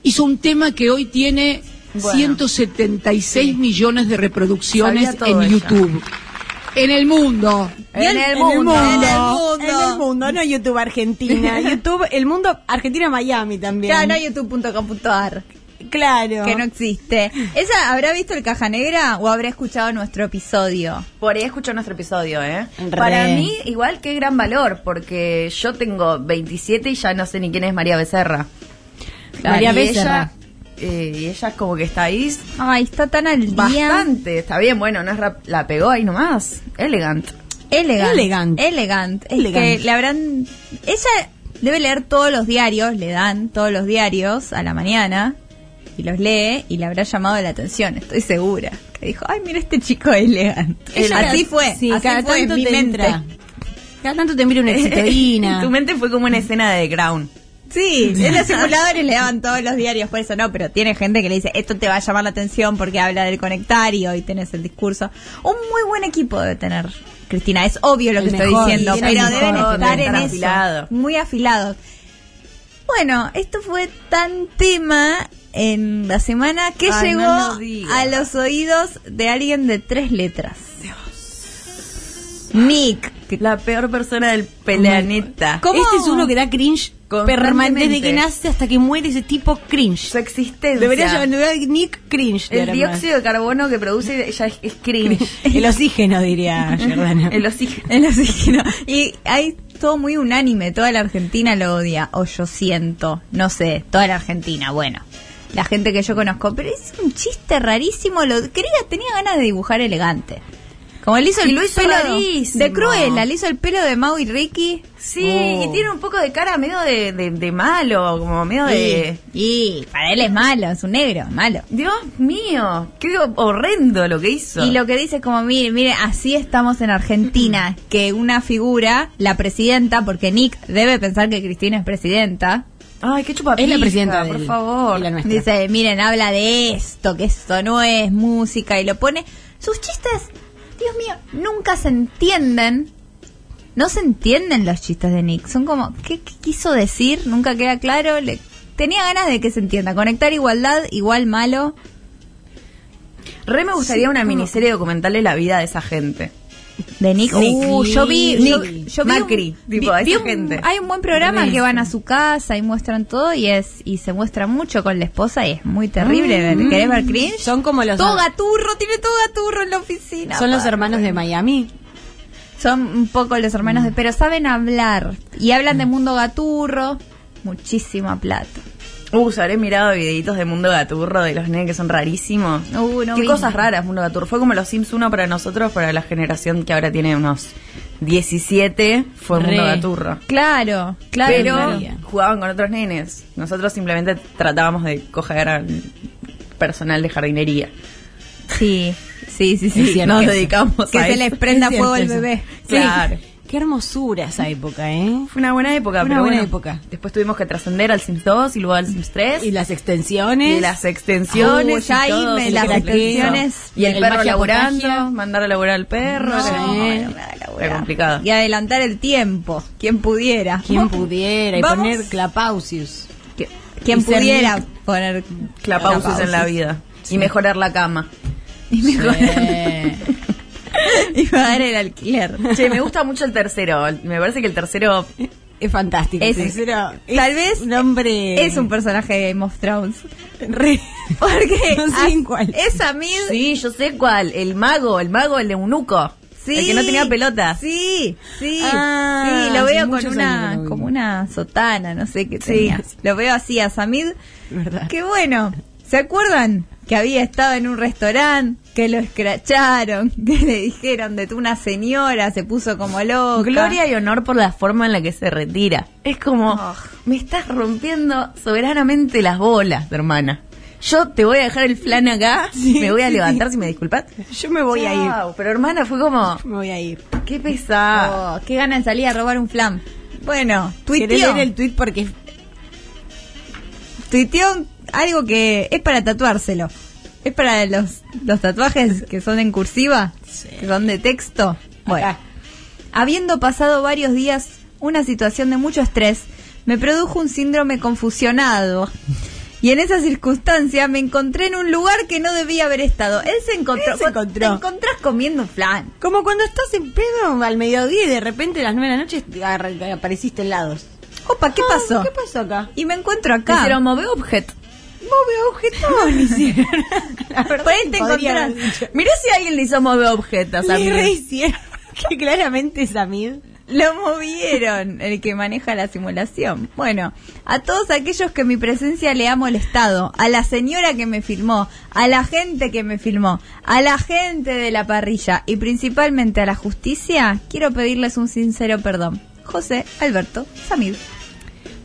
Speaker 10: hizo un tema que hoy tiene
Speaker 2: Bueno.
Speaker 10: 176 millones de reproducciones
Speaker 2: Sabía todo
Speaker 10: en
Speaker 2: ella.
Speaker 10: YouTube en el mundo
Speaker 2: En el
Speaker 3: mundo. En el
Speaker 4: mundo.
Speaker 3: mundo. no YouTube Argentina. YouTube, el mundo Argentina Miami también.
Speaker 4: Claro, youtube.com.ar.
Speaker 3: Claro.
Speaker 4: Que no existe. ¿Esa habrá visto el Caja Negra o habrá escuchado nuestro episodio?
Speaker 2: Por ahí escuchó nuestro episodio, ¿eh?
Speaker 3: Re.
Speaker 2: Para mí, igual, qué gran valor, porque Eh, yo tengo 27 y ya no sé ni quién es María Becerra.
Speaker 3: María
Speaker 2: y Ella,
Speaker 3: Becerra.
Speaker 2: eh, y ella como que está ahí
Speaker 4: Ay, está tan al día.
Speaker 2: bastante. Está bien, bueno, no es rap- la pegó ahí nomás. Elegant.
Speaker 4: Elegant. Eh,
Speaker 3: Elegant.
Speaker 4: Elegant. Es
Speaker 3: Elegant.
Speaker 4: que le habrán. Ella debe leer todos los diarios, le dan todos los diarios a la mañana y los lee y le habrá llamado la atención, estoy segura. Que dijo, ay, mira este chico elegant.
Speaker 3: Ella-
Speaker 4: así fue,
Speaker 3: Sí,
Speaker 4: así
Speaker 3: cada
Speaker 4: fue en
Speaker 3: tanto
Speaker 4: mi
Speaker 3: te
Speaker 4: mente.
Speaker 3: entra. Cada tanto te mira una exitoína.
Speaker 2: tu mente fue como una escena de Ground.
Speaker 4: Sí, en los simuladores le daban todos los diarios, por eso no, pero tiene gente que le dice, esto te va a llamar la atención porque habla del conectario y tenés el discurso. Un muy buen equipo debe tener, Cristina, es obvio lo
Speaker 3: El
Speaker 4: que estoy
Speaker 3: mejor,
Speaker 4: diciendo,
Speaker 3: tiene el
Speaker 4: pero
Speaker 3: mejor,
Speaker 4: deben estar
Speaker 2: deben
Speaker 4: en
Speaker 2: estar
Speaker 4: eso,
Speaker 2: afilados.
Speaker 4: muy afilados. Bueno, esto fue tan tema en la semana que
Speaker 2: Ay,
Speaker 4: llegó
Speaker 2: no lo digas.
Speaker 4: a los oídos de alguien de tres letras. Nick.
Speaker 2: La peor persona del planeta.
Speaker 4: ¿Cómo?
Speaker 3: Este es uno que da cringe
Speaker 2: Constantemente.
Speaker 3: permanente. Desde que nace hasta que muere ese tipo
Speaker 2: Su
Speaker 3: cringe.
Speaker 2: existencia.
Speaker 3: Debería llamar Nick Cringe. de
Speaker 2: el
Speaker 3: ahora en más.
Speaker 2: dióxido de carbono que produce ella es, es cringe.
Speaker 3: El oxígeno, diría Jordana.
Speaker 2: El oxígeno.
Speaker 4: El asesino. Y hay todo muy unánime, toda la Argentina lo odia, o yo siento, no sé, toda la Argentina, bueno, la gente que yo conozco, pero es un chiste rarísimo, lo quería, tenía ganas de dibujar elegante. Como le hizo
Speaker 2: Y
Speaker 4: el
Speaker 2: lo hizo
Speaker 4: pelo
Speaker 2: rarísimo.
Speaker 4: de Cruella, le hizo el pelo de Mau y Ricky.
Speaker 2: Sí,
Speaker 4: Oh.
Speaker 2: y tiene un poco de cara medio de, de- de malo, como medio de...
Speaker 4: Y, y para él es malo, es un negro, es malo.
Speaker 2: Dios mío, qué horrendo lo que hizo.
Speaker 4: Y lo que dice es como, mire, mire, así estamos en Argentina, que una figura, la presidenta, porque Nick debe pensar que Cristina es presidenta,
Speaker 2: Ay, qué chupapija,
Speaker 3: Es la presidenta,
Speaker 2: por
Speaker 3: del-
Speaker 2: favor.
Speaker 3: de la nuestra.
Speaker 4: Dice, miren, habla de esto, que esto no es música, y lo pone. Sus chistes, Dios mío, nunca se entienden. No se entienden los chistes de Nick. Son como, ¿qué, qué quiso decir? Nunca queda claro. Le- tenía ganas de que se entienda. Conectar igualdad, igual malo.
Speaker 2: Re me gustaría una miniserie documental de la vida de esa gente.
Speaker 4: De Nick.
Speaker 3: Nick.
Speaker 4: Uh, yo vi. yo-
Speaker 3: Nick.
Speaker 4: yo vi un-
Speaker 2: Macri,
Speaker 4: vi-
Speaker 2: tipo, a
Speaker 4: vi
Speaker 2: esa
Speaker 4: un-
Speaker 2: gente.
Speaker 4: Hay un buen programa que van a su casa y muestran todo y es y se muestra mucho con la esposa y es muy terrible. ver. ¿Querés ver cringe?
Speaker 3: Mm. Son como los.
Speaker 4: Todo gaturro, tiene todo gaturro en la oficina.
Speaker 3: Son los
Speaker 4: pa.
Speaker 3: hermanos de Miami.
Speaker 4: Son un poco los hermanos de. Pero saben hablar. Y hablan
Speaker 3: Mm.
Speaker 4: de mundo gaturro. Muchísima plata.
Speaker 2: Uh, se habré mirado videitos de Mundo Gaturro, de los nenes que son rarísimos.
Speaker 4: Uh, no
Speaker 2: qué
Speaker 4: vi.
Speaker 2: cosas raras Mundo Gaturro. Fue como los Sims 1 para nosotros, para la generación que ahora tiene unos 17, fue
Speaker 3: Re.
Speaker 2: Mundo Gaturro.
Speaker 4: Claro, claro.
Speaker 2: Pero
Speaker 4: claro.
Speaker 2: jugaban con otros nenes. Nosotros simplemente tratábamos de coger al personal de jardinería.
Speaker 4: Sí, sí, sí.
Speaker 3: Es
Speaker 4: sí.
Speaker 3: cierto
Speaker 2: Nos
Speaker 3: eso.
Speaker 2: dedicamos
Speaker 4: Que
Speaker 2: a
Speaker 4: se
Speaker 2: eso.
Speaker 4: les prenda
Speaker 3: Es cierto
Speaker 4: fuego el
Speaker 3: eso.
Speaker 4: bebé.
Speaker 3: Sí.
Speaker 2: Claro.
Speaker 3: Qué hermosura esa época, ¿eh?
Speaker 2: Fue una buena época,
Speaker 3: Fue una
Speaker 2: pero
Speaker 3: buena
Speaker 2: bueno,
Speaker 3: época.
Speaker 2: Después tuvimos que trascender al Sims 2 y luego al Sims 3.
Speaker 3: Y las extensiones.
Speaker 2: Y las extensiones.
Speaker 4: Uh, ya
Speaker 2: y
Speaker 4: ahí
Speaker 2: todo,
Speaker 4: me-
Speaker 2: y
Speaker 4: las
Speaker 2: el craqueo.
Speaker 4: extensiones.
Speaker 2: Y el,
Speaker 3: El
Speaker 2: perro
Speaker 3: magia
Speaker 2: laburando,
Speaker 3: potagia.
Speaker 2: mandar a laburar al perro.
Speaker 4: No,
Speaker 2: era como-
Speaker 3: Sí.
Speaker 4: no me da labura.
Speaker 2: Era complicado.
Speaker 4: Y adelantar el tiempo. Quien pudiera.
Speaker 3: Quien pudiera. Y
Speaker 4: Vamos.
Speaker 3: poner clapausius.
Speaker 4: Quien
Speaker 3: y ser
Speaker 4: pudiera poner
Speaker 2: Clapausos en la vida. Y mejorar la cama.
Speaker 4: Y mejor.
Speaker 3: Eh,
Speaker 4: y pagar el alquiler.
Speaker 2: Che, me gusta mucho el tercero. Me parece que el tercero
Speaker 3: es fantástico.
Speaker 4: Es-
Speaker 3: sincero. Es
Speaker 4: tal vez
Speaker 3: Un
Speaker 2: Em.
Speaker 3: hombre.
Speaker 4: Es un personaje de Game of Thrones.
Speaker 3: Re-
Speaker 4: Porque
Speaker 3: No sé
Speaker 4: as-
Speaker 3: en cuál.
Speaker 4: es Amil.
Speaker 2: Sí, yo sé cuál. El mago, el mago, el eunuco.
Speaker 4: Sí.
Speaker 2: El que no tenía pelotas.
Speaker 4: Sí, sí.
Speaker 3: Ah,
Speaker 4: sí, lo
Speaker 3: hace
Speaker 4: veo con
Speaker 3: muchos años
Speaker 4: una,
Speaker 3: que lo vi.
Speaker 4: como una sotana, no sé qué tenía. Lo veo así a Samid.
Speaker 3: Verdad.
Speaker 4: Qué bueno. ¿Se acuerdan que había estado en un restaurante? que lo escracharon, que le dijeron de tú una señora, se puso como loca.
Speaker 2: Gloria y honor por la forma en la que se retira. Es como,
Speaker 3: Oh.
Speaker 2: me estás rompiendo soberanamente las bolas, hermana. Yo te voy a dejar el flan acá, me voy a levantar si me disculpas.
Speaker 3: Yo me voy a ir.
Speaker 2: Pero hermana, fue como,
Speaker 3: Me voy a ir.
Speaker 2: qué pesado.
Speaker 4: Oh, qué ganas de salir a robar un flan. Bueno,
Speaker 3: Querés
Speaker 4: tuiteó,
Speaker 3: leer el tweet porque
Speaker 4: tuiteó algo que es para tatuárselo. Es para los, los tatuajes que son en cursiva, que son de texto. Bueno.
Speaker 3: Acá.
Speaker 4: Habiendo pasado varios días una situación de mucho estrés, me produjo un síndrome confusionado. Y en esa circunstancia me encontré en un lugar que no debía haber estado. Él se encontró.
Speaker 3: Él se encontró.
Speaker 4: Te encontrás comiendo un flan.
Speaker 3: Como cuando estás en pedo al mediodía y de repente a las nueve de la noche agar- apareciste en lados.
Speaker 4: Opa, ¿qué
Speaker 3: Ah,
Speaker 4: pasó?
Speaker 3: ¿Qué pasó acá?
Speaker 4: Y me encuentro
Speaker 2: Me
Speaker 4: acá.
Speaker 2: hicieron move objeto.
Speaker 3: Move objetón hicieron. La verdad
Speaker 4: Por ahí te
Speaker 3: que podría
Speaker 4: encontrás.
Speaker 3: haber dicho.
Speaker 2: Mirá si alguien le hizo move objeto a
Speaker 3: Le
Speaker 2: Samir.
Speaker 3: rehicieron. Que claramente es Amid.
Speaker 4: Lo movieron, el que maneja la simulación. Bueno, a todos aquellos que mi presencia le ha molestado, a la señora que me filmó, a la gente que me filmó, a la gente de la parrilla y principalmente a la justicia, quiero pedirles un sincero perdón. José, Alberto, Samir.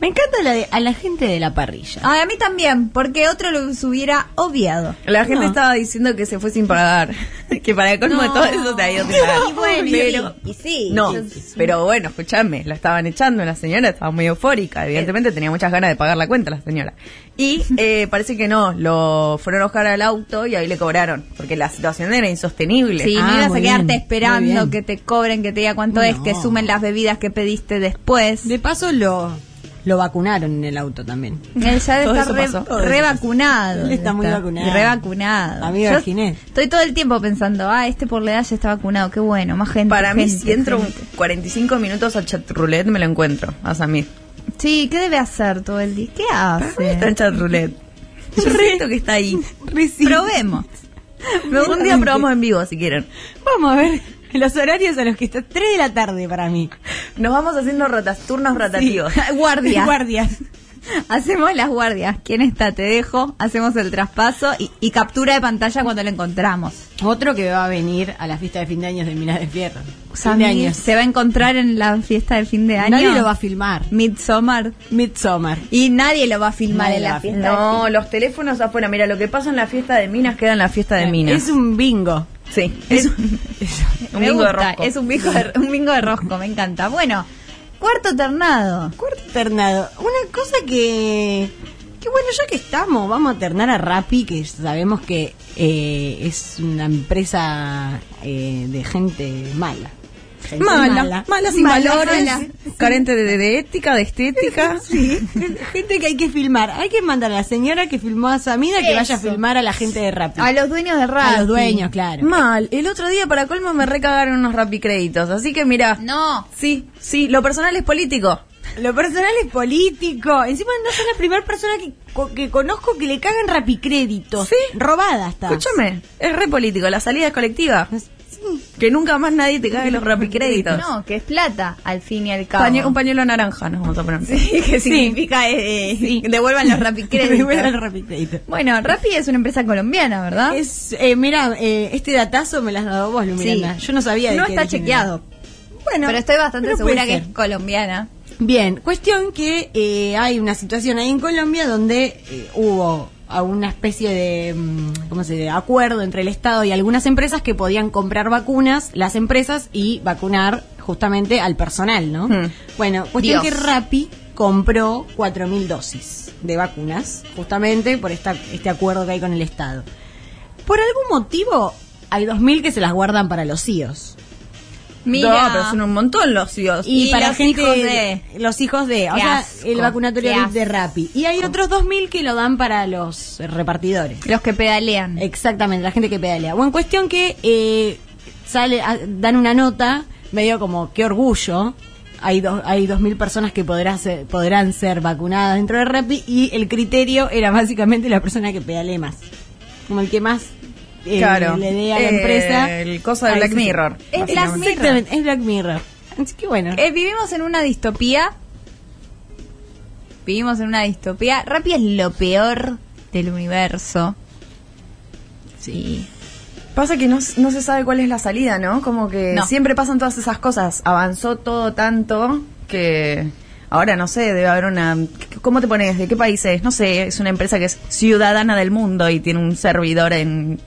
Speaker 3: Me encanta la de, a la gente de la parrilla.
Speaker 4: Ay, Ah, a mí también, porque otro los hubiera obviado.
Speaker 2: La gente
Speaker 3: No.
Speaker 2: estaba diciendo que se fue sin pagar. que para el colmo de
Speaker 3: No.
Speaker 2: todo eso se ha ido sin pagar.
Speaker 4: Y bueno, y-
Speaker 2: pero,
Speaker 4: y sí,
Speaker 2: No,
Speaker 4: eso es-
Speaker 2: pero bueno, escúchame, la estaban echando, la señora estaba muy eufórica, evidentemente tenía muchas ganas de pagar la cuenta la señora. Y eh, parece que no, lo fueron a buscar al auto y ahí le cobraron, porque la situación era insostenible.
Speaker 4: Sí,
Speaker 3: Ah,
Speaker 4: no ibas a
Speaker 3: muy
Speaker 4: quedarte
Speaker 3: bien, muy
Speaker 4: esperando
Speaker 3: bien.
Speaker 4: que te cobren, que te diga cuánto es, que
Speaker 3: No.
Speaker 4: sumen las bebidas que pediste después.
Speaker 3: De paso lo, lo vacunaron en el auto también.
Speaker 4: Él ya
Speaker 2: Todo
Speaker 4: debe
Speaker 2: eso
Speaker 4: estar re-
Speaker 2: pasó.
Speaker 3: Todo eso
Speaker 4: revacunado.
Speaker 3: Él está muy
Speaker 4: Está-
Speaker 3: vacunado.
Speaker 4: Revacunado.
Speaker 3: Amigo
Speaker 4: Yo
Speaker 3: del jinete.
Speaker 4: Estoy todo el tiempo pensando, ah, este por la edad ya está vacunado, qué bueno, más gente.
Speaker 2: Para mí,
Speaker 4: gente,
Speaker 2: si entro un
Speaker 4: gente.
Speaker 2: 45 minutos a chatroulette, me lo encuentro, a Samir.
Speaker 4: Sí, ¿qué debe hacer todo el día? ¿Qué
Speaker 3: Ah,
Speaker 2: ¿Dónde está en
Speaker 4: hace?
Speaker 2: chatroulette? Yo siento que está ahí.
Speaker 4: Probemos.
Speaker 2: Un día probamos en vivo, si quieren.
Speaker 3: Vamos a ver los horarios a los que está 3 de la tarde para mí.
Speaker 2: Nos vamos haciendo rotas, turnos rotativos.
Speaker 4: Guardias.
Speaker 3: Guardias.
Speaker 4: Hacemos las guardias. ¿Quién está? Te dejo. Hacemos el traspaso y, y captura de pantalla cuando lo encontramos.
Speaker 3: Otro que va a venir a la fiesta de fin de años de Minas de Fierro. Fin de
Speaker 4: Samir
Speaker 3: años.
Speaker 4: Se va a encontrar en la fiesta del fin de año.
Speaker 3: Nadie lo va a filmar.
Speaker 4: Midsommar.
Speaker 3: Midsommar.
Speaker 4: Y nadie lo va a filmar
Speaker 3: Nadie
Speaker 4: en
Speaker 3: lo va
Speaker 4: la
Speaker 3: a
Speaker 4: fiesta.
Speaker 2: No, los teléfonos afuera. Mira, lo que pasa en la fiesta de minas queda en la fiesta de minas.
Speaker 3: Es un bingo.
Speaker 2: Sí, es un, un bingo de rosco.
Speaker 4: Es un bingo de, un bingo de rosco, me encanta. Bueno, cuarto ternado.
Speaker 3: Cuarto ternado. Una cosa que. Que bueno, ya que estamos, vamos a ternar a Rappi, que sabemos que eh, es una empresa eh, de gente mala. Gente
Speaker 2: mala, carente de, de ética, de estética.
Speaker 3: Sí, gente que hay que filmar. Hay que mandar a la señora que filmó a Samira que vaya a filmar a la gente de Rappi.
Speaker 4: A los dueños de radio.
Speaker 3: A los dueños, claro.
Speaker 2: Mal. El otro día para colmo me recagaron unos rapicréditos, así que mira.
Speaker 4: No.
Speaker 2: Sí, sí, lo personal es político.
Speaker 3: Lo personal es político. Encima no soy la primera persona que, co- que conozco que le cagan rapicréditos.
Speaker 2: Sí.
Speaker 3: Robada está.
Speaker 2: Escúchame, es re político, la salida es colectiva.
Speaker 3: Sí.
Speaker 2: Que nunca más nadie te cague los rapicréditos.
Speaker 4: No, que es plata, al fin y al cabo.
Speaker 2: Pañu- un pañuelo naranja nos vamos a poner.
Speaker 4: Sí, que significa eh, eh, devuelvan los
Speaker 3: Me vuelven
Speaker 4: rapicréditos.
Speaker 3: los rapicréditos.
Speaker 4: bueno, Rappi es una empresa colombiana, ¿verdad?
Speaker 3: Es, eh, mira, eh, este datazo me las dado vos, Lu
Speaker 4: Sí.
Speaker 3: Miranda. Yo no sabía de
Speaker 4: No
Speaker 3: qué
Speaker 4: está
Speaker 3: origen
Speaker 4: chequeado,
Speaker 3: era. Bueno,
Speaker 4: pero estoy bastante
Speaker 3: pero
Speaker 4: segura
Speaker 3: puede
Speaker 4: que
Speaker 3: ser.
Speaker 4: es colombiana.
Speaker 3: Bien, cuestión que eh, hay una situación ahí en Colombia donde eh, hubo a una especie de mm, ¿cómo se dice? acuerdo entre el Estado y algunas empresas que podían comprar vacunas, las empresas, y vacunar justamente al personal, ¿no?
Speaker 2: Hmm.
Speaker 3: Bueno, cuestión
Speaker 4: Dios.
Speaker 3: que Rappi compró 4.000 dosis de vacunas, justamente por esta, este acuerdo que hay con el Estado. Por algún motivo, hay 2.000 que se las guardan para los E CIOs.
Speaker 4: Mira.
Speaker 2: No, pero son un montón los CIOs.
Speaker 3: Y,
Speaker 4: Y
Speaker 3: para
Speaker 4: los
Speaker 3: gente
Speaker 4: hijos de-
Speaker 3: los hijos de, o
Speaker 4: Qué
Speaker 3: sea,
Speaker 4: asco,
Speaker 3: el vacunatorio
Speaker 4: qué
Speaker 3: VIP de
Speaker 4: asco.
Speaker 3: Rappi. Y hay otros 2000 que lo dan para los eh, repartidores.
Speaker 4: Los que pedalean.
Speaker 3: Exactamente, la gente que pedalea. Bueno, cuestión que eh, sale a- dan una nota medio como qué orgullo. Hay dos hay 2000 personas que podrá ser- podrán ser vacunadas dentro de Rappi y el criterio era básicamente la persona que pedalee más. Como el que más eh,
Speaker 2: Claro.
Speaker 3: le dé a la
Speaker 2: Eh,
Speaker 3: empresa.
Speaker 2: el cosa de
Speaker 3: Ay,
Speaker 2: Black
Speaker 3: sí, sí.
Speaker 2: Mirror,
Speaker 4: Es Black
Speaker 2: básicamente.
Speaker 4: Mirror.
Speaker 3: Exactamente, es Black Mirror. Así que bueno.
Speaker 4: Eh, vivimos en una distopía. Vivimos en una distopía. Rappi es lo peor del universo. Sí.
Speaker 2: Pasa que no, s- no se sabe cuál es la salida, ¿no? Como
Speaker 3: Eh,
Speaker 2: que
Speaker 4: No.
Speaker 2: siempre pasan todas esas cosas. Avanzó todo tanto que ahora no sé, debe haber una... ¿Cómo te pones? ¿De qué país es? No sé, es una empresa que es ciudadana del mundo y tiene un servidor en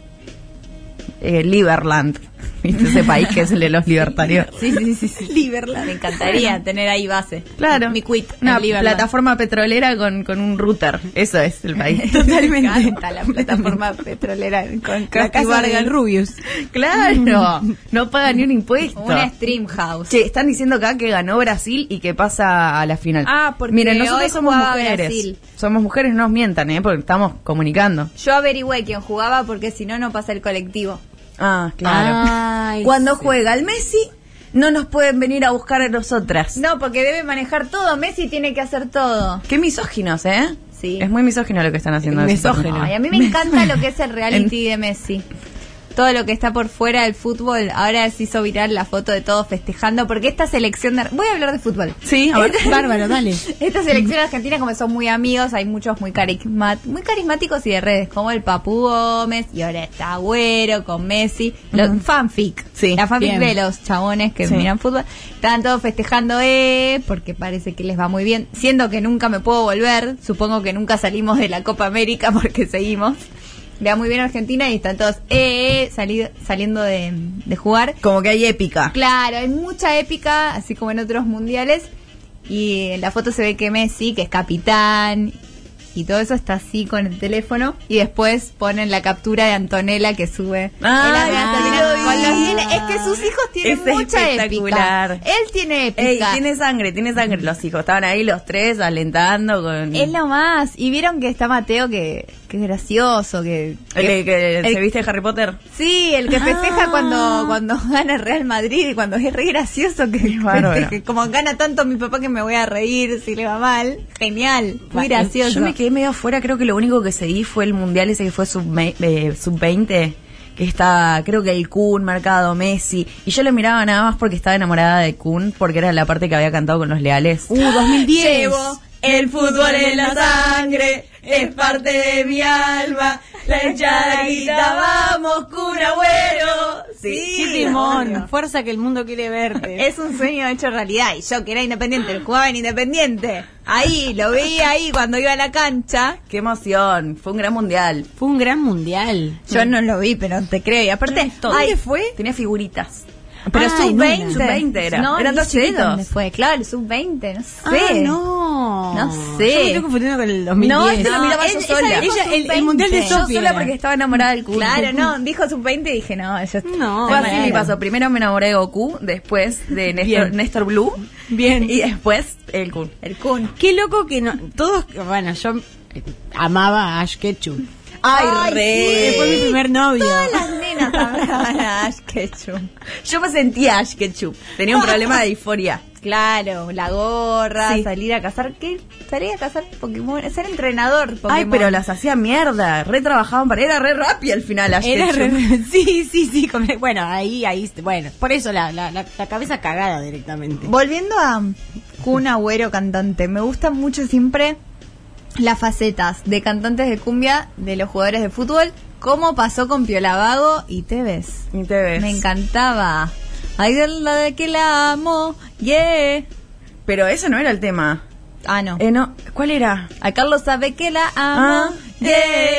Speaker 2: eh, Liberland. ¿Viste ese país que es el de los libertarios?
Speaker 4: Sí, sí, sí, sí. Liberland. Me encantaría tener ahí base.
Speaker 2: Claro.
Speaker 4: Mi quit. en
Speaker 2: Una
Speaker 4: Liberland.
Speaker 2: plataforma petrolera con, con un router. Eso es el país.
Speaker 4: Totalmente. Me encanta la plataforma petrolera con
Speaker 2: La casa del
Speaker 4: Rubius.
Speaker 2: Claro, no paga ni un impuesto.
Speaker 4: Una stream house.
Speaker 2: Che, están diciendo acá que ganó Brasil y que pasa a la final.
Speaker 4: Ah, porque
Speaker 2: Miren, nosotros
Speaker 4: hoy
Speaker 2: somos
Speaker 4: jugaba
Speaker 2: mujeres.
Speaker 4: Brasil.
Speaker 2: Somos mujeres, no nos mientan, ¿eh? Porque estamos comunicando.
Speaker 4: Yo averigüé quién jugaba porque si no, no pasa el colectivo.
Speaker 2: Ah, claro.
Speaker 3: Ay,
Speaker 2: Cuando
Speaker 3: sí.
Speaker 2: juega el Messi, no nos pueden venir a buscar a nosotras.
Speaker 4: No, porque debe manejar todo. Messi tiene que hacer todo.
Speaker 2: Qué misóginos, ¿eh?
Speaker 4: Sí.
Speaker 2: Es muy misógino lo que están haciendo.
Speaker 3: Misógino.
Speaker 4: Ay, a mí me encanta lo que es el reality de Messi. Todo lo que está por fuera del fútbol. Ahora se hizo viral la foto de todos festejando porque esta selección... De... Voy a hablar de fútbol.
Speaker 2: Sí, a ver.
Speaker 3: Bárbaro, dale.
Speaker 4: Esta selección argentina, como son muy amigos, hay muchos muy, carisma- muy carismáticos y de redes, como el Papu Gómez, y ahora está Agüero con Messi, los fanfic,
Speaker 2: Sí,
Speaker 4: la fanfic
Speaker 3: bien.
Speaker 4: de los chabones que
Speaker 2: Sí.
Speaker 4: miran fútbol. Están todos festejando, eh, porque parece que les va muy bien, siendo que nunca me puedo volver, supongo que nunca salimos de la Copa América porque seguimos. Le va muy bien a Argentina y están todos eh, eh, sali- saliendo de, de jugar.
Speaker 2: Como que hay épica.
Speaker 4: Claro, hay mucha épica, así como en otros mundiales. Y en la foto se ve que Messi, que es capitán, y todo eso está así con el teléfono. Y después ponen la captura de Antonella que sube.
Speaker 2: Ay,
Speaker 4: Él abraza
Speaker 2: Ah, sí
Speaker 4: a-
Speaker 2: lo vi.
Speaker 4: con los este dientes. es que sus hijos tienen
Speaker 2: Es
Speaker 4: mucha
Speaker 2: espectacular.
Speaker 4: épica. Él tiene
Speaker 2: Ey,
Speaker 4: épica.
Speaker 2: tiene sangre, tiene sangre los hijos. Estaban ahí los tres alentando con...
Speaker 4: Es lo más. Y vieron que está Mateo, que, que es gracioso, que...
Speaker 2: El que, que
Speaker 4: el-
Speaker 2: se viste Ah. de Harry Potter.
Speaker 4: Sí, el que festeja cuando, cuando gana Real Madrid y cuando es re gracioso que
Speaker 2: bárbaro.
Speaker 4: festeje. Como gana tanto mi papá que me voy a reír si le va mal. Genial,
Speaker 2: Bueno,
Speaker 4: muy gracioso.
Speaker 2: Yo me quedé medio afuera, creo que lo único que seguí fue el mundial ese que fue sub-20, que está, creo que el Kun marcado, Messi. Y yo lo miraba nada más porque estaba enamorada de Kun, porque era la parte que había cantado con los leales. ¡Ah!
Speaker 3: Uh, 2010.
Speaker 2: el fútbol en la sangre, es parte de mi alma. La hinchadita, vamos, Kun Agüero.
Speaker 3: Sí, Timón, fuerza que el mundo quiere verte.
Speaker 4: Es un sueño hecho realidad. Y yo que era independiente, jugaba en independiente. Ahí, lo vi ahí cuando iba a la cancha.
Speaker 2: Qué emoción, fue un gran mundial.
Speaker 3: Fue un gran mundial.
Speaker 4: Yo no lo vi, pero te creo. Y aparte, ay,
Speaker 2: Tenía figuritas.
Speaker 3: Pero
Speaker 4: Ay,
Speaker 3: sub-20.
Speaker 4: nena.
Speaker 2: Sub-20 era.
Speaker 4: No,
Speaker 2: Eran
Speaker 4: ni
Speaker 2: dos
Speaker 4: chiquito
Speaker 2: dedos.
Speaker 4: me fue, claro, el sub-20, no sé.
Speaker 3: Ah, no.
Speaker 4: No sé.
Speaker 3: Yo me estoy confundiendo con el 2010.
Speaker 2: No, esto lo miraba
Speaker 4: él-
Speaker 2: yo
Speaker 4: esa
Speaker 2: sola.
Speaker 4: dijo
Speaker 3: Ella- el- el
Speaker 4: sub-20.
Speaker 3: mundial de
Speaker 4: Yo
Speaker 2: Yo
Speaker 3: Sophie
Speaker 2: sola
Speaker 3: era.
Speaker 2: porque estaba enamorada del Kun.
Speaker 4: Claro, no, dijo sub-20 y dije, no, yo
Speaker 3: No.
Speaker 2: Fue
Speaker 4: Bueno,
Speaker 2: así mi paso. Primero me enamoré de Goku, después de Néstor,
Speaker 3: Bien.
Speaker 2: Néstor Blue.
Speaker 3: Bien.
Speaker 2: Y después el Kun.
Speaker 4: El Kun.
Speaker 3: Qué loco que no. Todos. Bueno, yo eh, amaba a Ash Ketchum.
Speaker 2: Ay,
Speaker 3: Que Fue mi
Speaker 2: re.
Speaker 3: primer novio.
Speaker 4: Todas las nenas hablaban a Ash Ketchum.
Speaker 2: Yo me sentía Ash Ketchum. Tenía un problema de disforia.
Speaker 4: Claro, la gorra,
Speaker 2: Sí.
Speaker 4: salir a cazar. ¿Qué? Salir a cazar Pokémon, ser entrenador Pokémon.
Speaker 2: Ay, pero las hacía mierda. Re trabajaban para. Era re rápida al final Ash
Speaker 3: Era
Speaker 2: Ketchum.
Speaker 3: re- Sí, sí, sí. comple- Bueno, ahí, ahí. Bueno, por eso la, la, la, la cabeza cagada directamente.
Speaker 4: Volviendo a Kun Agüero cantante, me gustan mucho siempre las facetas de cantantes de cumbia, de los jugadores de fútbol, como pasó con Piolavago y Tevez.
Speaker 2: Y te ves.
Speaker 4: Me encantaba. Ay, de la de que la amo, yeah.
Speaker 2: Pero ese no era el tema.
Speaker 4: Ah, no.
Speaker 2: Eh, no. ¿Cuál era?
Speaker 4: A Carlos sabe que la
Speaker 2: Ah,
Speaker 4: amo.
Speaker 2: yeah,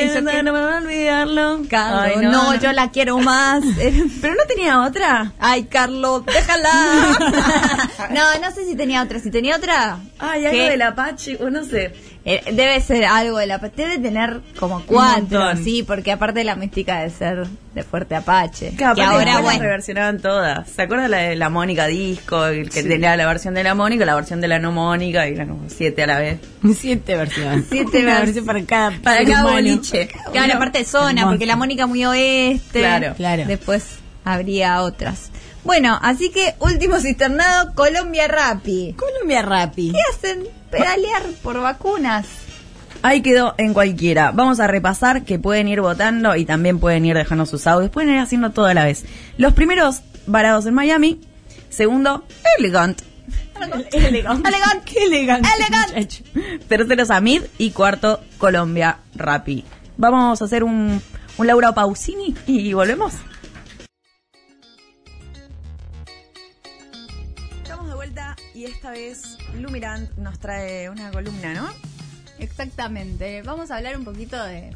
Speaker 4: yeah. Yo que-
Speaker 2: no, me voy a olvidarlo.
Speaker 4: Carlos,
Speaker 2: Ay,
Speaker 4: no, yo la quiero más.
Speaker 2: Eh, Pero no tenía otra.
Speaker 4: Ay, Carlos, déjala. no, no sé si tenía otra. Si tenía otra.
Speaker 2: Ay, algo
Speaker 4: ¿qué?
Speaker 2: del Apache, o no sé.
Speaker 4: Eh, Debe ser algo de la Debe tener como cuatro, sí, porque aparte de la mística de ser de fuerte Apache.
Speaker 2: Claro, aparte
Speaker 4: que ahora,
Speaker 2: después las
Speaker 4: bueno.
Speaker 2: reversionaban todas. ¿Se acuerdan la de la Mónica Disco? El que tenía la versión de la Mónica, la versión de la no Mónica y la no siete a la vez.
Speaker 3: Siete versiones.
Speaker 4: Siete
Speaker 3: Una
Speaker 4: vers-
Speaker 3: versión para cada.
Speaker 2: Para
Speaker 3: ser
Speaker 2: cada
Speaker 3: humano.
Speaker 2: boliche.
Speaker 4: Claro, aparte de zona,
Speaker 3: Hermoso.
Speaker 4: porque la Mónica muy oeste.
Speaker 2: Claro.
Speaker 3: Claro.
Speaker 4: Después habría otras. Bueno, así que último cisternado, Colombia Rappi.
Speaker 3: Colombia Rappi.
Speaker 4: ¿Qué hacen? Pedalear por vacunas.
Speaker 2: Ahí quedó en cualquiera. Vamos a repasar que pueden ir votando y también pueden ir dejando sus audios. Pueden ir haciendo todo a la vez. Los primeros, varados en Miami. Segundo, Elegant.
Speaker 4: Elegante. Elegante.
Speaker 3: Qué elegante.
Speaker 4: Elegante.
Speaker 3: muchacho.
Speaker 2: Tercero, Samir. Y cuarto, Colombia Rappi. Vamos a hacer un, un Laura Pausini y volvemos. Estamos de vuelta y esta vez Lumirant nos trae una columna, ¿no?
Speaker 4: Exactamente. Vamos a hablar un poquito de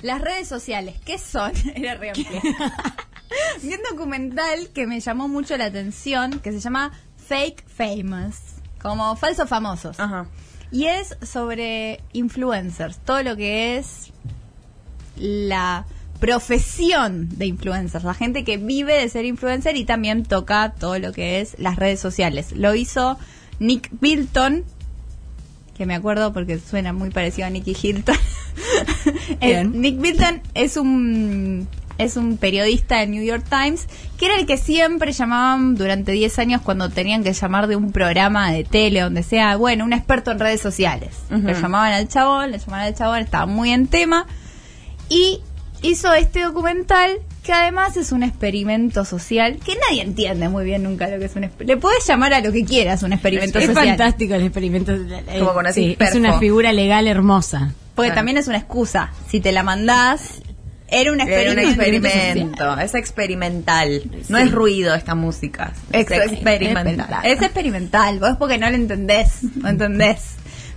Speaker 4: las redes sociales. ¿Qué son? Era re amplia. Vi un documental que me llamó mucho la atención que se llama Fake Famous, como falsos famosos. Y es sobre influencers, todo lo que es la profesión de influencers, la gente que vive de ser influencer y también toca todo lo que es las redes sociales. Lo hizo Nick Bilton, que me acuerdo porque suena muy parecido a Nicky Hilton. Es- Nick Bilton es un es un periodista del New York Times que era el que siempre llamaban durante 10 años cuando tenían que llamar de un programa de tele donde sea, bueno, un experto en redes sociales.
Speaker 2: Ujú.
Speaker 4: Le llamaban al chabón, le llamaban al chabón, estaba muy en tema y hizo este documental que además es un experimento social que nadie entiende muy bien nunca lo que es un exper- le puedes llamar a lo que quieras un experimento
Speaker 3: es
Speaker 4: social
Speaker 3: fantástico el experimento. eh,
Speaker 4: Como con así,
Speaker 3: sí, es
Speaker 4: perfo.
Speaker 3: una figura legal hermosa.
Speaker 4: Porque también es una excusa. Si te la mandás, era un
Speaker 2: Era un
Speaker 4: experimento.
Speaker 2: experimento, es experimental. No es ruido esta música. Es experimental.
Speaker 4: Es experimental. Vos porque no lo entendés. No entendés.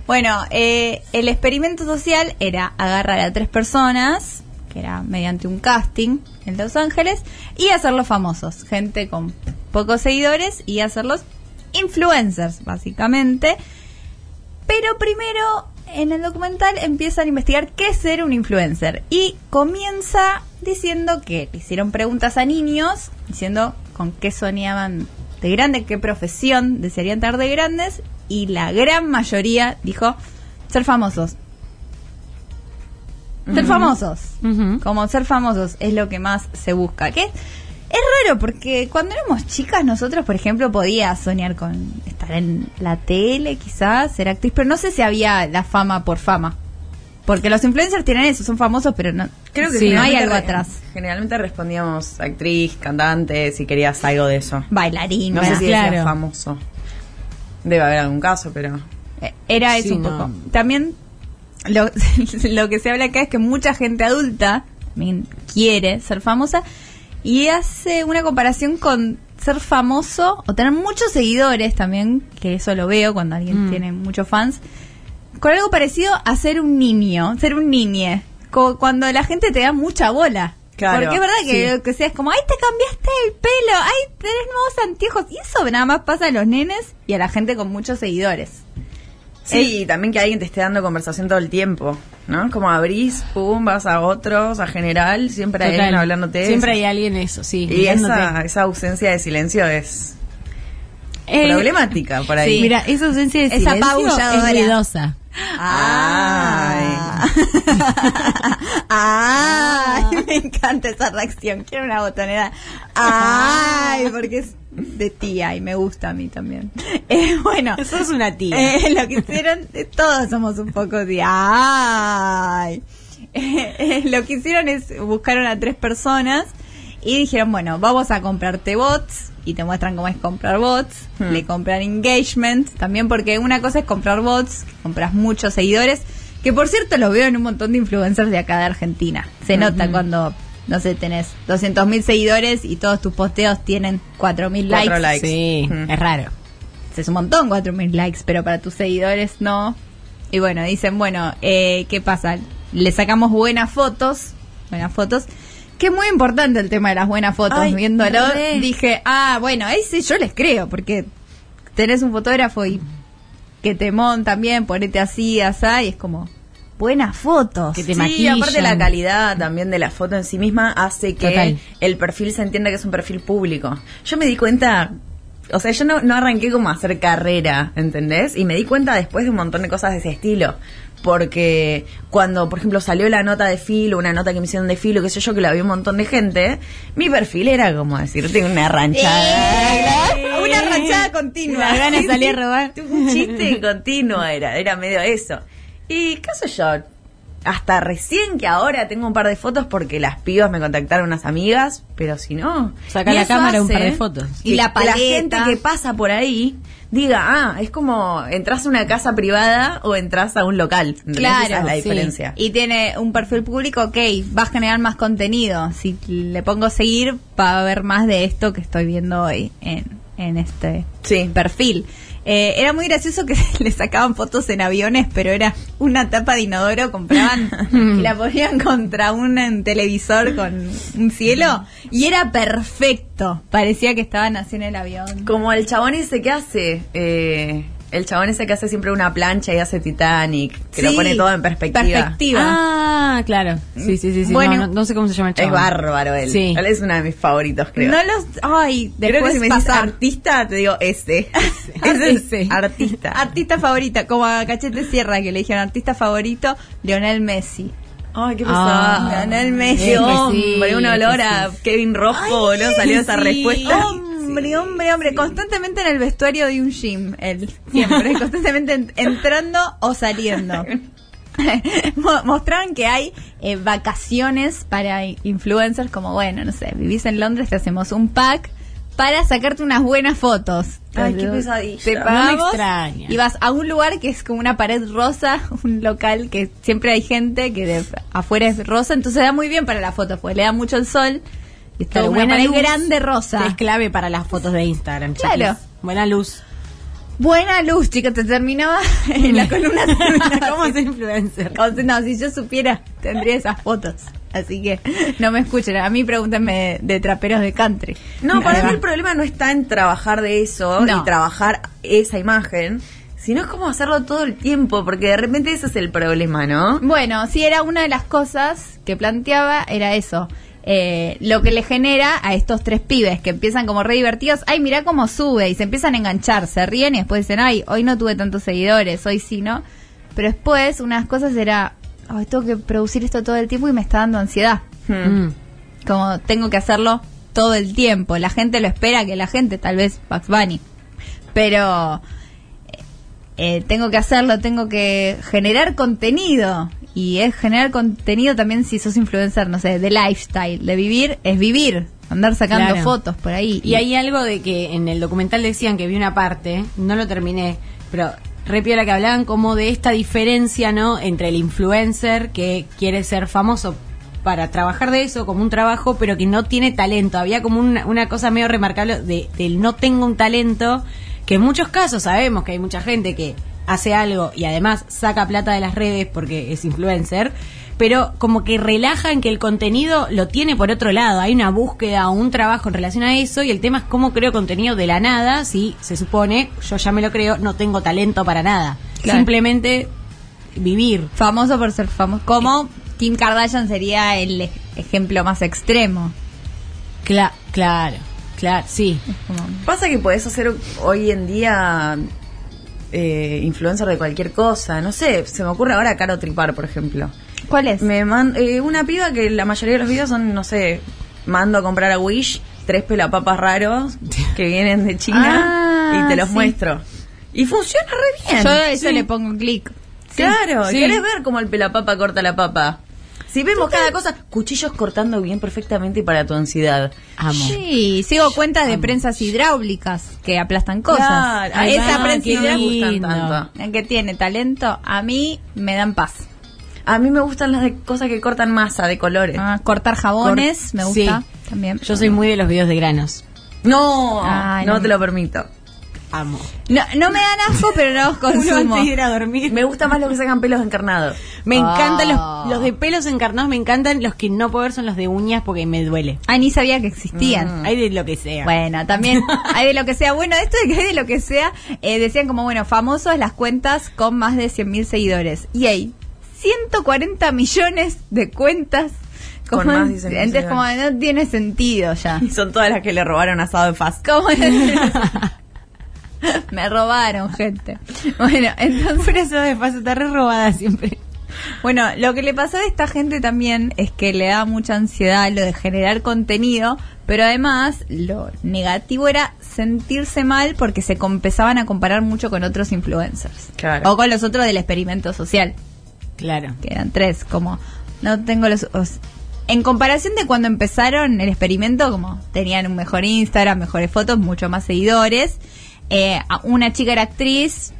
Speaker 4: Bueno, eh, el experimento social era agarrar a tres personas, que era mediante un casting en Los Ángeles, y hacerlos famosos. Gente con pocos seguidores y hacerlos influencers, básicamente. Pero primero, en el documental empiezan a investigar qué es ser un influencer. Y comienza diciendo que le hicieron preguntas a niños, diciendo con qué soñaban de grande, qué profesión desearían tener de grandes. Y la gran mayoría dijo ser famosos. Ser
Speaker 2: Ujú.
Speaker 4: famosos. Como ser famosos es lo que más se busca. Que es raro porque cuando éramos chicas nosotros, por ejemplo, podía soñar con estar en la tele, quizás, ser actriz, pero no sé si había la fama por fama. Porque los influencers tienen eso, son famosos, pero no,
Speaker 2: Creo que
Speaker 4: no hay
Speaker 2: generalmente
Speaker 4: algo
Speaker 2: re-
Speaker 4: atrás.
Speaker 2: Generalmente respondíamos actriz, cantante, si querías algo de eso.
Speaker 4: Bailarín,
Speaker 2: No
Speaker 4: bailarín.
Speaker 2: sé si decías
Speaker 4: Claro.
Speaker 2: famoso. Debe haber algún caso, pero.
Speaker 4: Eh, Era eso un poco. También lo, lo que se habla acá es que mucha gente adulta también quiere ser famosa y hace una comparación con ser famoso o tener muchos seguidores también, que eso lo veo cuando alguien
Speaker 11: Mm.
Speaker 4: tiene muchos fans, con algo parecido a ser un niño, ser un niñe, co- cuando la gente te da mucha bola.
Speaker 2: Claro,
Speaker 4: Porque es verdad que
Speaker 2: sí.
Speaker 4: lo que sea es como, ay, te cambiaste el pelo, ay, tenés nuevos anteojos. Y eso nada más pasa a los nenes y a la gente con muchos seguidores.
Speaker 2: Sí, y también que alguien te esté dando conversación todo el tiempo, ¿no? Como abrís, pum, vas a otros, a general, siempre hay
Speaker 3: Total.
Speaker 2: alguien hablándote.
Speaker 3: Siempre hay alguien eso, sí.
Speaker 2: Y esa,
Speaker 3: mirándote.
Speaker 2: esa ausencia de silencio es
Speaker 3: Eh,
Speaker 2: problemática por ahí.
Speaker 3: Sí, mira, esa ausencia de
Speaker 4: Es
Speaker 3: silencio
Speaker 4: apabulladora.
Speaker 3: es ruidosa.
Speaker 4: Ay, Ah, me encanta esa reacción. Quiero una botonera. Ay, porque es de tía y me gusta a mí también. Eh, bueno,
Speaker 3: eso es una tía.
Speaker 4: Eh, lo que hicieron, eh, todos somos un poco de ay. Eh, eh, lo que hicieron es buscaron a tres personas y dijeron, bueno, vamos a comprarte bots y te muestran cómo es comprar bots,
Speaker 2: Hmm.
Speaker 4: le compran engagement, también porque una cosa es comprar bots, que compras muchos seguidores, que por cierto lo veo en un montón de influencers de acá de Argentina. Se nota
Speaker 2: Ujú.
Speaker 4: cuando no sé, tenés 200.000 seguidores y todos tus posteos tienen 4.000 likes. Hmm.
Speaker 2: Cuatro likes.
Speaker 3: Sí, es raro.
Speaker 4: Es un montón 4.000 likes, pero para tus seguidores no. Y bueno, dicen, bueno, eh, ¿qué pasa? Le sacamos buenas fotos, buenas fotos, que es muy importante el tema de las buenas fotos.
Speaker 2: Ay,
Speaker 4: Viéndolo,
Speaker 2: re.
Speaker 4: dije, ah, bueno, ahí sí yo les creo, porque tenés un fotógrafo y que te montan bien, ponete así, asá, y es como, buenas fotos.
Speaker 2: sí, aparte la calidad también de la foto en sí misma hace que
Speaker 4: Total.
Speaker 2: el perfil se entienda que es un perfil público. Yo me di cuenta, o sea, yo no, no arranqué como a hacer carrera, ¿entendés? Y me di cuenta después de un montón de cosas de ese estilo. Porque cuando, por ejemplo, salió la nota de filo, una nota que me hicieron de filo, qué sé yo, que la vio un montón de gente, mi perfil era como decirte una
Speaker 4: Eh,
Speaker 2: ranchada.
Speaker 4: Una rachada continua.
Speaker 3: Las ganas de salir a robar.
Speaker 2: Un chiste continuo era, era medio eso. Y qué sé yo, hasta recién que ahora tengo un par de fotos porque las pibas me contactaron unas amigas, pero si no...
Speaker 3: Saca
Speaker 2: y
Speaker 3: la
Speaker 2: eso
Speaker 3: cámara un
Speaker 2: hace
Speaker 3: par de fotos.
Speaker 2: que-
Speaker 4: Y la
Speaker 2: que
Speaker 4: paleta.
Speaker 2: gente que pasa por ahí diga, ah, es como entras a una casa privada o entras a un local. ¿entendés?
Speaker 4: Claro,
Speaker 2: Esa es la
Speaker 4: sí.
Speaker 2: diferencia.
Speaker 4: Y tiene un perfil público, ok, va a generar más contenido. Si le pongo seguir, va a haber más de esto que estoy viendo hoy en, en este perfil. Eh, era muy gracioso que le sacaban fotos en aviones, pero era una tapa de inodoro, compraban y la ponían contra un en televisor con un cielo y era perfecto. Parecía que estaban así en el avión.
Speaker 2: Como el chabón ese que hace. eh, el chabón ese que hace siempre una plancha y hace Titanic. Que lo
Speaker 4: Sí,
Speaker 2: pone todo en perspectiva.
Speaker 4: perspectiva.
Speaker 3: Ah, claro. Sí, sí, sí. sí.
Speaker 2: Bueno.
Speaker 3: no, no- no sé cómo se llama el
Speaker 2: Es
Speaker 3: chabón.
Speaker 2: bárbaro él.
Speaker 3: Sí.
Speaker 2: Él es uno de mis favoritos, creo.
Speaker 4: No los. Ay,
Speaker 2: creo que
Speaker 4: después
Speaker 2: si me dices
Speaker 4: pasar.
Speaker 2: artista, te digo ese. ese es artista.
Speaker 4: este. Artista favorita, como a Cachete Sierra que le dijeron artista favorito, Leonel Messi.
Speaker 2: Ay, qué
Speaker 3: Ah.
Speaker 2: pesada. Leonel Messi,
Speaker 3: Es que sí,
Speaker 2: hombre, un olor
Speaker 3: es que
Speaker 2: a Kevin Rojo, boludo, salió esa
Speaker 4: Sí.
Speaker 2: respuesta.
Speaker 4: Hombre, hombre, hombre, constantemente en el vestuario de un gym, él, siempre, constantemente en- entrando o saliendo. Mo- Mostraban que hay eh, vacaciones para i- influencers, como bueno, no sé, vivís en Londres, te hacemos un pack para sacarte unas buenas fotos.
Speaker 2: Ay,
Speaker 4: Te-
Speaker 2: qué pesadilla.
Speaker 4: Te
Speaker 2: No me
Speaker 4: pagamos
Speaker 3: extraña.
Speaker 4: y vas a un lugar que es como una pared rosa, un local que siempre hay gente que de afuera es rosa, entonces da muy bien para la foto, pues le da mucho el sol. Y está
Speaker 3: Claro,
Speaker 4: como una pared
Speaker 3: luz
Speaker 4: grande rosa.
Speaker 3: Es clave para las fotos de Instagram, chicos.
Speaker 4: Claro.
Speaker 3: Buena luz.
Speaker 4: Buena luz, chicos, te terminaba en la columna. terminaba
Speaker 3: ¿Cómo
Speaker 4: como
Speaker 3: ser influencer?
Speaker 4: si- como si- no, si yo supiera, tendría esas fotos. Así que no me escuchen. A mí pregúntenme de, de traperos de country.
Speaker 2: No, para
Speaker 4: Ahí
Speaker 2: mí
Speaker 4: va.
Speaker 2: el problema no está en trabajar de eso
Speaker 4: No.
Speaker 2: y trabajar esa imagen, sino es como hacerlo todo el tiempo, porque de repente ese es el problema, ¿no?
Speaker 4: Bueno, sí, era una de las cosas que planteaba, era eso. Eh, lo que le genera a estos tres pibes que empiezan como re divertidos, ay, mirá cómo sube, y se empiezan a enganchar, se ríen y después dicen, ay, hoy no tuve tantos seguidores, hoy sí, ¿no? Pero después, unas cosas era, ay, tengo que producir esto todo el tiempo y me está dando ansiedad. Hmm.
Speaker 3: Mm.
Speaker 4: Como tengo que hacerlo todo el tiempo. La gente lo espera, que la gente, tal vez Bugs Bunny. Pero eh, tengo que hacerlo, tengo que generar contenido. Y es generar contenido también si sos influencer, no sé, de lifestyle, de vivir, es vivir. Andar sacando
Speaker 3: Claro.
Speaker 4: fotos por ahí.
Speaker 3: Y hay algo de que en el documental decían que vi una parte, no lo terminé, pero repiola que hablaban como de esta diferencia, ¿no? Entre el influencer que quiere ser famoso para trabajar de eso como un trabajo, pero que no tiene talento. Había como una, una cosa medio remarcable de, del no tengo un talento, que en muchos casos sabemos que hay mucha gente que hace algo y además saca plata de las redes porque es influencer, pero como que relajan que el contenido lo tiene por otro lado, hay una búsqueda o un trabajo en relación a eso y el tema es cómo creo contenido de la nada, si se supone, yo ya me lo creo, no tengo talento para nada,
Speaker 4: Claro.
Speaker 3: simplemente vivir.
Speaker 4: Famoso por ser famoso. Como Kim Kardashian sería el ej- ejemplo más extremo.
Speaker 3: Cla- claro, claro, sí.
Speaker 4: Como-
Speaker 2: Pasa que podés hacer hoy en día eh, influencer de cualquier cosa, no sé, se me ocurre ahora Caro Tripar, por ejemplo.
Speaker 4: ¿Cuál es?
Speaker 2: Me man- eh, una piba que la mayoría de los videos son, no sé, mando a comprar a Wish tres pelapapas raros que vienen de China
Speaker 4: Ah,
Speaker 2: y te los
Speaker 4: sí.
Speaker 2: muestro. Y funciona re bien.
Speaker 4: Yo a eso le pongo un clic.
Speaker 2: Claro,
Speaker 3: sí.
Speaker 2: querés ver cómo el pelapapa corta la papa. Si vemos cada cosa, cuchillos cortando bien perfectamente para tu ansiedad.
Speaker 3: Amo.
Speaker 4: Sí, sigo cuentas de prensas hidráulicas que aplastan cosas.
Speaker 2: Claro,
Speaker 4: A
Speaker 2: ahí
Speaker 4: esa
Speaker 2: va,
Speaker 4: prensa
Speaker 2: qué
Speaker 4: no me
Speaker 2: lindo.
Speaker 4: gustan tanto. Que tiene talento, a mí me dan paz.
Speaker 2: A mí me gustan las de cosas que cortan masa de colores.
Speaker 4: Ah, cortar jabones me gusta
Speaker 3: Sí.
Speaker 4: también.
Speaker 3: Yo soy muy de los videos de granos.
Speaker 2: No,
Speaker 4: Ay,
Speaker 2: no,
Speaker 4: no.
Speaker 2: te lo permito.
Speaker 3: Amo.
Speaker 4: no, no me dan asco, pero no los consumo.
Speaker 3: a dormir.
Speaker 2: Me gusta más los que sacan pelos encarnados.
Speaker 3: Me
Speaker 4: Ah.
Speaker 3: encantan los, los de pelos encarnados, me encantan. Los que no puedo ver son los de uñas porque me duele. Mm.
Speaker 4: Ay, Ah, ni sabía que existían.
Speaker 3: Hay de lo que sea.
Speaker 4: Bueno, también hay de lo que sea. Bueno, esto de que hay de lo que sea, eh, decían como, bueno, famosos las cuentas con más de 100.000 seguidores. Y hay 140 millones de cuentas
Speaker 2: Con
Speaker 4: como-
Speaker 2: más de 100.000
Speaker 4: Entonces, como
Speaker 2: seguidores.
Speaker 4: no tiene sentido ya.
Speaker 2: Y son todas las que le robaron asado de faz.
Speaker 4: Como- Me robaron, gente. Bueno, entonces...
Speaker 3: Por eso de paso está re robada siempre.
Speaker 4: Bueno, lo que le pasó a esta gente también es que le da mucha ansiedad lo de generar contenido, pero además lo negativo era sentirse mal porque se com- empezaban a comparar mucho con otros influencers.
Speaker 2: Claro.
Speaker 4: O con los otros del experimento social,
Speaker 3: Claro.
Speaker 4: que eran tres, como no tengo los... os- en comparación de cuando empezaron el experimento, como tenían un mejor Instagram, mejores fotos, mucho más seguidores, eh, a- una chica era actriz,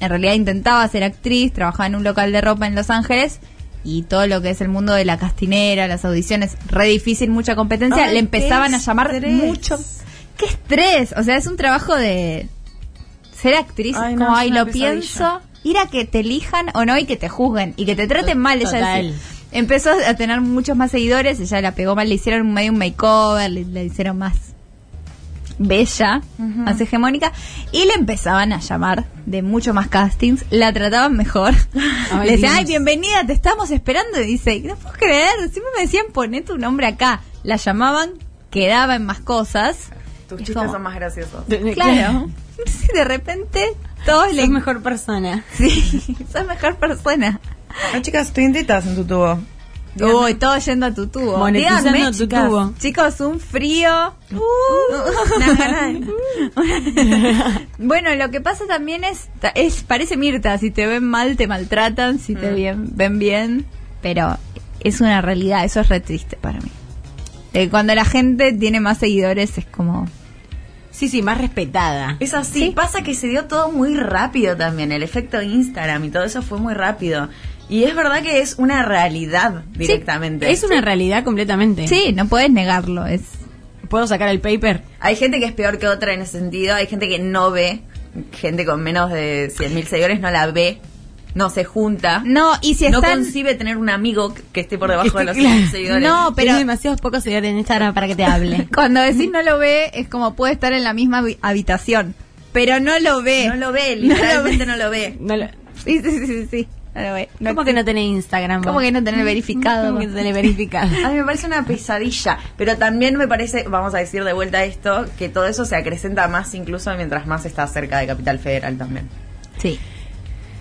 Speaker 4: en realidad intentaba ser actriz, trabajaba en un local de ropa en Los Ángeles y todo lo que es el mundo de la castinera, las audiciones, re difícil, mucha competencia,
Speaker 2: Ay,
Speaker 4: le empezaban
Speaker 2: qué
Speaker 4: a llamar
Speaker 2: estrés.
Speaker 4: mucho. qué estrés. O sea, es un trabajo de ser actriz.
Speaker 2: Ay, no,
Speaker 4: como,
Speaker 2: es
Speaker 4: ay,
Speaker 2: una
Speaker 4: lo
Speaker 2: pesadilla".
Speaker 4: pienso. Ir a que te elijan o no y que te juzguen y que te traten mal. Ella
Speaker 3: total.
Speaker 4: dice- empezó a tener muchos más seguidores. Ella la pegó mal. Le hicieron medio un makeover. Le, le hicieron más bella, más hegemónica. Y le empezaban a llamar de mucho más castings. La trataban mejor.
Speaker 3: Ay,
Speaker 4: le decían,
Speaker 3: Dios.
Speaker 4: ay, bienvenida, te estamos esperando. Y dice, no puedo creer. Siempre me decían, poné tu nombre acá. La llamaban, quedaba en más cosas.
Speaker 2: Tus
Speaker 4: Es
Speaker 2: chistes
Speaker 4: como-
Speaker 2: son más graciosos.
Speaker 4: Claro. Sí, de repente todos le
Speaker 3: Sos mejor persona.
Speaker 4: Sí, sos mejor persona.
Speaker 11: No, chicas, estoy en tetas en tu tubo.
Speaker 4: Uy, todo yendo a tu tubo.
Speaker 3: Monetizando
Speaker 4: Díganme,
Speaker 3: tu
Speaker 4: chicas,
Speaker 3: tubo.
Speaker 4: Chicos, un frío. Uh, Una gana de- bueno, lo que pasa también es, es parece Mirta, si te ven mal te maltratan, si
Speaker 11: Mm.
Speaker 4: te bien, ven bien, pero es una realidad, eso es re triste para mí. Eh, cuando la gente tiene más seguidores es como
Speaker 3: Sí, sí, más respetada.
Speaker 2: Es así, pasa que se dio todo muy rápido también, el efecto Instagram y todo eso fue muy rápido. Y es verdad que es una realidad directamente.
Speaker 3: Es una realidad completamente.
Speaker 4: Sí, no puedes negarlo, es
Speaker 3: ¿Puedo sacar el paper?
Speaker 2: Hay gente que es peor que otra en ese sentido, hay gente que no ve, eh, gente con menos de 100.000 seguidores no la ve, no se junta,
Speaker 4: No, y si
Speaker 2: no
Speaker 4: están
Speaker 2: concibe tener un amigo que- que esté por debajo de los
Speaker 3: Este, Claro.
Speaker 2: 100.000 seguidores.
Speaker 4: No, pero-
Speaker 3: Tenés demasiados pocos seguidores en Instagram para que te hable.
Speaker 4: cuando decís no lo ve es como puede estar en la misma habi- habitación, pero no lo ve.
Speaker 2: no lo ve, literalmente no lo ve.
Speaker 3: No lo-
Speaker 4: Sí, sí, sí, sí, sí, no lo ve. No
Speaker 3: ¿Cómo que no
Speaker 4: existe.
Speaker 3: tenés Instagram?
Speaker 4: ¿Cómo que no tenés verificado?
Speaker 3: Como que tenés verificado.
Speaker 2: A mí me parece una pesadilla, pero también me parece, vamos a decir de vuelta esto, que todo eso se acrecenta más incluso mientras más estás cerca de Capital Federal también.
Speaker 4: Sí.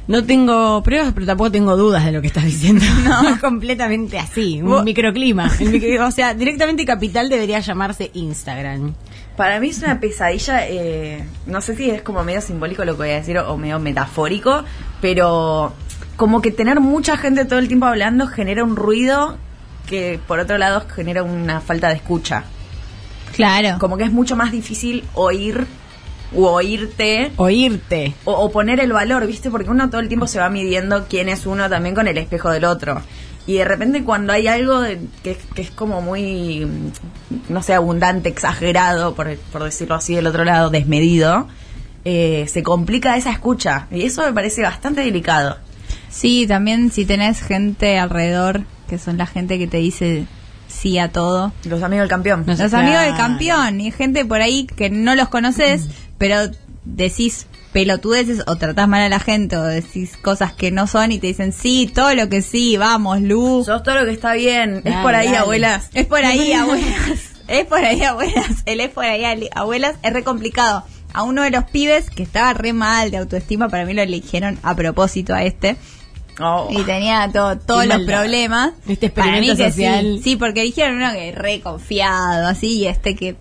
Speaker 3: No tengo pruebas, pero tampoco tengo dudas de lo que estás diciendo. No, es completamente así, un
Speaker 2: Vos-
Speaker 3: microclima. El micro- o sea, directamente Capital debería llamarse Instagram.
Speaker 2: Para mí es una pesadilla, eh, no sé si es como medio simbólico lo que voy a decir o medio metafórico, pero como que tener mucha gente todo el tiempo hablando genera un ruido que por otro lado genera una falta de escucha.
Speaker 4: Claro.
Speaker 2: Como que es mucho más difícil oír u oírte
Speaker 3: Oírte.
Speaker 2: o, o poner el valor, ¿viste? Porque uno todo el tiempo se va midiendo quién es uno también con el espejo del otro. Y de repente cuando hay algo de- que, que es como muy, mm, no sé, abundante, exagerado, por, por decirlo así, del otro lado, desmedido, eh, se complica esa escucha. Y eso me parece bastante delicado.
Speaker 4: Sí, también si tenés gente alrededor, que son la gente que te dice sí a todo.
Speaker 2: Los amigos del campeón.
Speaker 3: No sé,
Speaker 4: Los amigos del
Speaker 3: claro.
Speaker 4: campeón y gente por ahí que no los conoces, pero decís pelotudeces o tratás mal a la gente o decís cosas que no son y te dicen sí, todo lo que sí, vamos, Lu.
Speaker 2: Sos todo lo que está bien. es
Speaker 3: Dale,
Speaker 2: por ahí,
Speaker 3: dale.
Speaker 2: abuelas.
Speaker 4: Es por ahí, abuelas. Es por ahí, abuelas. Él es por ahí, ali- abuelas. Es re complicado. A uno de los pibes que estaba re mal de autoestima, para mí lo eligieron a propósito a este.
Speaker 2: Oh.
Speaker 4: Y tenía todo, todos
Speaker 3: Qué
Speaker 4: los
Speaker 3: maldad.
Speaker 4: problemas.
Speaker 3: Este experimento
Speaker 4: Para mí que
Speaker 3: social.
Speaker 4: Sí, sí, porque dijeron uno que re confiado, así, y este que,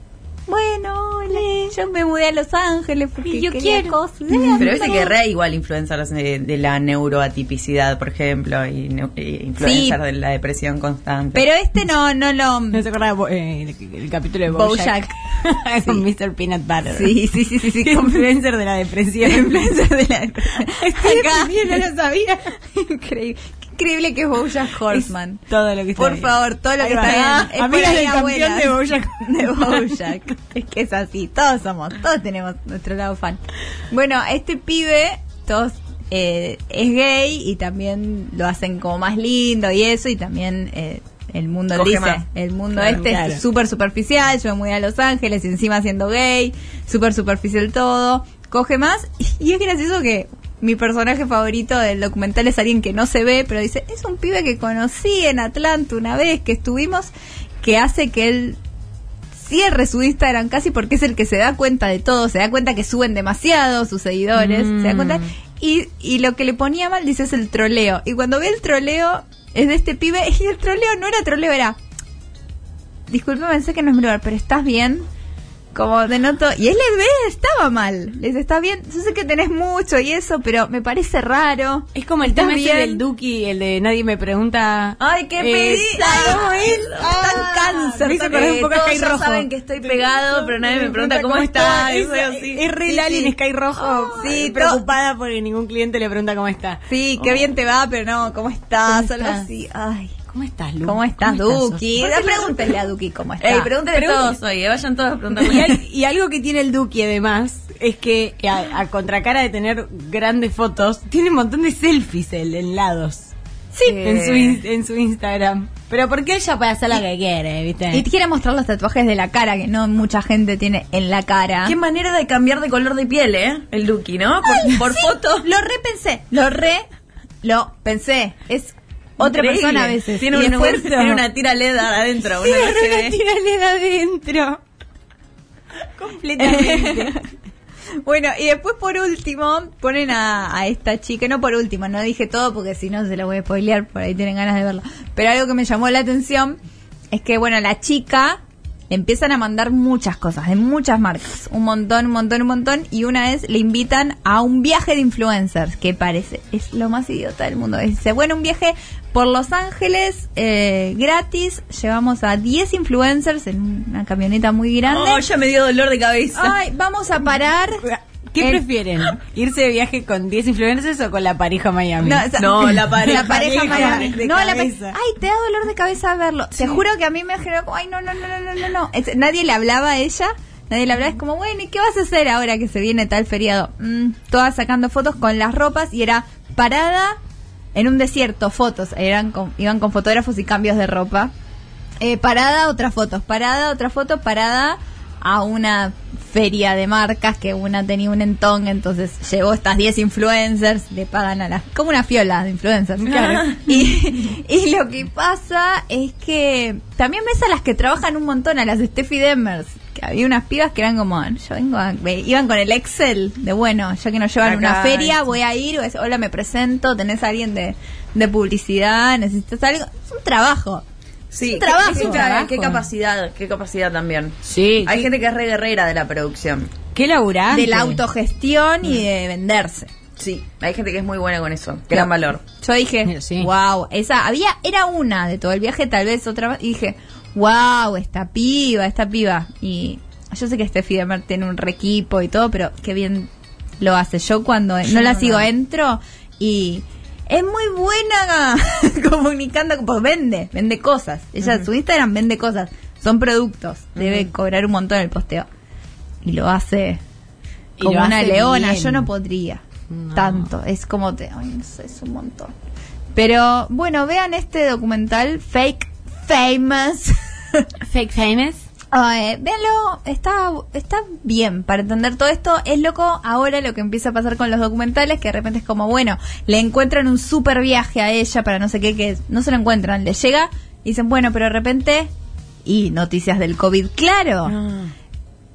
Speaker 4: bueno, hola, yo me mudé a Los Ángeles porque yo quiero cosas.
Speaker 2: Pero viste que re igual influencers de, de la neuroatipicidad, por ejemplo, y, neu- y influencers
Speaker 4: Sí.
Speaker 2: de la depresión constante.
Speaker 4: Pero este no, no lo...
Speaker 3: No se acordaba Bo- eh, el, el capítulo de Bojack. Con Mr. Peanut Butter.
Speaker 4: Sí, sí, sí, sí, sí. como-
Speaker 3: Influencer de la depresión.
Speaker 4: influencer de la Acá.
Speaker 3: depresión, no lo sabía.
Speaker 4: Increíble. Qué increíble que es Bojack Horseman.
Speaker 3: Todo lo que está
Speaker 4: Por
Speaker 3: bien.
Speaker 4: favor, todo lo
Speaker 3: Ahí
Speaker 4: que
Speaker 3: va.
Speaker 4: está bien. Es por
Speaker 3: Amigas
Speaker 4: ahí,
Speaker 3: del campeón
Speaker 4: abuelas.
Speaker 3: de Bojack.
Speaker 4: de Bojack. Es que es así, todos somos, todos tenemos nuestro lado fan. Bueno, este pibe, todos eh, es gay y también lo hacen como más lindo y eso, y también eh, el mundo
Speaker 2: Coge
Speaker 4: dice,
Speaker 2: más.
Speaker 4: el mundo
Speaker 2: Claro,
Speaker 4: este
Speaker 3: claro.
Speaker 4: es súper superficial, yo me mudé a Los Ángeles y encima siendo gay, súper superficial todo, coge más, y es gracioso que mi personaje favorito del documental es alguien que no se ve, pero dice, es un pibe que conocí en Atlanta una vez que estuvimos, que hace que él cierre su Instagram casi porque es el que se da cuenta de todo, se da cuenta que suben demasiado sus seguidores, se da cuenta. Y, y lo que le ponía mal, dice, es el troleo. Y cuando ve el troleo, es de este pibe, y el troleo no era troleo, era. Disculpe, pensé que no es mi lugar, pero estás bien. Como denoto. Y él le ve, estaba mal. Les está bien. Yo sé que tenés mucho y eso, pero me parece raro.
Speaker 3: Es como el
Speaker 4: ¿Estás
Speaker 3: tema ese
Speaker 4: bien?
Speaker 3: del Duki, el de nadie me pregunta. Eh,
Speaker 2: Ay, qué pedí.
Speaker 4: Ay, ¿cómo es?
Speaker 2: Ah,
Speaker 4: Tan cáncer.
Speaker 3: me hizo acordar un poco a
Speaker 2: todos
Speaker 3: Sky
Speaker 2: ya
Speaker 3: Rojo.
Speaker 2: saben que estoy pegado, pero nadie me pregunta cómo está.
Speaker 3: Es,
Speaker 2: Eso es así.
Speaker 3: es re Lali en Sky Rojo.
Speaker 4: Ay,
Speaker 3: sí,
Speaker 4: no.
Speaker 3: preocupada porque ningún cliente le pregunta cómo está. Oh.
Speaker 4: Sí, qué bien te va, pero no, ¿cómo estás?
Speaker 3: ¿Cómo
Speaker 4: Algo
Speaker 3: estás?
Speaker 4: así. Ay.
Speaker 3: ¿Cómo estás, Lu?
Speaker 4: ¿Cómo estás, Duki?
Speaker 3: ¿Por qué
Speaker 4: Da-
Speaker 3: no-
Speaker 4: Pregúntenle a Duki cómo está.
Speaker 2: Ey, pregúntenle
Speaker 3: Pregúntenle.
Speaker 2: todos hoy, eh, vayan todos a
Speaker 3: Ah, Y,
Speaker 2: preguntarle.
Speaker 3: al- y algo que tiene el Duki además es que a, a contracara de tener grandes fotos, tiene un montón de selfies él, en lados. Sí. En su, in- en su Instagram. Pero porque él ya puede hacer lo que quiere, ¿viste?
Speaker 4: Y quiere mostrar los tatuajes de la cara, que no mucha gente tiene en la cara.
Speaker 2: Qué manera de cambiar de color de piel, ¿eh? El Duki, ¿no? Por, por foto.
Speaker 4: Lo repensé, lo re, lo pensé. Es otra
Speaker 2: Increíble.
Speaker 4: persona a veces.
Speaker 2: Tiene,
Speaker 4: Y
Speaker 2: un-
Speaker 4: después-
Speaker 2: tiene una tira LED adentro.
Speaker 3: Tiene
Speaker 2: una noche
Speaker 3: una
Speaker 2: de-
Speaker 3: tiranía adentro. Completamente.
Speaker 4: Bueno, y después por último ponen a, a esta chica, no por último, no dije todo porque si no se lo voy a spoilear, por ahí tienen ganas de verlo. Pero algo que me llamó la atención es que, bueno, la chica le empiezan a mandar muchas cosas, de muchas marcas, un montón, un montón, un montón, y una vez le invitan a un viaje de influencers, que parece, es lo más idiota del mundo. Dice, bueno, un viaje por Los Ángeles, eh, gratis, llevamos a 10 influencers en una camioneta muy grande.
Speaker 2: Oh, ya me dio dolor de cabeza.
Speaker 4: Ay, vamos a parar.
Speaker 3: ¿Qué
Speaker 4: El-
Speaker 3: prefieren? ¿Irse de viaje con 10 influencers o con la pareja Miami?
Speaker 4: No, o sea, La pareja Miami.
Speaker 3: De
Speaker 4: No, la pa-
Speaker 3: cabeza.
Speaker 4: Ay, te da dolor de cabeza verlo. Te juro que a mí me generó como, ay, no, no, no, no, no, no, no. Es- nadie le hablaba a ella. Nadie le hablaba. Es como, bueno, ¿y qué vas a hacer ahora que se viene tal feriado? Mm, todas sacando fotos con las ropas y era parada en un desierto, fotos. Eran con- iban con fotógrafos y cambios de ropa. Eh, parada, otra foto. Parada, otra foto. Parada a una feria de marcas que una tenía un entón, entonces llevó estas 10 influencers, le pagan a las... como una fiola de influencers.
Speaker 2: Claro.
Speaker 4: Y, y lo que pasa es que también ves a las que trabajan un montón, a las Steffi Demers, que había unas pibas que eran como, yo vengo a- ve- iban con el Excel de, bueno, ya que nos llevan a una
Speaker 2: Acá,
Speaker 4: feria, voy a ir, es, hola, me presento, tenés a alguien de, de publicidad, necesitas algo, es un trabajo.
Speaker 2: Sí,
Speaker 4: Es un
Speaker 2: qué-
Speaker 4: trabajo.
Speaker 2: qué- qué-
Speaker 4: Trabajo.
Speaker 2: Qué capacidad, qué capacidad también.
Speaker 3: Sí.
Speaker 2: Hay
Speaker 3: qué-
Speaker 2: gente que es re guerrera de la producción.
Speaker 3: Qué laburante.
Speaker 4: De la autogestión y de venderse.
Speaker 2: Mm. Sí, hay gente que es muy buena con eso. Gran valor.
Speaker 4: Yo dije,
Speaker 3: Mira, sí.
Speaker 4: wow, esa había, era una de todo el viaje, tal vez otra más, y dije, wow, esta piba, esta piba. Y yo sé que Steffi Demer tiene un re equipo y todo, pero qué bien lo hace. Yo cuando no la sigo, entro y es muy buena comunicando, pues vende, vende cosas. Ella en su Instagram vende cosas, son productos, debe cobrar un montón el posteo. Y lo hace
Speaker 3: Y
Speaker 4: como
Speaker 3: lo
Speaker 4: una
Speaker 3: hace
Speaker 4: leona,
Speaker 3: bien.
Speaker 4: yo no podría
Speaker 3: No.
Speaker 4: tanto, es como te, ay, no sé, es un montón. Pero bueno, vean este documental Fake Famous.
Speaker 3: Fake famous.
Speaker 4: Ay, véanlo, está, está bien para entender todo esto. Es loco ahora lo que empieza a pasar con los documentales, que de repente es como, bueno, le encuentran un super viaje a ella para no sé qué, que no se lo encuentran, le llega y dicen, bueno, pero de repente, y noticias del COVID, claro.
Speaker 2: Ah.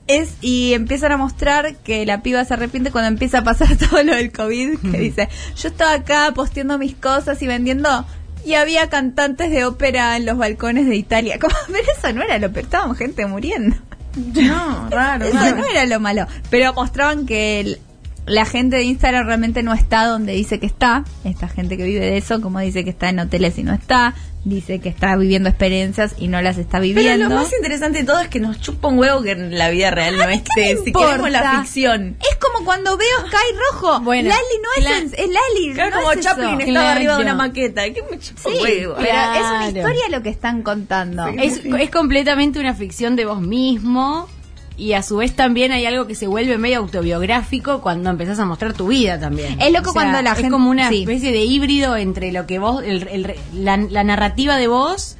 Speaker 4: Es, y empiezan a mostrar que la piba se arrepiente cuando empieza a pasar todo lo del COVID, que dice, yo estaba acá posteando mis cosas y vendiendo, y había cantantes de ópera en los balcones de Italia. Como, pero eso no era lo peor, estábamos gente muriendo.
Speaker 2: No, raro,
Speaker 4: Eso
Speaker 2: raro.
Speaker 4: no era lo malo. Pero mostraban que el- la gente de Instagram realmente no está donde dice que está. Esta gente que vive de eso, como dice que está en hoteles y no está. Dice que está viviendo experiencias y no las está
Speaker 2: Pero
Speaker 4: viviendo.
Speaker 2: lo más interesante de todo es que nos chupa un huevo que en la vida real no esté. Si queremos la
Speaker 4: importa?
Speaker 2: ficción.
Speaker 4: Es como cuando veo Sky Rojo.
Speaker 3: Bueno.
Speaker 4: Lali no es,
Speaker 3: Cla-
Speaker 4: en- es Lali.
Speaker 2: Claro,
Speaker 4: no
Speaker 2: como
Speaker 4: es eso.
Speaker 2: Chaplin estaba
Speaker 3: Claro.
Speaker 2: arriba de una maqueta. ¿Qué me chupa
Speaker 4: Sí,
Speaker 2: un huevo?
Speaker 4: pero es una
Speaker 3: Claro.
Speaker 4: historia lo que están contando.
Speaker 3: Es, es completamente una ficción de vos mismo y a su vez también hay algo que se vuelve medio autobiográfico cuando empezás a mostrar tu vida también.
Speaker 4: Es loco cuando la
Speaker 3: es
Speaker 4: gente-
Speaker 3: como una
Speaker 4: sí.
Speaker 3: especie de híbrido entre lo que vos, el- el- la, la narrativa de vos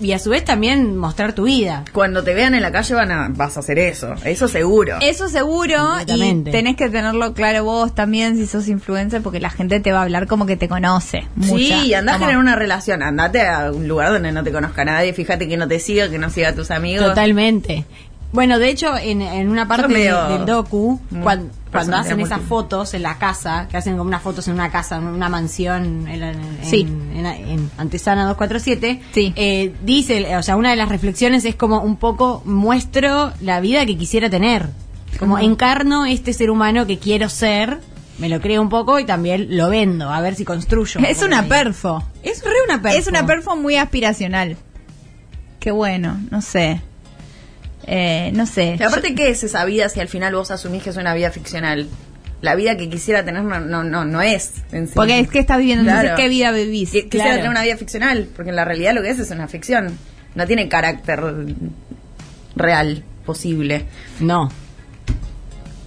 Speaker 3: y a su vez también mostrar tu vida.
Speaker 2: Cuando te vean en la calle van a, vas a hacer eso. Eso seguro.
Speaker 4: Eso seguro, y
Speaker 3: Completamente.
Speaker 4: tenés que tenerlo claro vos también si sos influencer, porque la gente te va a hablar como que te conoce. mucha.
Speaker 2: Sí, andás
Speaker 4: Como-
Speaker 2: a tener una relación, andate a un lugar donde no te conozca nadie, fíjate que no te siga, que no siga a tus amigos.
Speaker 3: Totalmente. Bueno, de hecho, en, en una parte de-
Speaker 2: medio-
Speaker 3: del docu,
Speaker 2: Mm,
Speaker 3: cuan- cuando,
Speaker 2: personalidad
Speaker 3: hacen esas
Speaker 2: múltiple.
Speaker 3: fotos en la casa, que hacen como unas fotos en una casa, en una mansión, en, la- en-
Speaker 4: Sí.
Speaker 3: en- en Antesana 247,
Speaker 4: Sí.
Speaker 3: eh, dice, o sea, una de las reflexiones es como un poco muestro la vida que quisiera tener. Como encarno este ser humano que quiero ser, me lo creo un poco y también lo vendo, a ver si construyo.
Speaker 4: Es
Speaker 3: por
Speaker 4: una
Speaker 3: ahí.
Speaker 4: perfo.
Speaker 3: Es re una perfo.
Speaker 4: Es una perfo muy aspiracional. Qué bueno, no sé. Eh, no sé.
Speaker 2: Y aparte, ¿qué es esa vida si al final vos asumís que es una vida ficcional? la vida que quisiera tener no, no, no, no es. en sí.
Speaker 4: Porque es que estás viviendo, entonces, ¿qué vida vivís?
Speaker 2: Qui- Quisiera
Speaker 4: Claro.
Speaker 2: tener una vida ficcional, porque en la realidad lo que es es una ficción. No tiene carácter real posible.
Speaker 3: No.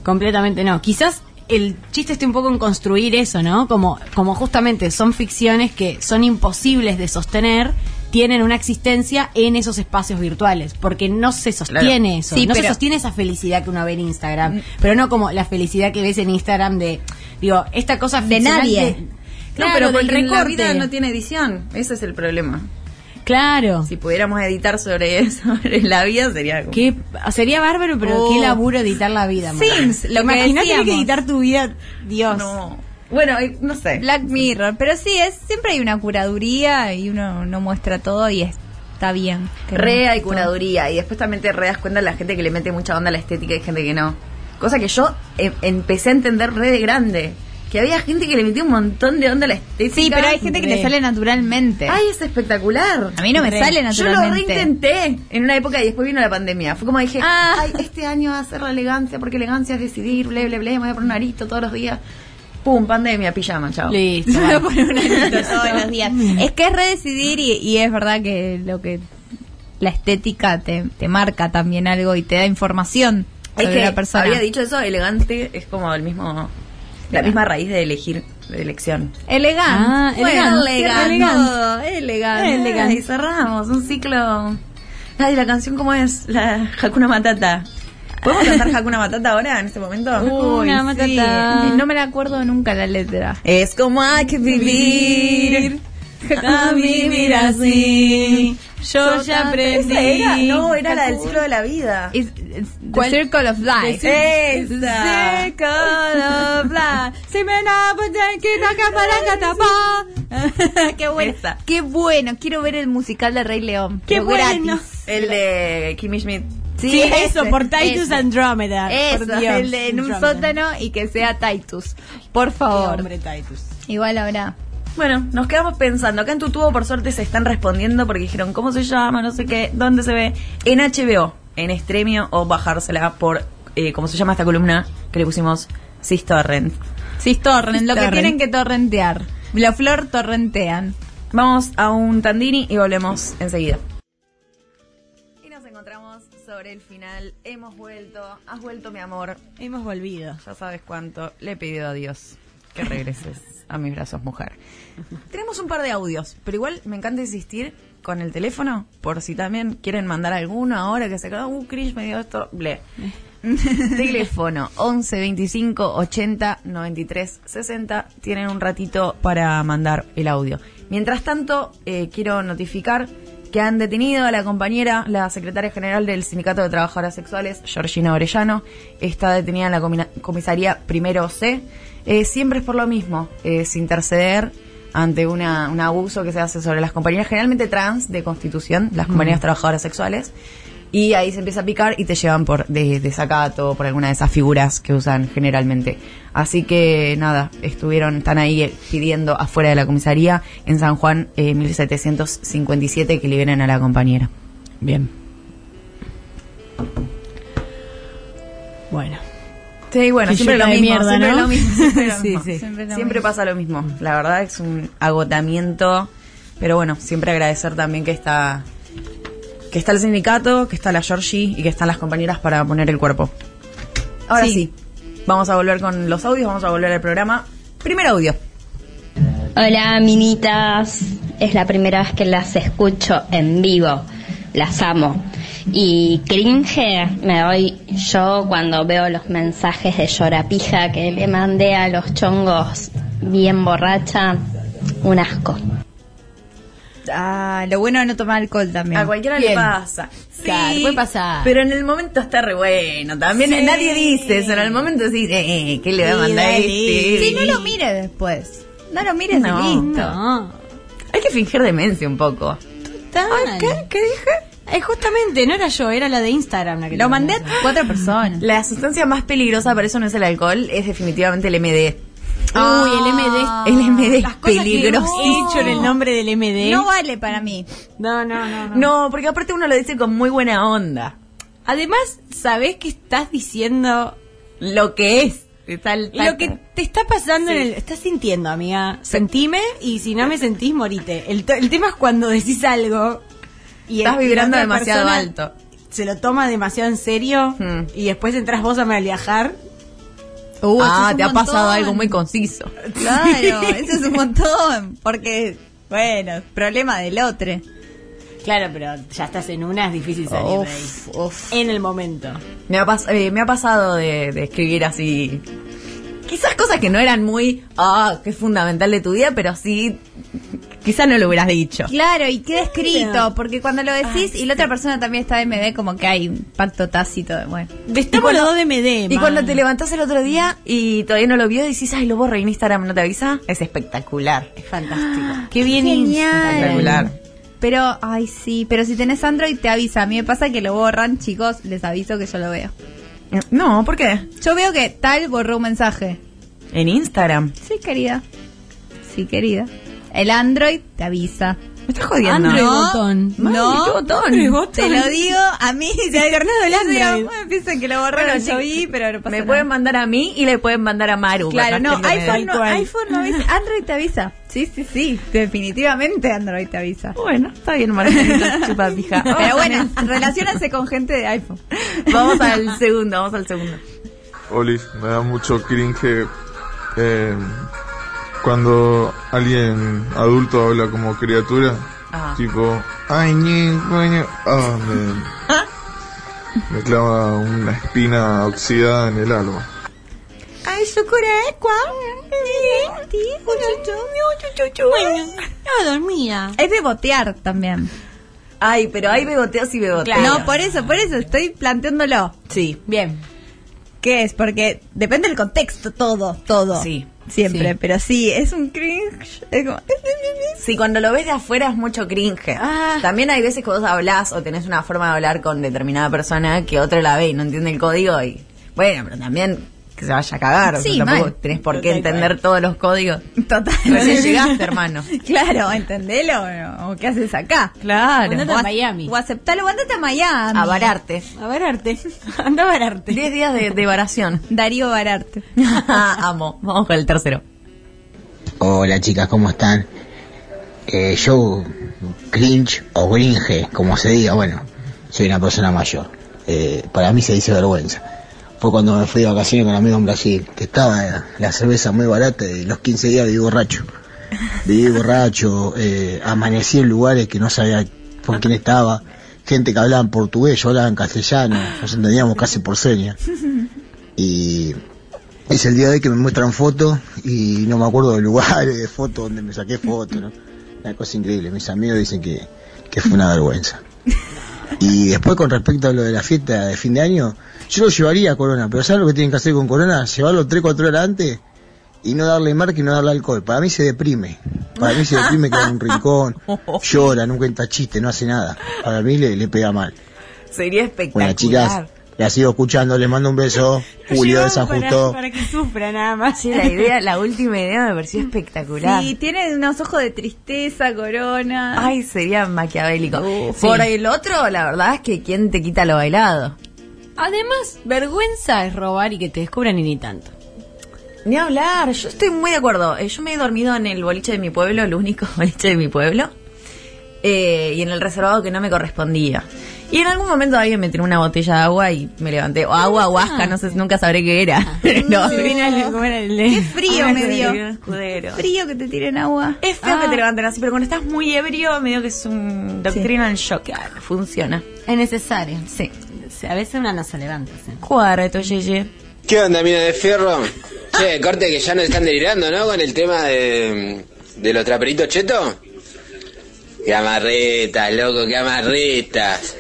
Speaker 3: Completamente no. Quizás el chiste esté un poco en construir eso, ¿no? Como, como justamente son ficciones que son imposibles de sostener, tienen una existencia en esos espacios virtuales, porque no se sostiene
Speaker 4: Claro.
Speaker 3: eso,
Speaker 4: Sí,
Speaker 3: no se
Speaker 4: pero- Mm.
Speaker 3: sostiene esa felicidad que uno ve en Instagram, pero no como la felicidad que ves en Instagram de, digo, esta cosa
Speaker 4: De
Speaker 3: ficcional
Speaker 4: nadie.
Speaker 3: de-
Speaker 2: No,
Speaker 3: claro,
Speaker 2: pero
Speaker 3: del
Speaker 2: porque en la vida
Speaker 3: recorte.
Speaker 2: no tiene edición. Ese es el problema.
Speaker 3: Claro.
Speaker 2: Si pudiéramos editar sobre, sobre la vida sería como...
Speaker 3: Qué- sería bárbaro, pero
Speaker 2: Oh.
Speaker 3: qué laburo editar la vida.
Speaker 4: Sims, lo que
Speaker 3: Imagínate que
Speaker 4: decíamos.
Speaker 3: editar tu vida, Dios.
Speaker 2: No. Bueno, eh, no sé.
Speaker 4: Black Mirror, pero sí, es siempre hay una curaduría y uno no muestra todo y está bien.
Speaker 2: Re hay curaduría. Y después también te re das cuenta de la gente que le mete mucha onda a la estética y gente que no. Cosa que yo em- empecé a entender re de grande. Que había gente que le metía un montón de onda a la estética.
Speaker 4: Sí, pero hay gente que le
Speaker 2: Re.
Speaker 4: sale naturalmente.
Speaker 2: Ay, es espectacular.
Speaker 4: A mí no me sale
Speaker 2: Yo lo
Speaker 4: naturalmente.
Speaker 2: reintenté en una época y después vino la pandemia. Fue como dije,
Speaker 4: Ah.
Speaker 2: ay, este año va a ser la elegancia porque elegancia es decidir, ble, ble, ble, me voy a poner un arito todos los días. Pum, pandemia, pijama, chao.
Speaker 3: Listo,
Speaker 4: Me voy a
Speaker 3: bueno.
Speaker 4: poner un anito todos los días. Es que es redecidir y, y es verdad que lo que la estética te, te marca también algo y te da información
Speaker 2: Es
Speaker 4: sobre
Speaker 2: que
Speaker 4: la persona.
Speaker 2: había dicho eso, elegante es como el mismo, la misma raíz de elegir, de elección.
Speaker 4: Elegante.
Speaker 3: Ah,
Speaker 4: Bueno,
Speaker 3: elegante,
Speaker 4: elegante.
Speaker 3: elegante.
Speaker 4: Elegante.
Speaker 3: Elegante.
Speaker 2: Y cerramos un ciclo. Ay, la canción cómo es, la Hakuna Matata. ¿Podemos cantar Hakuna Matata ahora, en este momento?
Speaker 4: Uy,
Speaker 3: Hakuna
Speaker 4: sí.
Speaker 3: Matata.
Speaker 4: No me la acuerdo nunca la letra.
Speaker 2: Es como hay que vivir.
Speaker 3: A vivir así, yo ya aprendí.
Speaker 2: Esa era, no, era la del ciclo de la vida.
Speaker 4: It's- it's the
Speaker 3: ¿Cuál?
Speaker 4: Circle of Life.
Speaker 2: Esa.
Speaker 4: Circle of Life. Si me enamoré, que no acá para catapá. Qué bueno.
Speaker 2: Esa.
Speaker 4: Qué bueno. Quiero ver el musical de Rey León.
Speaker 3: Qué
Speaker 4: Pero
Speaker 3: bueno.
Speaker 4: gratis.
Speaker 2: El de Kimmy Schmidt.
Speaker 3: Sí,
Speaker 4: ese,
Speaker 3: eso, por Titus
Speaker 4: ese.
Speaker 3: Andrómeda.
Speaker 4: Eso,
Speaker 3: por Dios.
Speaker 4: el de en un
Speaker 3: Andrómeda.
Speaker 4: sótano y que sea Titus. Por
Speaker 3: Qué
Speaker 4: favor.
Speaker 3: hombre, Titus.
Speaker 4: Igual ahora.
Speaker 2: Bueno, nos quedamos pensando. Acá en tu tubo, por suerte, se están respondiendo porque dijeron cómo se llama, no sé qué, dónde se ve. En HBO, en Estremio o bajársela por, eh, ¿cómo se llama esta columna que le pusimos? Sis Torrent.
Speaker 4: Sí, torren, lo que
Speaker 2: Torrent.
Speaker 4: tienen que torrentear. La flor torrentean.
Speaker 2: Vamos a un Tandini y volvemos enseguida. Y nos encontramos sobre el final. Hemos vuelto. Has vuelto, mi amor.
Speaker 3: Hemos volvido.
Speaker 2: Ya sabes cuánto le he pedido a Dios que regreses a mis brazos, mujer. Tenemos un par de audios, pero igual me encanta insistir con el teléfono por si también quieren mandar alguno ahora que se quedó, uh, Chris me dio esto, ble. Eh. teléfono 11 25 80 93 60. Tienen un ratito para mandar el audio. Mientras tanto, eh, quiero notificar que han detenido a la compañera, la secretaria general del Sindicato de Trabajadoras Sexuales, Georgina Orellano. Está detenida en la comina- comisaría primero C. Eh, siempre es por lo mismo, eh, es interceder ante una- un abuso que se hace sobre las compañías, generalmente trans de constitución, las compañías trabajadoras sexuales. Y ahí se empieza a picar y te llevan por de- desacato, por alguna de esas figuras que usan generalmente. Así que nada, estuvieron, están ahí eh, pidiendo afuera de la comisaría en San Juan eh, 1757 que liberen a la compañera.
Speaker 3: Bien. Bueno.
Speaker 2: Sí, bueno,
Speaker 3: Qué
Speaker 2: siempre
Speaker 3: yuca
Speaker 2: lo,
Speaker 3: de
Speaker 2: mismo,
Speaker 3: mierda,
Speaker 2: siempre
Speaker 3: ¿no?
Speaker 2: lo mismo, siempre lo
Speaker 3: Sí,
Speaker 2: mismo.
Speaker 3: sí.
Speaker 2: Siempre, pasa lo mismo. La verdad es un agotamiento, pero bueno, siempre agradecer también que está que está el sindicato, que está la Georgie y que están las compañeras para poner el cuerpo. Ahora sí. Vamos a volver con los audios, vamos a volver al programa. Primer audio.
Speaker 12: Hola, minitas. Es la primera vez que las escucho en vivo. Las amo. Y cringe me doy yo cuando veo los mensajes de llorapija que le mandé a los chongos bien borracha. Un asco.
Speaker 4: Ah, lo bueno de no tomar alcohol también.
Speaker 2: A cualquiera le
Speaker 4: Bien.
Speaker 2: pasa. Sí,
Speaker 3: Claro, puede pasar.
Speaker 2: Pero en el momento está re bueno. También
Speaker 3: Sí.
Speaker 2: nadie dice eso. En el momento decís, eh, eh, ¿qué le va a
Speaker 3: Sí,
Speaker 2: mandar
Speaker 3: dale.
Speaker 2: este?
Speaker 4: Sí, no lo mire después. No lo mires
Speaker 2: No.
Speaker 4: y listo.
Speaker 3: No.
Speaker 2: Hay que fingir demencia un poco.
Speaker 3: Ay, ¿Qué?
Speaker 2: ¿Qué dije?
Speaker 3: Eh, justamente, no era yo, era la de Instagram la que
Speaker 4: Lo
Speaker 3: te
Speaker 4: mandé a
Speaker 3: mandé.
Speaker 4: cuatro personas.
Speaker 2: La sustancia más peligrosa, para eso no es el alcohol, es definitivamente el MD.
Speaker 3: Uy, el MD.
Speaker 2: El MD es
Speaker 3: Ah, Las cosas que he
Speaker 2: peligrosísimo.
Speaker 3: dicho en el nombre del MD.
Speaker 4: No vale para mí.
Speaker 3: no, no, no, no.
Speaker 2: No, porque aparte uno lo dice con muy buena onda.
Speaker 3: Además, sabés que estás diciendo
Speaker 2: Lo que es. Tal, tal-
Speaker 3: Lo que te está pasando en el. Estás sintiendo, amiga. Sentime y si no me sentís, morite. El, to- el tema es cuando decís algo
Speaker 2: Estás
Speaker 3: y el- y la
Speaker 2: vibrando
Speaker 3: otra
Speaker 2: demasiado
Speaker 3: persona
Speaker 2: alto.
Speaker 3: Se lo toma demasiado en serio y después entras vos a malviajar.
Speaker 2: Uh, ah, te ha pasado algo muy conciso.
Speaker 4: Claro, eso es un montón. Porque, bueno, problema del otro.
Speaker 3: Claro, pero ya estás en una, es difícil salir de ahí. En el momento.
Speaker 2: Me ha, pas- eh, me ha pasado de, de escribir así. Quizás cosas que no eran muy. Ah, que es fundamental de tu vida, pero sí. Quizás no lo hubieras dicho.
Speaker 4: Claro, y queda escrito, porque cuando lo decís
Speaker 2: Ah,
Speaker 4: y la otra persona también está de MD, como que hay un pacto tácito de, bueno.
Speaker 3: Estamos los dos de MD.
Speaker 2: Y cuando te levantás el otro día y todavía no lo vio, decís, ay, lo borré en Instagram, ¿no te avisa? Es espectacular.
Speaker 3: Es fantástico.
Speaker 4: Ah,
Speaker 3: Qué bien
Speaker 2: Espectacular.
Speaker 4: Pero, ay, sí, pero si tenés Android te avisa. A mí me pasa que lo borran, chicos, les aviso que yo lo veo.
Speaker 2: Eh, No, ¿por qué?
Speaker 4: Yo veo que tal borró un mensaje.
Speaker 2: En Instagram.
Speaker 4: Sí, querida. Sí, querida. El Android te avisa.
Speaker 2: Me estás jodiendo.
Speaker 4: Android
Speaker 2: No,
Speaker 4: botón. No,
Speaker 2: Madre, qué botón. Android botón.
Speaker 4: Te lo digo a mí. Se ha tornado el Android. Bueno, piensan que lo borraron,
Speaker 2: Bueno,
Speaker 4: yo
Speaker 2: sí.
Speaker 4: vi, pero no pasa
Speaker 2: Me
Speaker 4: nada.
Speaker 2: pueden mandar a mí y le pueden mandar a Maru.
Speaker 4: Claro,
Speaker 2: capaz
Speaker 4: no,
Speaker 2: que me
Speaker 4: iPhone
Speaker 2: den.
Speaker 4: no, iPhone no avisa, Android te avisa. Sí, sí, sí, definitivamente Android te avisa.
Speaker 2: Bueno, está bien, Margarita, chupa pija.
Speaker 4: Pero bueno, relacionense con gente de iPhone.
Speaker 2: Vamos al segundo, vamos al segundo.
Speaker 13: Olis, me da mucho cringe eh, cuando alguien adulto habla como criatura.
Speaker 2: Ah.
Speaker 13: Tipo, ay, ñe, coño". Ah, me, me clava una espina oxidada en el alma.
Speaker 4: Ay, yo
Speaker 3: Bueno, no dormía.
Speaker 4: Es bebotear también.
Speaker 2: Ay, pero hay beboteos y beboteos.
Speaker 4: No, por eso, por eso estoy planteándolo.
Speaker 2: Sí.
Speaker 4: Bien. ¿Qué es? Porque depende del contexto, todo, todo.
Speaker 2: Sí,
Speaker 4: Siempre,
Speaker 2: sí.
Speaker 4: pero sí, es un cringe. Es como...
Speaker 2: Sí, cuando lo ves de afuera es mucho cringe.
Speaker 4: Ah.
Speaker 2: También hay veces que vos hablás o tenés una forma de hablar con determinada persona que otra la ve y no entiende el código y... Bueno, pero también que se vaya a cagar.
Speaker 4: Sí,
Speaker 2: o sea, tampoco
Speaker 4: mal.
Speaker 2: tenés por qué
Speaker 4: Total,
Speaker 2: entender
Speaker 4: total.
Speaker 2: todos los códigos.
Speaker 4: Total.
Speaker 2: Recién llegaste, hermano.
Speaker 4: Claro, entendelo. ¿O qué haces acá? Claro.
Speaker 3: Andate a Miami.
Speaker 4: O aceptalo, o andate a Miami.
Speaker 2: A vararte.
Speaker 3: A vararte. Anda a vararte.
Speaker 2: Diez días de, de varación.
Speaker 4: Darío vararte.
Speaker 2: Amo. Vamos con el tercero.
Speaker 14: Hola chicas, ¿cómo están? Eh, yo, cringe o gringe, como se diga, bueno, soy una persona mayor. Eh, para mí se dice vergüenza. Fue cuando me fui de vacaciones con amigos en Brasil, que estaba la cerveza muy barata y los 15 días viví borracho. Viví borracho, eh, amanecí en lugares que no sabía por quién estaba, gente que hablaba en portugués, yo hablaba en castellano, nos entendíamos casi por señas y es el día de hoy que me muestran fotos y no me acuerdo de lugares, de fotos donde me saqué fotos, ¿no? Una cosa increíble. Mis amigos dicen que, que fue una vergüenza. Y después con respecto a lo de la fiesta de fin de año, yo lo llevaría a Corona, pero ¿sabes lo que tienen que hacer con Corona? Llevarlo 3, 4 horas antes y no darle marca y no darle alcohol. Para mí se deprime. Para mí se deprime, queda en un rincón, llora, no cuenta chiste, no hace nada. Para mí le, le pega mal.
Speaker 2: Sería espectacular.
Speaker 14: Bueno, chicas, las sigo escuchando, les mando un beso. Julio de San Justo.
Speaker 3: que sufra nada más.
Speaker 2: Sí, la idea, la última idea me pareció espectacular.
Speaker 4: Sí, tiene unos ojos de tristeza, corona.
Speaker 2: Ay, sería maquiavélico.
Speaker 4: sí.
Speaker 2: Por el otro, la verdad es que quién te quita lo bailado.
Speaker 3: Además, vergüenza es robar y que te descubran y ni tanto.
Speaker 2: Ni hablar, yo estoy muy de acuerdo. Eh, Yo me he dormido en el boliche de mi pueblo, el único boliche de mi pueblo, eh, y en el reservado que no me correspondía. Y en algún momento alguien me tiró una botella de agua y me levanté. O agua, huasca, no sé, nunca sabré qué era. No.
Speaker 3: Qué
Speaker 4: frío me dio.
Speaker 2: Escudero.
Speaker 4: Frío que te tiren agua.
Speaker 2: Es feo
Speaker 4: Ah.
Speaker 2: que te levanten así, pero cuando estás muy ebrio, medio que es un doctrina en shock. Ah, no funciona.
Speaker 3: Es necesario.
Speaker 2: Sí.
Speaker 3: A veces una no se levanta. sí.
Speaker 2: Cuarto, Yeye.
Speaker 15: ¿Qué onda, mina de fierro? Che, corte que ya nos están delirando, ¿no? Con el tema de, de los traperitos cheto. Qué amarretas, loco, qué amarretas.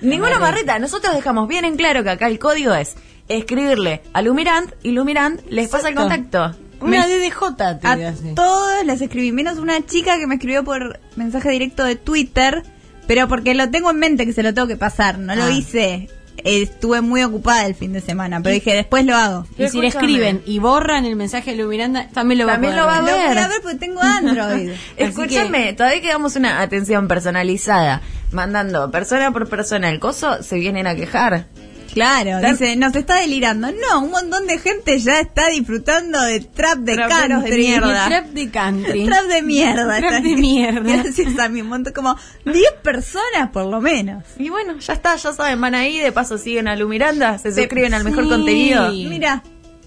Speaker 2: Ninguna marreta. Nosotros dejamos bien en claro que acá el código es escribirle a Lumirand y Lumirand les pasa el
Speaker 4: Exacto.
Speaker 2: contacto.
Speaker 4: Una
Speaker 3: DDJ
Speaker 2: te
Speaker 4: A todos les escribí, menos una chica que me escribió por mensaje directo de Twitter, pero porque lo tengo en mente que se lo tengo que pasar, no lo
Speaker 3: Ah.
Speaker 4: hice. Eh, Estuve muy ocupada el fin de semana, pero dije, después lo hago.
Speaker 3: Y si le escriben y borran el mensaje de Lu Miranda, también lo va
Speaker 2: También
Speaker 3: a
Speaker 2: lo va a
Speaker 3: poder
Speaker 2: ver.
Speaker 4: Voy a ver porque tengo Android.
Speaker 2: Escúchame, todavía quedamos una atención personalizada. Mandando persona por persona el coso, se vienen a quejar.
Speaker 4: Claro, dice, nos está delirando. No, un montón de gente ya está disfrutando de trap de
Speaker 3: Trap de-
Speaker 4: caros de,
Speaker 3: de
Speaker 4: mierda.
Speaker 3: trap de country.
Speaker 4: Trap de mierda.
Speaker 3: Trap
Speaker 4: está-
Speaker 3: de mierda.
Speaker 4: Gracias a mi un montón, como 10 personas por lo menos.
Speaker 2: Y bueno, ya está, ya saben, van ahí, de paso siguen a Lu Miranda, se
Speaker 4: Se-
Speaker 2: suscriben al mejor
Speaker 4: Sí.
Speaker 2: contenido.
Speaker 4: Mira,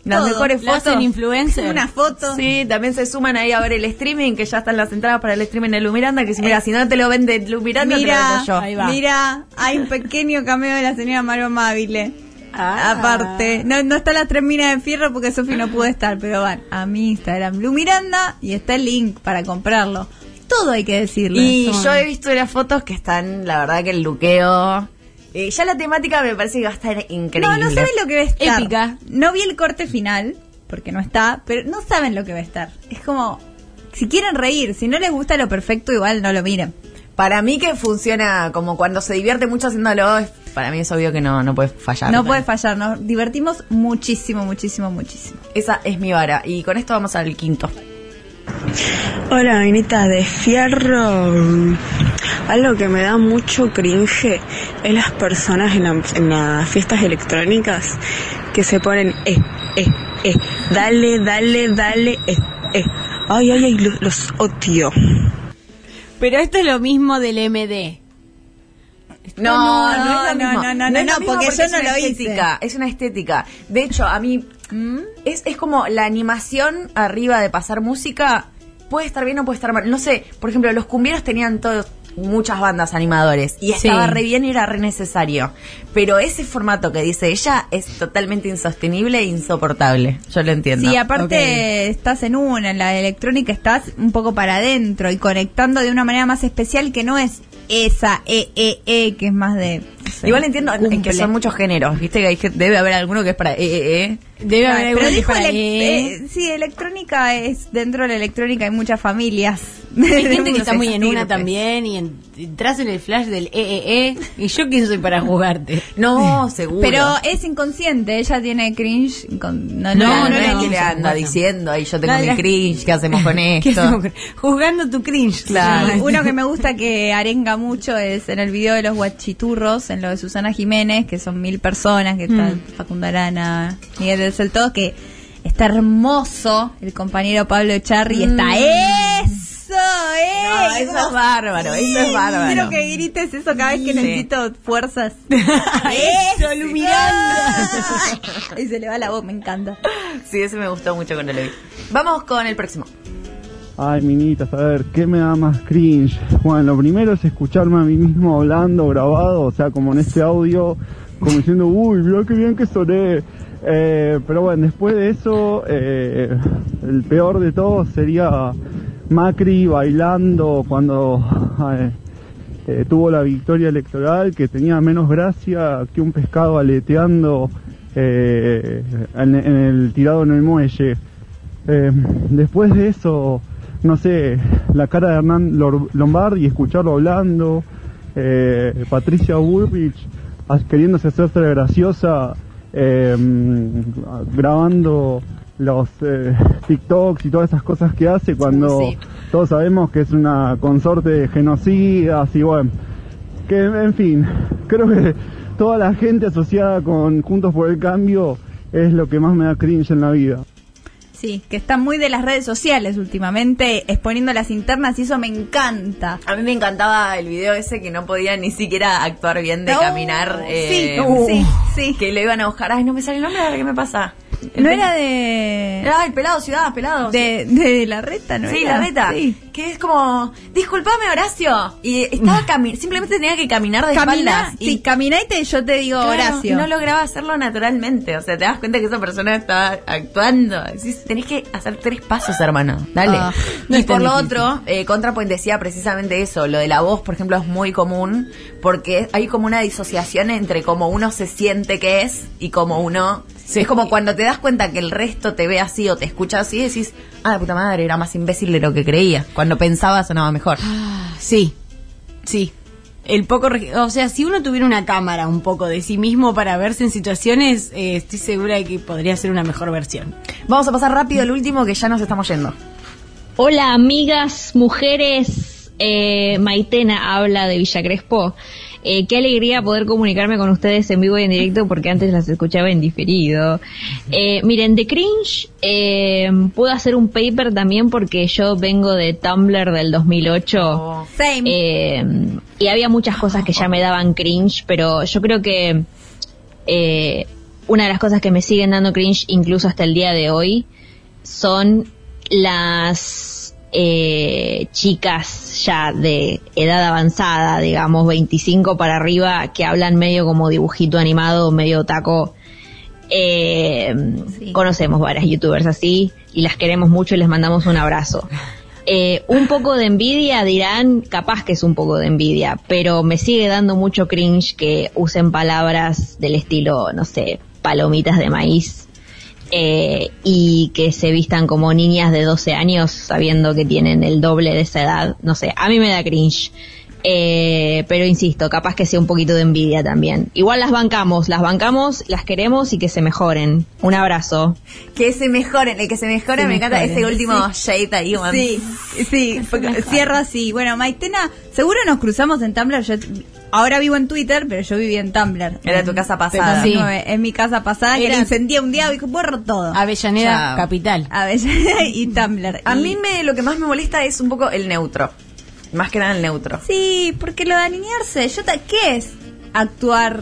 Speaker 2: Las
Speaker 4: todo.
Speaker 2: mejores
Speaker 4: La
Speaker 2: fotos.
Speaker 4: hacen influencer. Una foto.
Speaker 2: Sí, también se suman ahí a ver el streaming, que ya están las entradas para el streaming de Lu Miranda, que si
Speaker 4: Eh.
Speaker 2: mira, si no te lo vende Lu Miranda, te lo
Speaker 4: mira,
Speaker 2: vendo yo.
Speaker 4: mira, hay un pequeño cameo de la señora Maro Mávile.
Speaker 2: Ah.
Speaker 4: Aparte, no, no está las tres minas de fierro porque Sofi no pudo estar, pero van a mi Instagram, Lu Miranda, y está el link para comprarlo. Todo hay que decirlo.
Speaker 2: Y yo he visto las fotos que están, la verdad que el luqueo. eh, ya la temática me parece que va a estar increíble.
Speaker 4: No, no saben lo que va a estar. No vi el corte final, porque no está, pero no saben lo que va a estar. Es como, si quieren reír, si no les gusta lo perfecto, igual no lo miren.
Speaker 2: Para mí que funciona como cuando se divierte mucho haciéndolo, es- para mí es obvio que no, no puede fallar.
Speaker 4: No puede fallar, nos divertimos muchísimo, muchísimo, muchísimo.
Speaker 2: Esa es mi vara. Y con esto vamos al quinto.
Speaker 16: Hola, amiguitas de Fierro. Algo que me da mucho cringe es las personas en, la- en las fiestas electrónicas que se ponen, eh, eh, eh, dale, dale, dale, eh, eh. Ay, ay, ay, lo- los, odio.
Speaker 3: Pero esto es lo mismo del MD.
Speaker 2: No, no,
Speaker 3: No, no,
Speaker 2: no,
Speaker 3: no, no,
Speaker 2: no,
Speaker 3: no,
Speaker 2: es
Speaker 3: no,
Speaker 2: mismo
Speaker 3: porque yo
Speaker 2: es
Speaker 3: no
Speaker 2: una
Speaker 3: lo hice.
Speaker 2: estética, Es una estética. De hecho, a mí es, es como la animación arriba de pasar música puede estar bien o puede estar mal. No sé, por ejemplo, los cumbieros tenían todos muchas bandas animadores y
Speaker 3: Sí.
Speaker 2: estaba re bien y era re necesario. Pero ese formato que dice ella es totalmente insostenible e insoportable. Yo lo entiendo.
Speaker 4: Sí, aparte estás en una, en la electrónica estás un poco para adentro y conectando de una manera más especial que no es esa E, E, E, que es más de... no sé,
Speaker 2: Igual entiendo que
Speaker 4: cumple.
Speaker 2: son muchos géneros, viste que hay gen- debe haber alguno que es para eh, EEE.
Speaker 3: Debe
Speaker 4: Ay, pero dijo elec- eh, sí, electrónica es dentro de la electrónica hay muchas familias.
Speaker 3: Hay
Speaker 4: De
Speaker 3: gente que está
Speaker 4: muchos
Speaker 3: muy en una
Speaker 4: estirpes.
Speaker 3: también y en- entras en el flash del EEE y yo quién soy para jugarte.
Speaker 2: No, seguro.
Speaker 4: Pero es inconsciente, ella tiene cringe. con- no,
Speaker 2: No,
Speaker 4: no,
Speaker 2: no,
Speaker 4: no,
Speaker 2: es
Speaker 4: no.
Speaker 2: que le anda diciendo ahí yo tengo
Speaker 4: No,
Speaker 2: mi
Speaker 4: la-
Speaker 2: cringe, ¿qué hacemos con
Speaker 4: ¿Qué
Speaker 2: esto?
Speaker 4: hacemos
Speaker 3: Juzgando tu cringe.
Speaker 4: Sí, uno que me gusta que arenga mucho es en el video de los guachiturros, en lo de Susana Jiménez, que son mil personas, que
Speaker 2: Mm.
Speaker 4: están Facundo Arana, Miguel del Soltó, que está hermoso el compañero Pablo Charri, está eso, eh.
Speaker 2: Mm. No, eso es bárbaro, eso es bárbaro.
Speaker 4: Quiero que grites eso cada vez que
Speaker 2: Sí.
Speaker 4: necesito fuerzas.
Speaker 3: eso,
Speaker 4: y se le va la voz, me encanta.
Speaker 2: Sí, ese me gustó mucho cuando lo vi. Vamos con el próximo.
Speaker 17: Ay, minitas, a ver, ¿qué me da más cringe? Bueno, lo primero es escucharme a mí mismo hablando, grabado, o sea, como en este audio, como diciendo, uy, mirá qué bien que soné. Eh, pero bueno, después de eso, eh, el peor de todo sería Macri bailando cuando eh, eh, tuvo la victoria electoral, que tenía menos gracia que un pescado aleteando eh, en- en el tirado en el muelle. Eh, después de eso, no sé, la cara de Hernán Lor- Lombardi, escucharlo hablando, eh, Patricia Bullrich as- queriéndose hacerse la graciosa, eh, mm, grabando los eh, TikToks y todas esas cosas que hace cuando todos sabemos que es una consorte de genocidas y bueno, que en fin, creo que toda la gente asociada con Juntos por el Cambio es lo que más me da cringe en la vida.
Speaker 4: Sí, que está muy de las redes sociales últimamente, exponiendo las internas y eso me encanta.
Speaker 2: A mí me encantaba el video ese que no podía ni siquiera actuar bien de
Speaker 4: No,
Speaker 2: caminar.
Speaker 4: sí, uh.
Speaker 2: eh,
Speaker 4: sí,
Speaker 2: Que lo iban a buscar. Ay, no me sale el nombre, a ver qué me pasa.
Speaker 4: No era de...
Speaker 2: Era el pelado ciudad, pelado.
Speaker 4: Eh, De, de la reta, ¿no?
Speaker 2: sí,
Speaker 4: era?
Speaker 2: la reta.
Speaker 4: Sí.
Speaker 2: Que es como, disculpame Horacio. Y estaba cami simplemente tenía que caminar de
Speaker 4: Caminá,
Speaker 2: espaldas.
Speaker 4: sí, caminá y te- yo te digo
Speaker 2: Claro,
Speaker 4: Horacio.
Speaker 2: No lograba hacerlo naturalmente. O sea, te das cuenta que esa persona estaba actuando. Decís, tenés que hacer tres pasos, hermano. Dale.
Speaker 4: Ah,
Speaker 2: y
Speaker 4: no es tan
Speaker 2: por lo
Speaker 4: difícil.
Speaker 2: otro, eh, Contrapoint decía precisamente eso. Lo de la voz, por ejemplo, es muy común. Porque hay como una disociación entre cómo uno se siente que es y cómo uno. Es como cuando te das cuenta que el resto te ve así o te escucha así, decís, ah, la puta madre, era más imbécil de lo que creía. Cuando pensaba sonaba mejor. Ah,
Speaker 3: Sí, sí. El poco, reg- o sea, si uno tuviera una cámara un poco de sí mismo para verse en situaciones, eh, estoy segura de que podría ser una mejor versión.
Speaker 2: Vamos a pasar rápido al último que ya nos estamos yendo.
Speaker 18: Hola amigas, mujeres, eh, Maitena habla de Villa Crespo. Eh, qué alegría poder comunicarme con ustedes en vivo y en directo porque antes las escuchaba en diferido. Eh, miren, de cringe eh, puedo hacer un paper también porque yo vengo de Tumblr del 2008. Eh, y había muchas cosas que ya me daban cringe, pero yo creo que eh, una de las cosas que me siguen dando cringe incluso hasta el día de hoy son las eh, chicas ya de edad avanzada, digamos 25 para arriba, que hablan medio como dibujito animado, medio taco. Conocemos varias youtubers así y las queremos mucho y les mandamos un abrazo. Eh, un poco de envidia dirán, capaz que es un poco de envidia, pero me sigue dando mucho cringe que usen palabras del estilo, no sé, palomitas de maíz eh, y que se vistan como niñas de 12 años sabiendo que tienen el doble de esa edad. No sé, a mí me da cringe. Eh, pero insisto, capaz que sea un poquito de envidia también. Igual las bancamos, las bancamos, las queremos y que se mejoren. Un abrazo.
Speaker 19: Que se mejoren, el que se mejora,
Speaker 18: Se
Speaker 19: me encanta
Speaker 18: mejoren.
Speaker 19: ese último
Speaker 4: Sí.
Speaker 19: shade ahí, man.
Speaker 4: Sí, sí, porque cierra así. Bueno, Maitena, seguro nos cruzamos en Tumblr. Yo ahora vivo en Twitter, pero yo vivía en Tumblr.
Speaker 19: Era tu casa pasada.
Speaker 4: Sí.
Speaker 19: Sí.
Speaker 4: En mi casa pasada, que
Speaker 19: Era-
Speaker 4: la incendié un día y dijo, borro todo.
Speaker 3: Avellaneda,
Speaker 4: Chao.
Speaker 3: capital.
Speaker 4: Avellaneda y Tumblr.
Speaker 19: A
Speaker 4: Y-
Speaker 19: mí me, lo que más me molesta es un poco el neutro. Más que nada el neutro.
Speaker 4: Sí, porque lo de alinearse, yo ta- ¿qué es actuar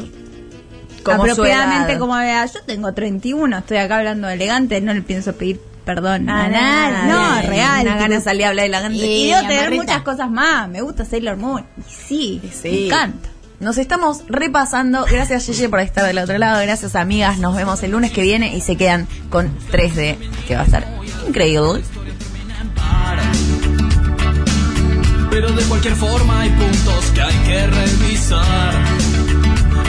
Speaker 19: Como su
Speaker 4: apropiadamente
Speaker 19: edad?
Speaker 4: como vea? Yo tengo 31, estoy acá hablando elegante, no le pienso pedir perdón a,
Speaker 19: A
Speaker 4: nadie.
Speaker 19: nadie.
Speaker 4: No, real.
Speaker 19: Una gana
Speaker 4: tipo,
Speaker 19: salí a hablar de la gana.
Speaker 4: Y
Speaker 19: Y,
Speaker 4: debo tener
Speaker 19: Amarreta.
Speaker 4: muchas cosas más. Me gusta Sailor Moon. Y sí, me encanta.
Speaker 19: Nos estamos repasando. Gracias, Yeye, por estar del otro lado. Gracias, amigas. Nos vemos el lunes que viene y se quedan con 3D, que va a estar increíble.
Speaker 5: Pero de cualquier forma hay puntos que hay que revisar.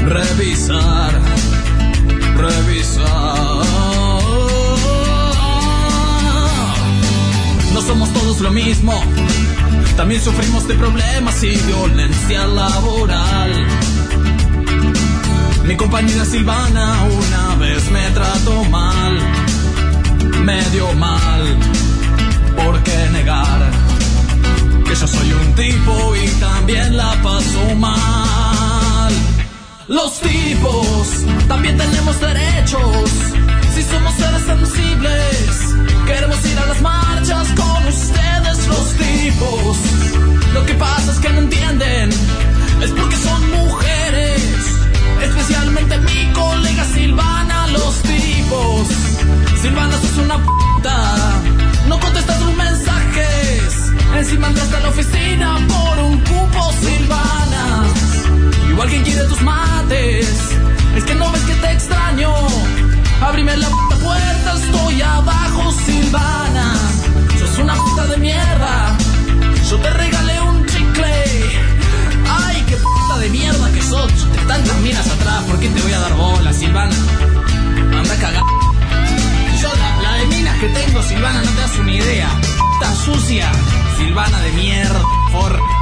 Speaker 5: Revisar. Revisar. No somos todos lo mismo. También sufrimos de problemas y violencia laboral. Mi compañera Silvana una vez me trató mal. Medio mal. ¿Por qué negar? que yo soy un tipo y también la paso mal. Los tipos también tenemos derechos, si somos seres sensibles, queremos ir a las marchas con ustedes los tipos. Lo que pasa es que no entienden, es porque son mujeres, especialmente mi colega Silvana, los tipos. Silvana, sos una puta, no contestas tus mensajes, encima andaste a la oficina por un cupo, Silvana. Igual quien quiere tus mates Es que no ves que te extraño Abrime la puta puerta, estoy abajo, Silvana Sos una puta de mierda Yo te regalé un chicle Ay, qué puta de mierda que sos Te tantas miras atrás, ¿por qué te voy a dar bola, Silvana? Anda a cagar Yo la, la de minas que tengo, Silvana, no te das una idea Puta sucia, Silvana de mierda, por